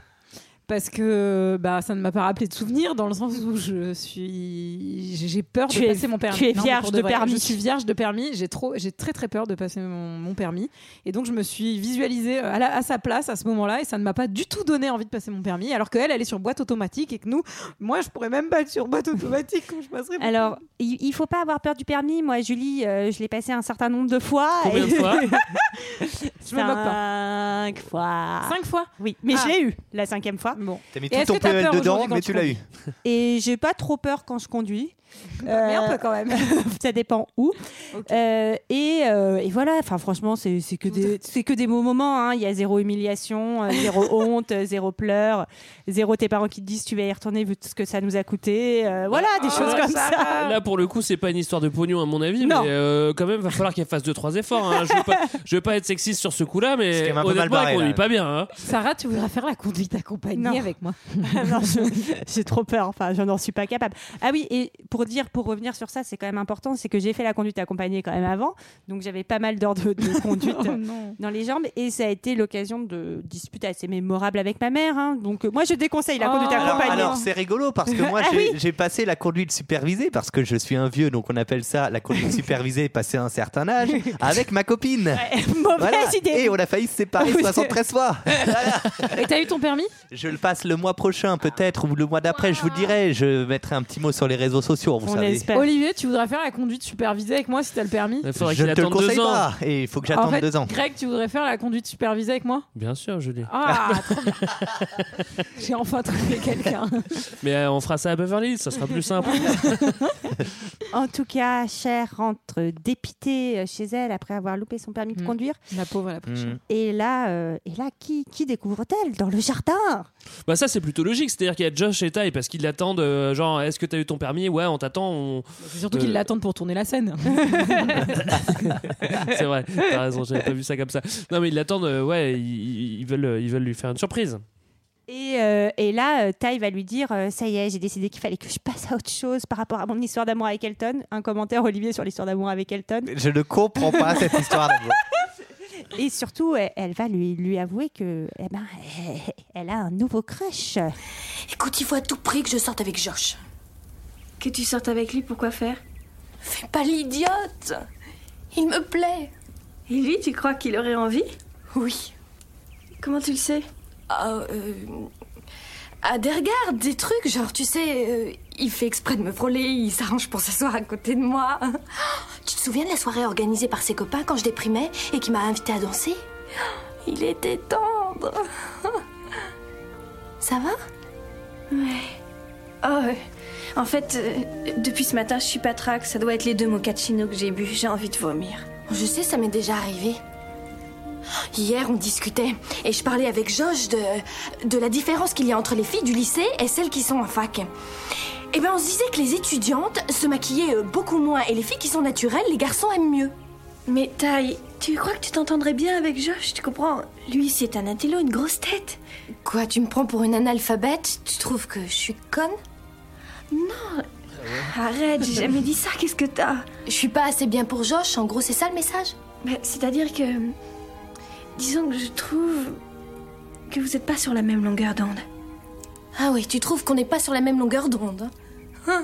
[SPEAKER 9] parce que bah ça ne m'a pas rappelé de souvenirs dans le sens où je suis, j'ai- j'ai peur
[SPEAKER 1] Tu
[SPEAKER 9] de
[SPEAKER 1] es-
[SPEAKER 9] passer mon permis.
[SPEAKER 1] tu es
[SPEAKER 9] Non, mais
[SPEAKER 1] vierge
[SPEAKER 9] pour
[SPEAKER 1] de
[SPEAKER 9] vrai,
[SPEAKER 1] permis.
[SPEAKER 9] Je suis vierge de permis. J'ai trop, j'ai très très peur de passer mon, mon permis. Et donc je me suis visualisée euh, à, la- à sa place à ce moment-là et ça ne m'a pas du tout donné envie de passer mon permis. Alors qu'elle, elle est sur boîte automatique et que nous, moi, je pourrais même pas être sur boîte automatique quand je passerai. mon
[SPEAKER 12] Alors, il il faut pas avoir peur du permis. Moi, Julie, euh, je l'ai passé un certain nombre de fois.
[SPEAKER 8] Combien de fois
[SPEAKER 9] Je me moque
[SPEAKER 1] Cinq fois.
[SPEAKER 9] permis. Cinq fois.
[SPEAKER 1] Oui, mais
[SPEAKER 9] Ah.
[SPEAKER 1] je l'ai eu la cinquième fois.
[SPEAKER 9] Bon.
[SPEAKER 6] T'as mis
[SPEAKER 9] Et
[SPEAKER 6] tout
[SPEAKER 9] est-ce
[SPEAKER 6] ton
[SPEAKER 9] que t'as
[SPEAKER 6] PL
[SPEAKER 9] peur
[SPEAKER 6] dedans,
[SPEAKER 9] aujourd'hui quand
[SPEAKER 6] mais
[SPEAKER 9] tu
[SPEAKER 6] tu l'as eu.
[SPEAKER 1] Et j'ai pas trop peur quand je conduis.
[SPEAKER 9] Mais un
[SPEAKER 1] Euh,
[SPEAKER 9] peu quand même.
[SPEAKER 1] ça dépend où.
[SPEAKER 9] Ok.
[SPEAKER 1] Euh, et, euh, et voilà, enfin franchement, c'est c'est que des c'est que des beaux moments. hein. Il y a zéro humiliation, euh, zéro honte, euh, zéro pleurs, zéro tes parents qui te disent tu vas y retourner vu tout ce que ça nous a coûté. Euh, voilà, des choses
[SPEAKER 9] Ah,
[SPEAKER 1] comme ça.
[SPEAKER 9] va.
[SPEAKER 8] Là, pour le coup, c'est pas une histoire de pognon, à mon avis,
[SPEAKER 1] Non.
[SPEAKER 8] mais euh, quand même, va falloir qu'elle fasse 2-3 efforts. hein. Je, veux pas, je veux pas être sexiste sur ce coup-là,
[SPEAKER 6] C'est quand
[SPEAKER 8] mais
[SPEAKER 6] même un peu mal
[SPEAKER 8] honnêtement,
[SPEAKER 6] barré,
[SPEAKER 8] elle conduit
[SPEAKER 6] là.
[SPEAKER 8] pas bien. hein.
[SPEAKER 9] Sarah, tu voudras faire la conduite accompagnée
[SPEAKER 1] Non.
[SPEAKER 9] avec moi.
[SPEAKER 1] Non, je- j'ai trop peur. Enfin, je n'en suis pas capable. Ah oui, et pour dire, pour revenir sur ça, c'est quand même important, c'est que j'ai fait la conduite accompagnée quand même avant, donc j'avais pas mal d'heures de, de conduite.
[SPEAKER 9] Oh non.
[SPEAKER 1] dans les jambes et ça a été l'occasion de disputes assez mémorables avec ma mère. hein. Donc euh, moi je déconseille la
[SPEAKER 9] Oh.
[SPEAKER 1] conduite
[SPEAKER 6] Alors,
[SPEAKER 1] accompagnée.
[SPEAKER 6] alors, c'est rigolo parce que moi
[SPEAKER 1] Ah
[SPEAKER 6] j'ai j'ai passé la conduite supervisée parce que je suis un vieux donc on appelle ça la conduite supervisée passé un certain âge avec ma copine.
[SPEAKER 1] Mauvaise
[SPEAKER 6] Voilà.
[SPEAKER 1] idée.
[SPEAKER 6] Et on a failli se séparer
[SPEAKER 1] Oui.
[SPEAKER 6] 73 fois.
[SPEAKER 9] Et t'as eu ton permis
[SPEAKER 6] Je le passe le mois prochain peut-être ou le mois d'après, je vous le dirai. Je mettrai un petit mot sur les réseaux sociaux, vous
[SPEAKER 1] On
[SPEAKER 6] savez.
[SPEAKER 1] espère.
[SPEAKER 9] Olivier, tu voudrais faire la conduite supervisée avec moi si t'as le permis
[SPEAKER 8] Il faudrait
[SPEAKER 6] je
[SPEAKER 8] qu'il
[SPEAKER 6] ne te le
[SPEAKER 8] attende 2
[SPEAKER 6] conseille
[SPEAKER 8] ans.
[SPEAKER 6] pas et il faut que
[SPEAKER 9] En
[SPEAKER 6] j'attende
[SPEAKER 9] fait,
[SPEAKER 6] deux ans.
[SPEAKER 9] Greg, tu voudrais faire la conduite supervisée avec moi
[SPEAKER 8] Bien sûr, je l'ai.
[SPEAKER 9] Ah, trop bien. J'ai enfin trouvé quelqu'un.
[SPEAKER 8] Mais euh, on fera ça à Beverly Hills, ça sera plus simple.
[SPEAKER 12] En tout cas, Cher rentre dépitée euh, chez elle après avoir loupé son permis de
[SPEAKER 9] Mm.
[SPEAKER 12] conduire.
[SPEAKER 9] La pauvre, la prochaine.
[SPEAKER 12] Et là, euh, et là qui, qui découvre-t-elle Dans le jardin
[SPEAKER 8] bah, ça, c'est plutôt logique. C'est-à-dire qu'il y a Josh et Ty parce qu'ils l'attendent. euh, genre, est-ce que t'as eu ton permis Ouais, on t'attend. on-
[SPEAKER 9] C'est surtout
[SPEAKER 8] Euh.
[SPEAKER 9] qu'ils l'attendent pour tourner la scène.
[SPEAKER 8] C'est vrai, t'as raison, j'avais pas vu ça comme ça. Non, mais ils l'attendent. euh, ouais, ils, ils veulent, euh, ils veulent lui faire une surprise.
[SPEAKER 12] et, euh, et là, euh, Ty va lui dire euh, Ça y est, j'ai décidé qu'il fallait que je passe à autre chose par rapport à mon histoire d'amour avec Elton. Un commentaire, Olivier, sur l'histoire d'amour avec Elton.
[SPEAKER 6] Je ne comprends pas cette histoire d'amour.
[SPEAKER 12] Et surtout, elle, elle va lui, lui avouer que, eh ben, elle a un nouveau crush.
[SPEAKER 7] Écoute, il faut à tout prix que je sorte avec Josh.
[SPEAKER 13] Que tu sortes avec lui, pourquoi faire
[SPEAKER 7] Fais pas l'idiote Il me plaît
[SPEAKER 13] Et lui, tu crois qu'il aurait envie
[SPEAKER 7] Oui.
[SPEAKER 13] Comment tu le sais
[SPEAKER 7] Ah, euh, ah, des regards, des trucs, genre, tu sais, euh, il fait exprès de me frôler, il s'arrange pour s'asseoir à côté de moi.
[SPEAKER 13] Tu te souviens de la soirée organisée par ses copains quand je déprimais et qui m'a invité à danser
[SPEAKER 7] Il était tendre Ça va
[SPEAKER 13] Oh, euh, en fait, euh, depuis ce matin, je suis patraque. Ça doit être les deux mochaccino que j'ai bu. J'ai envie de vomir.
[SPEAKER 7] Je sais, ça m'est déjà arrivé. Hier, on discutait et je parlais avec Josh de, de la différence qu'il y a entre les filles du lycée et celles qui sont en fac. Eh ben, on se disait que les étudiantes se maquillaient euh, beaucoup moins et les filles qui sont naturelles, les garçons aiment mieux.
[SPEAKER 13] Mais Taï, tu crois que tu t'entendrais bien avec Josh Tu comprends Lui, c'est un intello, une grosse tête.
[SPEAKER 7] Quoi, tu me prends pour une analphabète Tu trouves que je suis conne
[SPEAKER 13] Arrête, j'ai jamais dit ça. Qu'est-ce que t'as
[SPEAKER 7] Je suis pas assez bien pour Josh, en gros, c'est ça le message
[SPEAKER 13] Bah, C'est-à-dire que. Disons que je trouve. que vous n'êtes pas sur la même longueur d'onde.
[SPEAKER 7] Ah oui, tu trouves qu'on n'est pas sur la même longueur d'onde hein Hein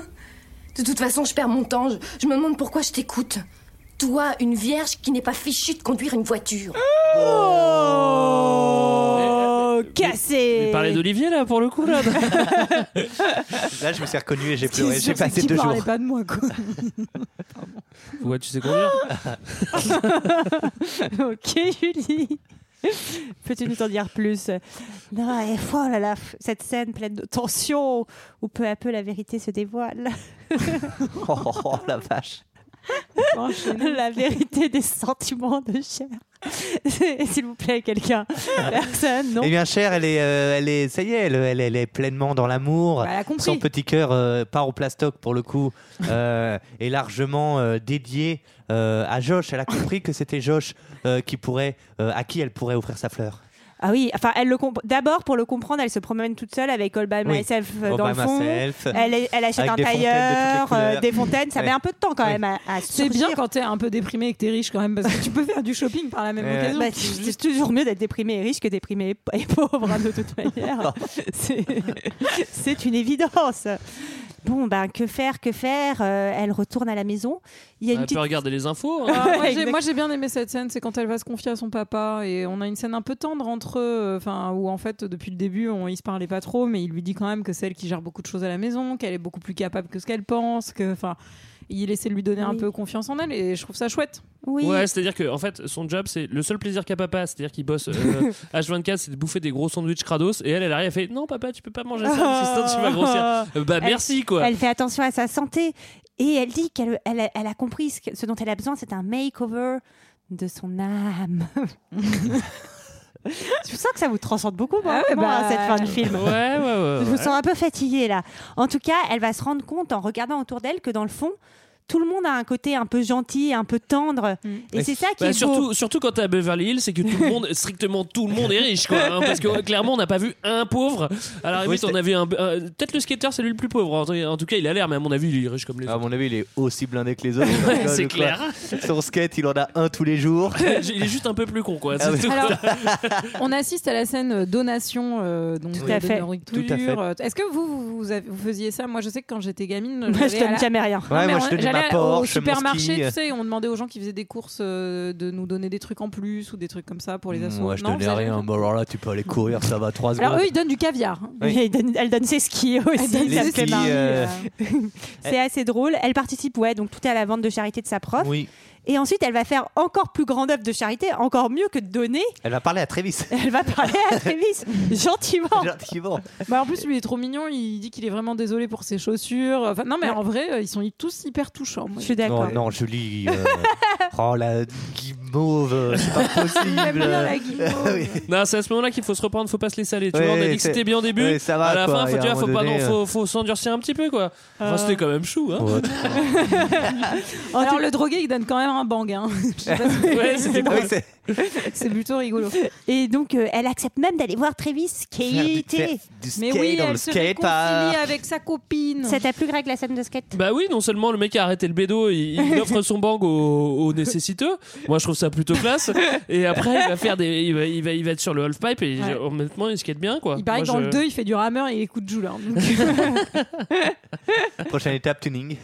[SPEAKER 7] De toute façon, je perds mon temps, je, je me demande pourquoi je t'écoute. Toi, une vierge qui n'est pas fichue de conduire une voiture.
[SPEAKER 1] Oh,
[SPEAKER 8] Oh, Mais-
[SPEAKER 1] cassé.
[SPEAKER 8] Mais parler d'Olivier là pour le coup là.
[SPEAKER 6] Là, je me suis reconnu et j'ai
[SPEAKER 9] Ce qui est
[SPEAKER 6] pleuré. J'ai
[SPEAKER 9] sûr, c'est
[SPEAKER 6] passé
[SPEAKER 9] qu'il
[SPEAKER 6] deux
[SPEAKER 9] parlait
[SPEAKER 6] jours.
[SPEAKER 9] pas de moi, quoi.
[SPEAKER 8] ouais, tu sais Ah, conduire.
[SPEAKER 1] ok, Julie. Peux-tu nous en dire plus
[SPEAKER 12] Non, et, oh là là, f- cette scène pleine de tension où peu à peu la vérité se dévoile.
[SPEAKER 6] Oh, oh, oh, la vache.
[SPEAKER 9] Bah,
[SPEAKER 1] La vérité des sentiments de Cher. Et S'il vous plaît, quelqu'un. Personne, non
[SPEAKER 6] Eh bien, Cher, elle est, euh, elle est, ça y est, elle, elle- elle est pleinement dans l'amour.
[SPEAKER 9] Bah, elle a compris.
[SPEAKER 6] Son petit cœur euh, part au plastoc pour le coup euh, est largement euh, dédié euh, à Josh. Elle a compris que c'était Josh euh, qui pourrait, euh, à qui elle pourrait offrir sa fleur.
[SPEAKER 1] Ah oui, enfin, elle le comp- d'abord pour le comprendre, elle se promène toute seule avec All by
[SPEAKER 6] Oui.
[SPEAKER 1] Myself euh,
[SPEAKER 6] All
[SPEAKER 1] dans
[SPEAKER 6] by
[SPEAKER 1] le fond.
[SPEAKER 6] bah, myself.
[SPEAKER 1] Elle, est- elle achète
[SPEAKER 6] Avec
[SPEAKER 1] un
[SPEAKER 6] des fontaines de
[SPEAKER 1] tailleur,
[SPEAKER 6] toutes les
[SPEAKER 1] euh,
[SPEAKER 6] couleurs.
[SPEAKER 1] des fontaines. Ça
[SPEAKER 6] Ouais.
[SPEAKER 1] met un peu de temps quand
[SPEAKER 6] Oui.
[SPEAKER 1] même à, à
[SPEAKER 9] C'est
[SPEAKER 1] surgir.
[SPEAKER 9] bien quand t'es un peu déprimé et que t'es riche quand même, parce que tu peux faire du shopping par la même
[SPEAKER 6] Ouais, ouais.
[SPEAKER 9] occasion.
[SPEAKER 1] Bah, c'est toujours mieux d'être déprimé et riche que déprimé et pa- et pauvre hein, de toute manière. C'est- C'est une évidence.
[SPEAKER 12] Bon, ben que faire, que faire Euh, Elle retourne à la maison. Il y a
[SPEAKER 8] On
[SPEAKER 12] une petite.
[SPEAKER 8] peut regarder les infos. hein.
[SPEAKER 9] Ah, moi, j'ai-
[SPEAKER 1] Exact.
[SPEAKER 9] moi j'ai bien aimé cette scène, c'est quand elle va se confier à son papa et on a une scène un peu tendre entre eux, euh, enfin où en fait depuis le début on, ils se parlaient pas trop, mais il lui dit quand même que c'est elle qui gère beaucoup de choses à la maison, qu'elle est beaucoup plus capable que ce qu'elle pense, que enfin il essaie de lui donner un
[SPEAKER 12] Oui.
[SPEAKER 9] peu confiance en elle et je trouve ça chouette.
[SPEAKER 12] Oui.
[SPEAKER 8] Ouais, c'est-à-dire que en fait, son job, c'est le seul plaisir qu'a papa, c'est-à-dire qu'il bosse euh, H24, c'est de bouffer des gros sandwichs crados, et elle, elle arrive, elle fait non papa, tu peux pas manger ça, parce que sinon tu vas grossir. Euh, bah
[SPEAKER 12] Elle-
[SPEAKER 8] merci quoi.
[SPEAKER 12] Elle fait attention à sa santé et elle dit qu'elle elle, a- elle a compris ce, que- ce dont elle a besoin, c'est un makeover de son âme. Je sens que ça vous transcende beaucoup, moi,
[SPEAKER 9] Ah ouais,
[SPEAKER 12] moi,
[SPEAKER 9] bah-
[SPEAKER 12] hein, cette fin de film.
[SPEAKER 8] Ouais, ouais, ouais.
[SPEAKER 12] Je
[SPEAKER 8] ouais.
[SPEAKER 12] me sens un peu fatiguée là. En tout cas, elle va se rendre compte en regardant autour d'elle que dans le fond, tout le monde a un côté un peu gentil, un peu tendre.
[SPEAKER 9] Mm.
[SPEAKER 12] Et c'est ça qui est
[SPEAKER 8] Bah,
[SPEAKER 12] beau.
[SPEAKER 8] surtout, surtout quand t'es à Beverly Hills, c'est que tout le monde, strictement tout le monde est riche, quoi. hein, parce que euh, clairement, on n'a pas vu un pauvre. À la
[SPEAKER 6] Oui,
[SPEAKER 8] limite,
[SPEAKER 6] c'est-
[SPEAKER 8] on a vu un. un- Peut-être le skater, c'est lui le plus pauvre. En, tout- en tout cas, il a l'air, mais à mon avis, il est riche comme les
[SPEAKER 6] À
[SPEAKER 8] autres.
[SPEAKER 6] mon avis, il est aussi blindé que les autres.
[SPEAKER 8] Ouais,
[SPEAKER 6] Je
[SPEAKER 8] c'est
[SPEAKER 6] crois.
[SPEAKER 8] clair.
[SPEAKER 6] Son skate, il en a un tous les jours.
[SPEAKER 8] il est juste un peu plus con, quoi. c'est
[SPEAKER 6] oui.
[SPEAKER 8] tout.
[SPEAKER 9] Alors on assiste à la scène euh, donation euh, donc
[SPEAKER 6] Tout
[SPEAKER 9] euh,
[SPEAKER 1] à
[SPEAKER 9] de
[SPEAKER 1] fait.
[SPEAKER 9] nourriture.
[SPEAKER 6] Tout à fait.
[SPEAKER 9] Euh, Est-ce que vous vous, vous avez- vous faisiez ça Moi je sais que quand j'étais gamine,
[SPEAKER 1] Moi, je
[SPEAKER 9] j'allais à
[SPEAKER 1] donne
[SPEAKER 9] la-
[SPEAKER 1] jamais rien.
[SPEAKER 9] Non,
[SPEAKER 6] Ouais,
[SPEAKER 9] mais
[SPEAKER 6] moi,
[SPEAKER 9] on-
[SPEAKER 6] je tenais ma
[SPEAKER 9] j'allais au
[SPEAKER 6] Porsche, mon
[SPEAKER 9] supermarché,
[SPEAKER 6] ski.
[SPEAKER 9] tu sais, et on demandait aux gens qui faisaient des courses euh, de nous donner des trucs en plus ou des trucs comme ça pour les assos.
[SPEAKER 6] Mmh, Moi, je
[SPEAKER 9] Non,
[SPEAKER 6] tenais
[SPEAKER 9] vous avez-
[SPEAKER 6] rien. Bon, alors là, tu peux aller courir, ça va 3 secondes.
[SPEAKER 9] Alors eux, ils donnent du caviar. hein.
[SPEAKER 6] Oui.
[SPEAKER 1] Elle, donne, elle donne ses skis aussi.
[SPEAKER 9] Elle donne
[SPEAKER 1] ça
[SPEAKER 6] les
[SPEAKER 1] me fait
[SPEAKER 6] skis,
[SPEAKER 1] marrer.
[SPEAKER 6] euh,
[SPEAKER 12] C'est assez drôle. Elle participe, ouais, donc tout est à la vente de charité de sa prof.
[SPEAKER 6] Oui,
[SPEAKER 12] Et ensuite, elle va faire encore plus grande œuvre de charité, encore mieux que de donner.
[SPEAKER 6] elle va parler à Travis.
[SPEAKER 12] Elle va parler à Travis gentiment.
[SPEAKER 6] Gentiment.
[SPEAKER 9] Bah, en plus, lui il est trop mignon. Il dit qu'il est vraiment désolé pour ses chaussures. Enfin, non, mais en vrai, euh, ils sont tous hyper touchants. moi.
[SPEAKER 12] Je suis d'accord.
[SPEAKER 6] Non, non, Julie. euh, oh, la guimauve, euh, c'est pas
[SPEAKER 9] J'aime
[SPEAKER 6] possible.
[SPEAKER 9] bien la guimauve.
[SPEAKER 6] Oui.
[SPEAKER 8] Non, c'est à ce moment-là qu'il faut se reprendre, faut pas se laisser aller. Tu
[SPEAKER 6] Ouais,
[SPEAKER 8] vois, on a dit
[SPEAKER 6] ouais,
[SPEAKER 8] que
[SPEAKER 6] c'est-
[SPEAKER 8] c'était bien au début.
[SPEAKER 6] ouais, ça va,
[SPEAKER 8] à la
[SPEAKER 6] Ah, quoi,
[SPEAKER 8] fin,
[SPEAKER 6] et
[SPEAKER 8] faut,
[SPEAKER 6] à
[SPEAKER 8] tu
[SPEAKER 6] un
[SPEAKER 8] vois, faut,
[SPEAKER 6] moment
[SPEAKER 8] pas, non,
[SPEAKER 6] donné, euh.
[SPEAKER 8] faut, faut s'endurcir un petit peu,
[SPEAKER 9] Euh.
[SPEAKER 8] quoi. Enfin, c'était quand même chou, hein.
[SPEAKER 6] Ouais.
[SPEAKER 9] Alors le drogué, il donne quand même un bang. hein. Je sais pas si-
[SPEAKER 8] Ouais, c'était
[SPEAKER 6] Ah
[SPEAKER 8] drôle.
[SPEAKER 6] oui, c'est-
[SPEAKER 9] C'est plutôt rigolo.
[SPEAKER 12] Et donc, euh, elle accepte même d'aller voir Travis,
[SPEAKER 6] faire du-
[SPEAKER 12] qui
[SPEAKER 6] faire
[SPEAKER 12] était.
[SPEAKER 6] du
[SPEAKER 9] Mais
[SPEAKER 6] skate
[SPEAKER 9] oui,
[SPEAKER 6] dans le
[SPEAKER 9] elle se
[SPEAKER 6] skate ah.
[SPEAKER 9] réconcilie avec sa copine.
[SPEAKER 12] Ça t'a plu, Greg, la scène de skate
[SPEAKER 8] Bah oui, non seulement le mec a arrêté le bédo, il, il offre son bang aux, aux nécessiteux. Moi, je trouve ça plutôt classe. Et après, il va faire des, il va, il va, il va être sur le half pipe et
[SPEAKER 9] Ouais.
[SPEAKER 8] honnêtement, il skate bien, quoi.
[SPEAKER 9] Il paraît
[SPEAKER 8] Moi,
[SPEAKER 9] que dans
[SPEAKER 8] je-
[SPEAKER 9] le 2, il fait du rameur et il écoute Joule. hein. Donc,
[SPEAKER 6] Prochaine étape, tuning.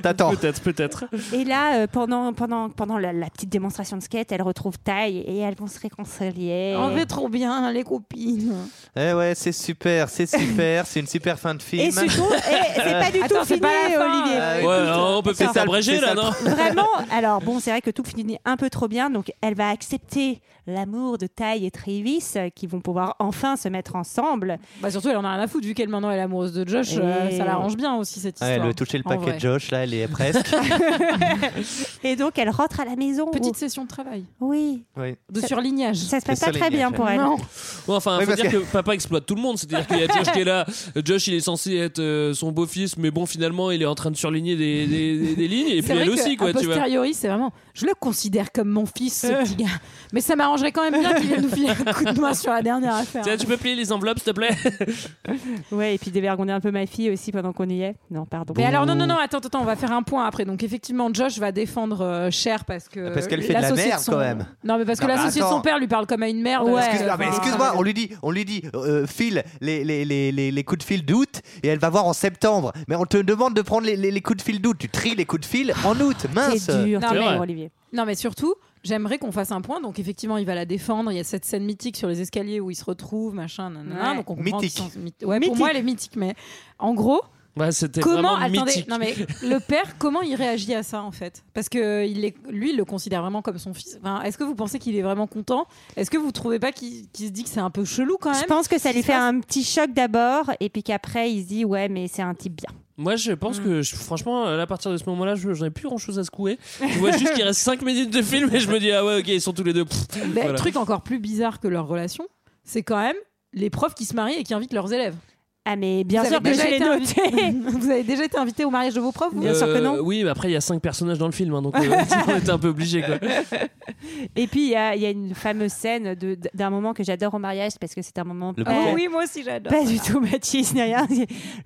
[SPEAKER 6] t'attend.
[SPEAKER 8] Peut-être, peut-être.
[SPEAKER 12] Et là, euh, pendant, pendant, pendant la, la petite démonstration de skate, elle retrouve Taille et elles vont se réconcilier.
[SPEAKER 9] En vrai, trop bien, les copines.
[SPEAKER 6] Eh ouais, c'est super, c'est super, c'est une super fin de film.
[SPEAKER 12] Et surtout, et c'est pas du
[SPEAKER 9] Attends,
[SPEAKER 12] tout
[SPEAKER 9] c'est
[SPEAKER 12] fini,
[SPEAKER 9] pas la fin,
[SPEAKER 12] Olivier.
[SPEAKER 9] euh,
[SPEAKER 8] Ouais, alors, on peut
[SPEAKER 6] c'est
[SPEAKER 8] peut-être
[SPEAKER 6] ça,
[SPEAKER 8] abréger,
[SPEAKER 6] c'est
[SPEAKER 8] là,
[SPEAKER 6] ça.
[SPEAKER 8] non
[SPEAKER 12] Vraiment, alors bon, c'est vrai que tout finit un peu trop bien, donc elle va accepter l'amour de Taille et Travis euh, qui vont pouvoir enfin se mettre ensemble.
[SPEAKER 9] Bah surtout, elle en a rien à foutre, vu qu'elle maintenant elle est amoureuse de Josh, euh,
[SPEAKER 12] Et-
[SPEAKER 9] ça l'arrange bien aussi cette
[SPEAKER 6] Ouais,
[SPEAKER 9] histoire.
[SPEAKER 6] elle a touché le
[SPEAKER 9] En
[SPEAKER 6] paquet
[SPEAKER 9] vrai.
[SPEAKER 6] de Josh, là, elle est presque.
[SPEAKER 12] Et donc elle rentre à la maison.
[SPEAKER 9] Petite session de travail,
[SPEAKER 12] où- Oui,
[SPEAKER 6] Oui.
[SPEAKER 9] de
[SPEAKER 12] Ça-
[SPEAKER 9] surlignage.
[SPEAKER 12] ça se passe
[SPEAKER 6] Le
[SPEAKER 12] pas très
[SPEAKER 6] soleil
[SPEAKER 12] bien
[SPEAKER 6] nage.
[SPEAKER 12] pour elle.
[SPEAKER 9] Non.
[SPEAKER 8] Ouais, enfin,
[SPEAKER 6] Oui,
[SPEAKER 8] faut
[SPEAKER 6] parce
[SPEAKER 8] dire que...
[SPEAKER 6] que-
[SPEAKER 8] papa exploite tout le monde. C'est-à-dire qu'il y a Josh qui est là. Josh, il est censé être euh, son beau-fils, mais bon, finalement, il est en train de surligner des, des- des- des lignes. Et puis
[SPEAKER 9] C'est vrai
[SPEAKER 8] elle
[SPEAKER 9] que,
[SPEAKER 8] aussi,
[SPEAKER 9] a
[SPEAKER 8] quoi, tu vois.
[SPEAKER 9] posteriori, c'est vraiment. Je le considère comme mon fils, ce petit gars. Mais ça m'arrangerait quand même bien qu'il vienne nous filer un coup de main sur la dernière affaire.
[SPEAKER 8] Tiens, tu peux plier les enveloppes, s'il te plaît
[SPEAKER 1] Ouais, et puis dévergonder un peu ma fille aussi pendant qu'on y est. Non, pardon.
[SPEAKER 9] Mais alors, non, non, non, attends, attends, on va faire un point après. Donc, effectivement, Josh va défendre euh, Cher parce que.
[SPEAKER 6] Parce qu'elle fait de la
[SPEAKER 9] l'associé
[SPEAKER 6] merde,
[SPEAKER 9] son-
[SPEAKER 6] quand même.
[SPEAKER 9] Non, mais parce que
[SPEAKER 6] Non, mais
[SPEAKER 9] l'associé de
[SPEAKER 6] attends.
[SPEAKER 9] son père lui parle comme à une merde.
[SPEAKER 1] Ouais.
[SPEAKER 9] parce que-
[SPEAKER 6] Excuse-moi, mais
[SPEAKER 9] enfin,
[SPEAKER 6] excuse-moi, on lui dit, on lui dit, euh, file les, les, les, les, les coups de fil d'août et elle va voir en septembre. Mais on te demande de prendre les, les, les coups de fil d'août. Tu tries les coups de fil en août, mince.
[SPEAKER 1] C'est dur,
[SPEAKER 9] Non,
[SPEAKER 1] c'est
[SPEAKER 8] mais-
[SPEAKER 1] dur, Olivier.
[SPEAKER 9] Non, mais surtout, j'aimerais qu'on fasse un point. Donc, effectivement, il va la défendre. Il y a cette scène mythique sur les escaliers où ils se retrouvent, machin, nanana.
[SPEAKER 8] Ouais.
[SPEAKER 9] Donc, on comprend
[SPEAKER 8] Mythique.
[SPEAKER 9] qu'ils sont myth- Ouais,
[SPEAKER 8] Mythique.
[SPEAKER 9] pour moi, elle est mythique. Mais en gros,
[SPEAKER 8] Ouais, Bah, c'était vraiment
[SPEAKER 9] comment, attendez,
[SPEAKER 8] mythique.
[SPEAKER 9] non, mais le père, comment il réagit à ça, en fait Parce que il est, lui, il le considère vraiment comme son fils. Enfin, Est-ce que vous pensez qu'il est vraiment content Est-ce que vous trouvez pas qu'il qu'il se dit que c'est un peu chelou quand même
[SPEAKER 1] Je pense que ça
[SPEAKER 9] ce qui
[SPEAKER 1] lui
[SPEAKER 9] se
[SPEAKER 1] fait
[SPEAKER 9] passe
[SPEAKER 1] un petit choc d'abord, et puis qu'après, il se dit Ouais, mais c'est un type bien.
[SPEAKER 8] Moi, je pense que, je- franchement, à partir de ce moment-là, je- j'en ai plus grand-chose à secouer. Je vois juste qu'il reste 5 minutes de film et je me dis, ah ouais, ok, ils sont tous les deux. Pff,
[SPEAKER 9] Mais
[SPEAKER 8] voilà.
[SPEAKER 9] truc encore plus bizarre que leur relation, c'est quand même les profs qui se marient et qui invitent leurs élèves.
[SPEAKER 1] Ah mais bien
[SPEAKER 8] sûr que je l'ai
[SPEAKER 9] Vous avez déjà été invité au mariage de vos profs vous
[SPEAKER 8] Euh, Oui, mais après, il y a 5 personnages dans le film, hein, donc euh, on était un peu obligé, quoi.
[SPEAKER 1] Et puis, il y, a il y a une fameuse scène de- d'un moment que j'adore au mariage, parce que c'est un moment.
[SPEAKER 6] Le
[SPEAKER 1] pas-
[SPEAKER 6] bouquet. Oui,
[SPEAKER 9] Ah moi aussi, j'adore.
[SPEAKER 1] Pas du tout, Mathis, ni rien.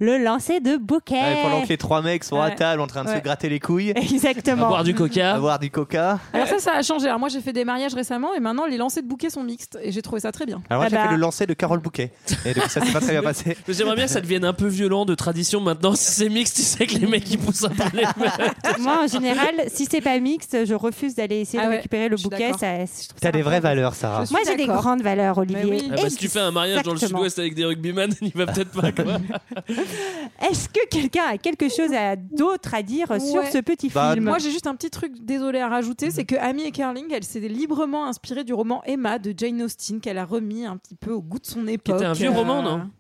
[SPEAKER 1] Le lancer de bouquet.
[SPEAKER 6] Ouais, pendant que les trois mecs sont à
[SPEAKER 1] Eh. Ouais.
[SPEAKER 6] table en train de
[SPEAKER 1] Ouais.
[SPEAKER 6] se gratter les couilles.
[SPEAKER 1] Exactement. À boire
[SPEAKER 8] du coca.
[SPEAKER 6] À boire du coca.
[SPEAKER 9] Alors ça, ça a changé. Alors moi, j'ai fait des mariages récemment et maintenant, les lancers de bouquets sont mixtes et j'ai trouvé ça très bien.
[SPEAKER 6] Alors
[SPEAKER 1] Eh
[SPEAKER 6] moi, j'ai
[SPEAKER 1] ben.
[SPEAKER 6] fait le lancer de Carole Bouquet. Et donc ça s'est pas très bien passé.
[SPEAKER 8] Mais J'aimerais bien que ça devienne un peu violent de tradition maintenant. Si c'est mixte, tu sais que les mecs ils poussent un peu les meufs.
[SPEAKER 1] Moi, en général, si c'est pas mixte, je refuse d'aller essayer
[SPEAKER 9] Ah
[SPEAKER 1] de
[SPEAKER 9] ouais,
[SPEAKER 1] récupérer le
[SPEAKER 9] je suis
[SPEAKER 1] bouquet.
[SPEAKER 9] d'accord.
[SPEAKER 1] Ça, je trouve ça
[SPEAKER 6] T'as des vraies valeurs, Sarah.
[SPEAKER 1] Moi, j'ai des grandes valeurs, Olivier.
[SPEAKER 8] Ah bah, si tu fais un mariage dans le
[SPEAKER 1] Exactement.
[SPEAKER 8] sud-ouest avec des rugbyman, il va peut-être pas quoi.
[SPEAKER 1] Est-ce que quelqu'un a quelque chose à- d'autre à dire sur
[SPEAKER 9] Ouais.
[SPEAKER 1] ce petit
[SPEAKER 8] Bah,
[SPEAKER 1] film
[SPEAKER 9] Moi, j'ai juste un petit truc désolé à rajouter, c'est que Amy Kerling, elle s'est librement inspirée du roman Emma de Jane Austen qu'elle a remis un petit peu au goût de son époque.
[SPEAKER 8] C'était un vieux
[SPEAKER 9] Euh,
[SPEAKER 8] roman, non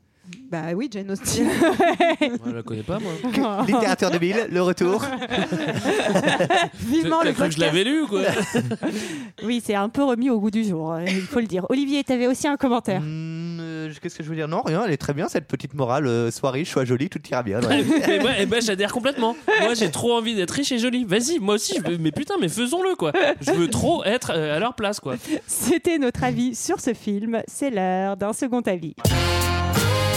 [SPEAKER 9] Bah oui, Jane Austen.
[SPEAKER 8] Je la connais pas, moi.
[SPEAKER 6] Littérature 2000, le retour.
[SPEAKER 9] Vivement
[SPEAKER 8] T'as
[SPEAKER 1] le
[SPEAKER 8] cru que je
[SPEAKER 1] podcast.
[SPEAKER 8] l'avais lu ou quoi
[SPEAKER 1] Oui, c'est un peu remis au goût du jour, euh, il faut le dire. Olivier, tu avais aussi un commentaire.
[SPEAKER 6] Mmh, euh, Qu'est-ce que je veux dire Non, rien, elle est très bien cette petite morale. euh, sois riche, sois jolie, tout ira bien. ouais.
[SPEAKER 8] Mais moi, eh ben, j'adhère complètement. Moi, j'ai trop envie d'être riche et jolie. Vas-y, moi aussi, je veux... mais putain, mais faisons-le quoi. Je veux trop être euh, à leur place quoi.
[SPEAKER 1] C'était notre avis sur ce film. C'est l'heure d'un second avis.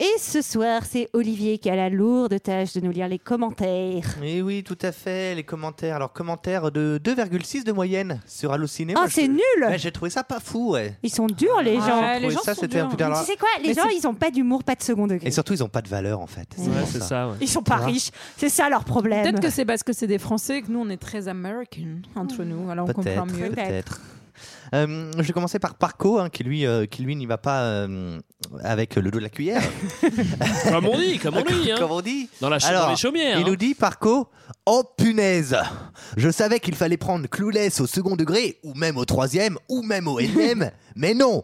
[SPEAKER 1] Et ce soir, c'est Olivier qui a la lourde tâche de nous lire les commentaires.
[SPEAKER 6] Mais oui, tout à fait, les commentaires. Alors, commentaires de 2,6 de moyenne sur Allociné.
[SPEAKER 1] Ah,
[SPEAKER 6] Moi,
[SPEAKER 1] c'est
[SPEAKER 6] je-
[SPEAKER 1] nul
[SPEAKER 6] Ouais, J'ai trouvé ça pas fou, ouais.
[SPEAKER 1] Ils sont durs, les
[SPEAKER 6] Ah,
[SPEAKER 1] gens. hein.
[SPEAKER 6] j'ai trouvé ça, c'était un putain, alors-
[SPEAKER 1] Tu sais quoi Les
[SPEAKER 6] Mais
[SPEAKER 1] gens,
[SPEAKER 6] c'est-
[SPEAKER 1] ils n'ont pas d'humour, pas de second degré.
[SPEAKER 6] Et Ah. surtout, ils ont pas de valeur en fait.
[SPEAKER 1] Ouais,
[SPEAKER 6] pour
[SPEAKER 8] c'est ça, ouais.
[SPEAKER 1] Ils sont pas
[SPEAKER 6] Tu vois
[SPEAKER 1] riches. C'est ça leur problème.
[SPEAKER 9] Peut-être que c'est parce que c'est des Français et que nous, on est très American entre nous. Alors on comprend
[SPEAKER 6] Peut-être,
[SPEAKER 9] mieux.
[SPEAKER 6] peut-être. Euh, je vais commencer par Parco, hein, qui lui, euh, qui lui n'y va pas euh, avec le dos de la cuillère.
[SPEAKER 8] Comme on dit, comme on dit. Hein.
[SPEAKER 6] Comme on dit.
[SPEAKER 8] Dans la ch- dans les chaumières.
[SPEAKER 6] il
[SPEAKER 8] hein.
[SPEAKER 6] nous dit Parco, oh punaise, je savais qu'il fallait prendre Clouless au second degré, ou même au troisième, ou même au énième, mais non,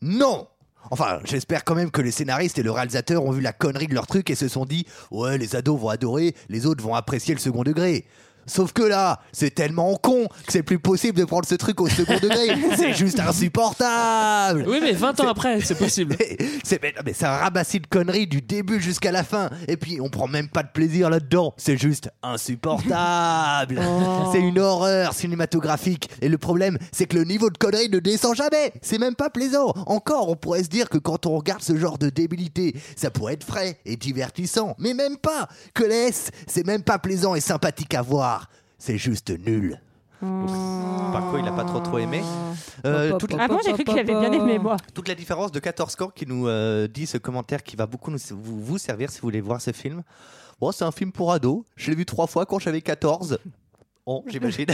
[SPEAKER 6] non. Enfin, j'espère quand même que les scénaristes et le réalisateur ont vu la connerie de leur truc et se sont dit ouais, les ados vont adorer, les autres vont apprécier le second degré. Sauf que là, c'est tellement con que c'est plus possible de prendre ce truc au second degré. c'est juste insupportable.
[SPEAKER 8] Oui, mais 20 ans après, c'est possible.
[SPEAKER 6] C'est mais, non, mais c'est un ramassis de conneries du début jusqu'à la fin. Et puis on prend même pas de plaisir là-dedans. C'est juste insupportable.
[SPEAKER 14] Oh.
[SPEAKER 6] C'est une horreur cinématographique. Et le problème, c'est que le niveau de conneries ne descend jamais. C'est même pas plaisant. Encore, on pourrait se dire que quand on regarde ce genre de débilité, ça pourrait être frais et divertissant. Mais même pas. Que laisse, c'est même pas plaisant et sympathique à voir. C'est juste nul. Par quoi il a pas trop trop aimé. Euh, toute la-
[SPEAKER 1] Ah bon, j'ai cru qu'il avait bien aimé, moi.
[SPEAKER 6] toute la différence de 14 camps qui nous euh, dit ce commentaire qui va beaucoup nous, vous, vous servir si vous voulez voir ce film. Bon, c'est un film pour ados. Je l'ai vu trois fois quand j'avais 14 ans, j'imagine.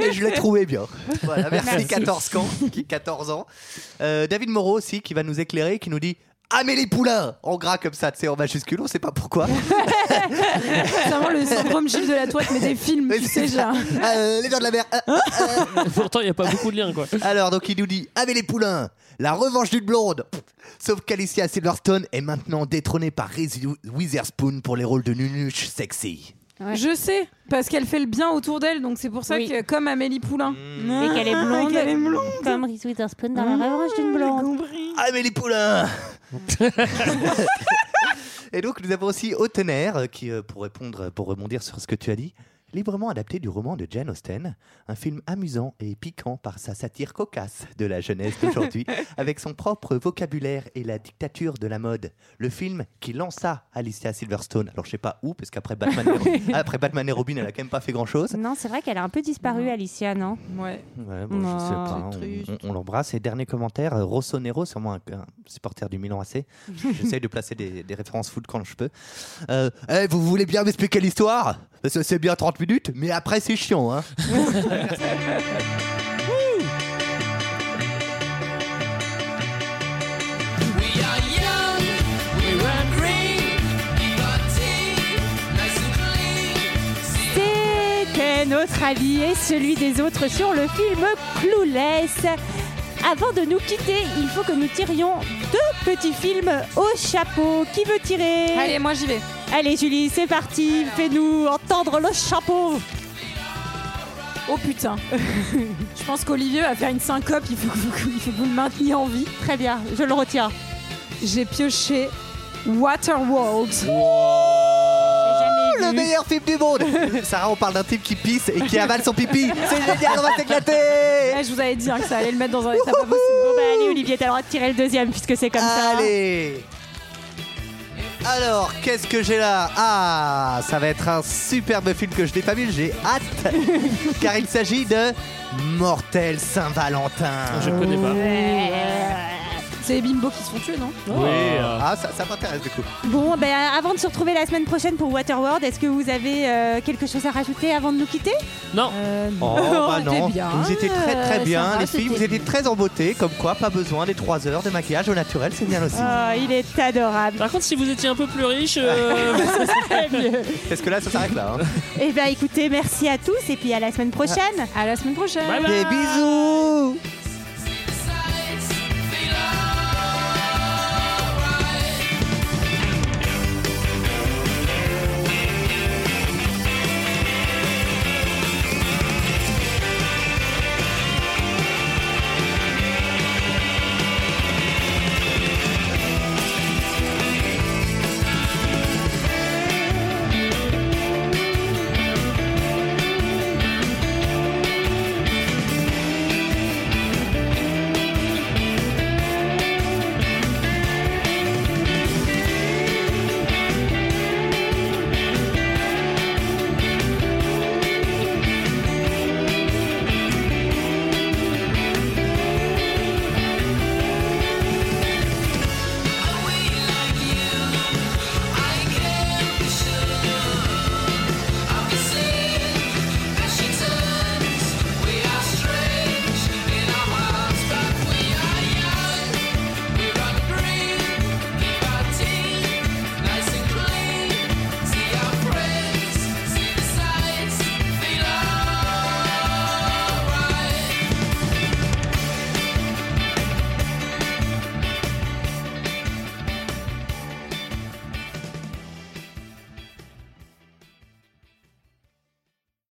[SPEAKER 6] Et je l'ai trouvé bien. Voilà, merci,
[SPEAKER 14] Merci.
[SPEAKER 6] 14 camps, qui 14 ans. Euh, David Moreau aussi qui va nous éclairer, qui nous dit Amélie Poulain En gras comme ça, tu sais, en majuscule, on sait pas pourquoi.
[SPEAKER 9] C'est vraiment le syndrome Gilles de la Tourette, mais des films, tu sais, genre.
[SPEAKER 6] Euh, les dents de la mer. euh, euh.
[SPEAKER 8] Pourtant, il n'y a pas beaucoup de liens quoi.
[SPEAKER 6] Alors, donc, il nous dit Amélie Poulain, la revanche d'une blonde. Pff, Sauf qu'Alicia Silverstone est maintenant détrônée par Reese Witherspoon pour les rôles de nunuche sexy.
[SPEAKER 9] Je sais, parce qu'elle fait le bien autour d'elle, donc c'est pour ça que, comme Amélie Poulain.
[SPEAKER 6] Ah,
[SPEAKER 9] Ah,
[SPEAKER 1] Et qu'elle est blonde.
[SPEAKER 9] Mmh. qu'elle est blonde.
[SPEAKER 1] Comme Reese Witherspoon dans la revanche d'une blonde.
[SPEAKER 6] Amélie Poulain euh, Et donc, nous avons aussi Autenaire qui, euh, pour répondre, pour rebondir sur ce que tu as dit, librement adapté du roman de Jane Austen, un film amusant et piquant par sa satire cocasse de la jeunesse d'aujourd'hui, avec son propre vocabulaire et la dictature de la mode. Le film qui lança Alicia Silverstone, alors je sais pas où, parce qu'après Batman, et- après Batman et Robin, elle a quand même pas fait grand-chose.
[SPEAKER 12] Non, c'est vrai qu'elle a un peu disparu, Alicia, non
[SPEAKER 9] Ouais.
[SPEAKER 6] Ouais, bon, je sais pas, on- on, on l'embrasse. Et dernier commentaire, euh, Rossonero, sûrement un, un supporter du Milan AC. J'essaie de placer des, des références foot quand je peux. Euh, Eh, vous voulez bien m'expliquer l'histoire Parce que c'est bien 30 minutes, mais après c'est chiant. Hein
[SPEAKER 1] C'était notre avis et celui des autres sur le film Clouless. Avant de nous quitter, il faut que nous tirions deux petits films au chapeau. Qui veut tirer
[SPEAKER 9] Allez, moi j'y vais.
[SPEAKER 1] Allez Julie, c'est parti. Fais-nous entendre le chapeau.
[SPEAKER 9] Oh putain. Je pense qu'Olivier va faire une syncope, il faut que vous, il faut que vous le mainteniez en vie.
[SPEAKER 1] Très bien, je le retiens.
[SPEAKER 9] J'ai pioché Waterworld. Oh,
[SPEAKER 6] Le meilleur film du monde Sarah, on parle d'un type qui pisse et qui avale son pipi. C'est génial, on va s'éclater
[SPEAKER 9] Ouais, je vous avais dit hein, que ça allait le mettre dans un état pas possible.
[SPEAKER 1] Bon bah allez Olivier, t'as le droit de tirer le deuxième puisque c'est comme ça. hein.
[SPEAKER 6] Allez Alors, qu'est-ce que j'ai là Ah, ça va être un superbe film que je n'ai pas vu, j'ai hâte Car il s'agit de Mortel Saint-Valentin.
[SPEAKER 8] Je connais pas.
[SPEAKER 9] C'est les bimbos qui se font tuer, non
[SPEAKER 8] euh.
[SPEAKER 6] Ah, ça, ça m'intéresse du coup.
[SPEAKER 1] Bon, ben, avant de se retrouver la semaine prochaine pour Waterworld, est-ce que vous avez euh, quelque chose à rajouter avant de nous quitter
[SPEAKER 8] Non.
[SPEAKER 6] Oh, bah
[SPEAKER 9] était
[SPEAKER 6] non,
[SPEAKER 9] bien,
[SPEAKER 6] vous étiez très très
[SPEAKER 9] euh,
[SPEAKER 6] bien,
[SPEAKER 9] sympa,
[SPEAKER 6] les filles, vous
[SPEAKER 9] c'était-
[SPEAKER 6] étiez très en beauté, comme quoi, pas besoin des 3 heures de maquillage au naturel, c'est bien aussi.
[SPEAKER 1] Oh, il est adorable.
[SPEAKER 8] Par contre, si vous étiez un peu plus riche, euh,
[SPEAKER 6] Est-ce que là, ça s'arrête là hein
[SPEAKER 1] ben, Eh bien, écoutez, merci à tous et puis à la semaine prochaine.
[SPEAKER 9] À la semaine prochaine.
[SPEAKER 8] bye bye.
[SPEAKER 6] Des bisous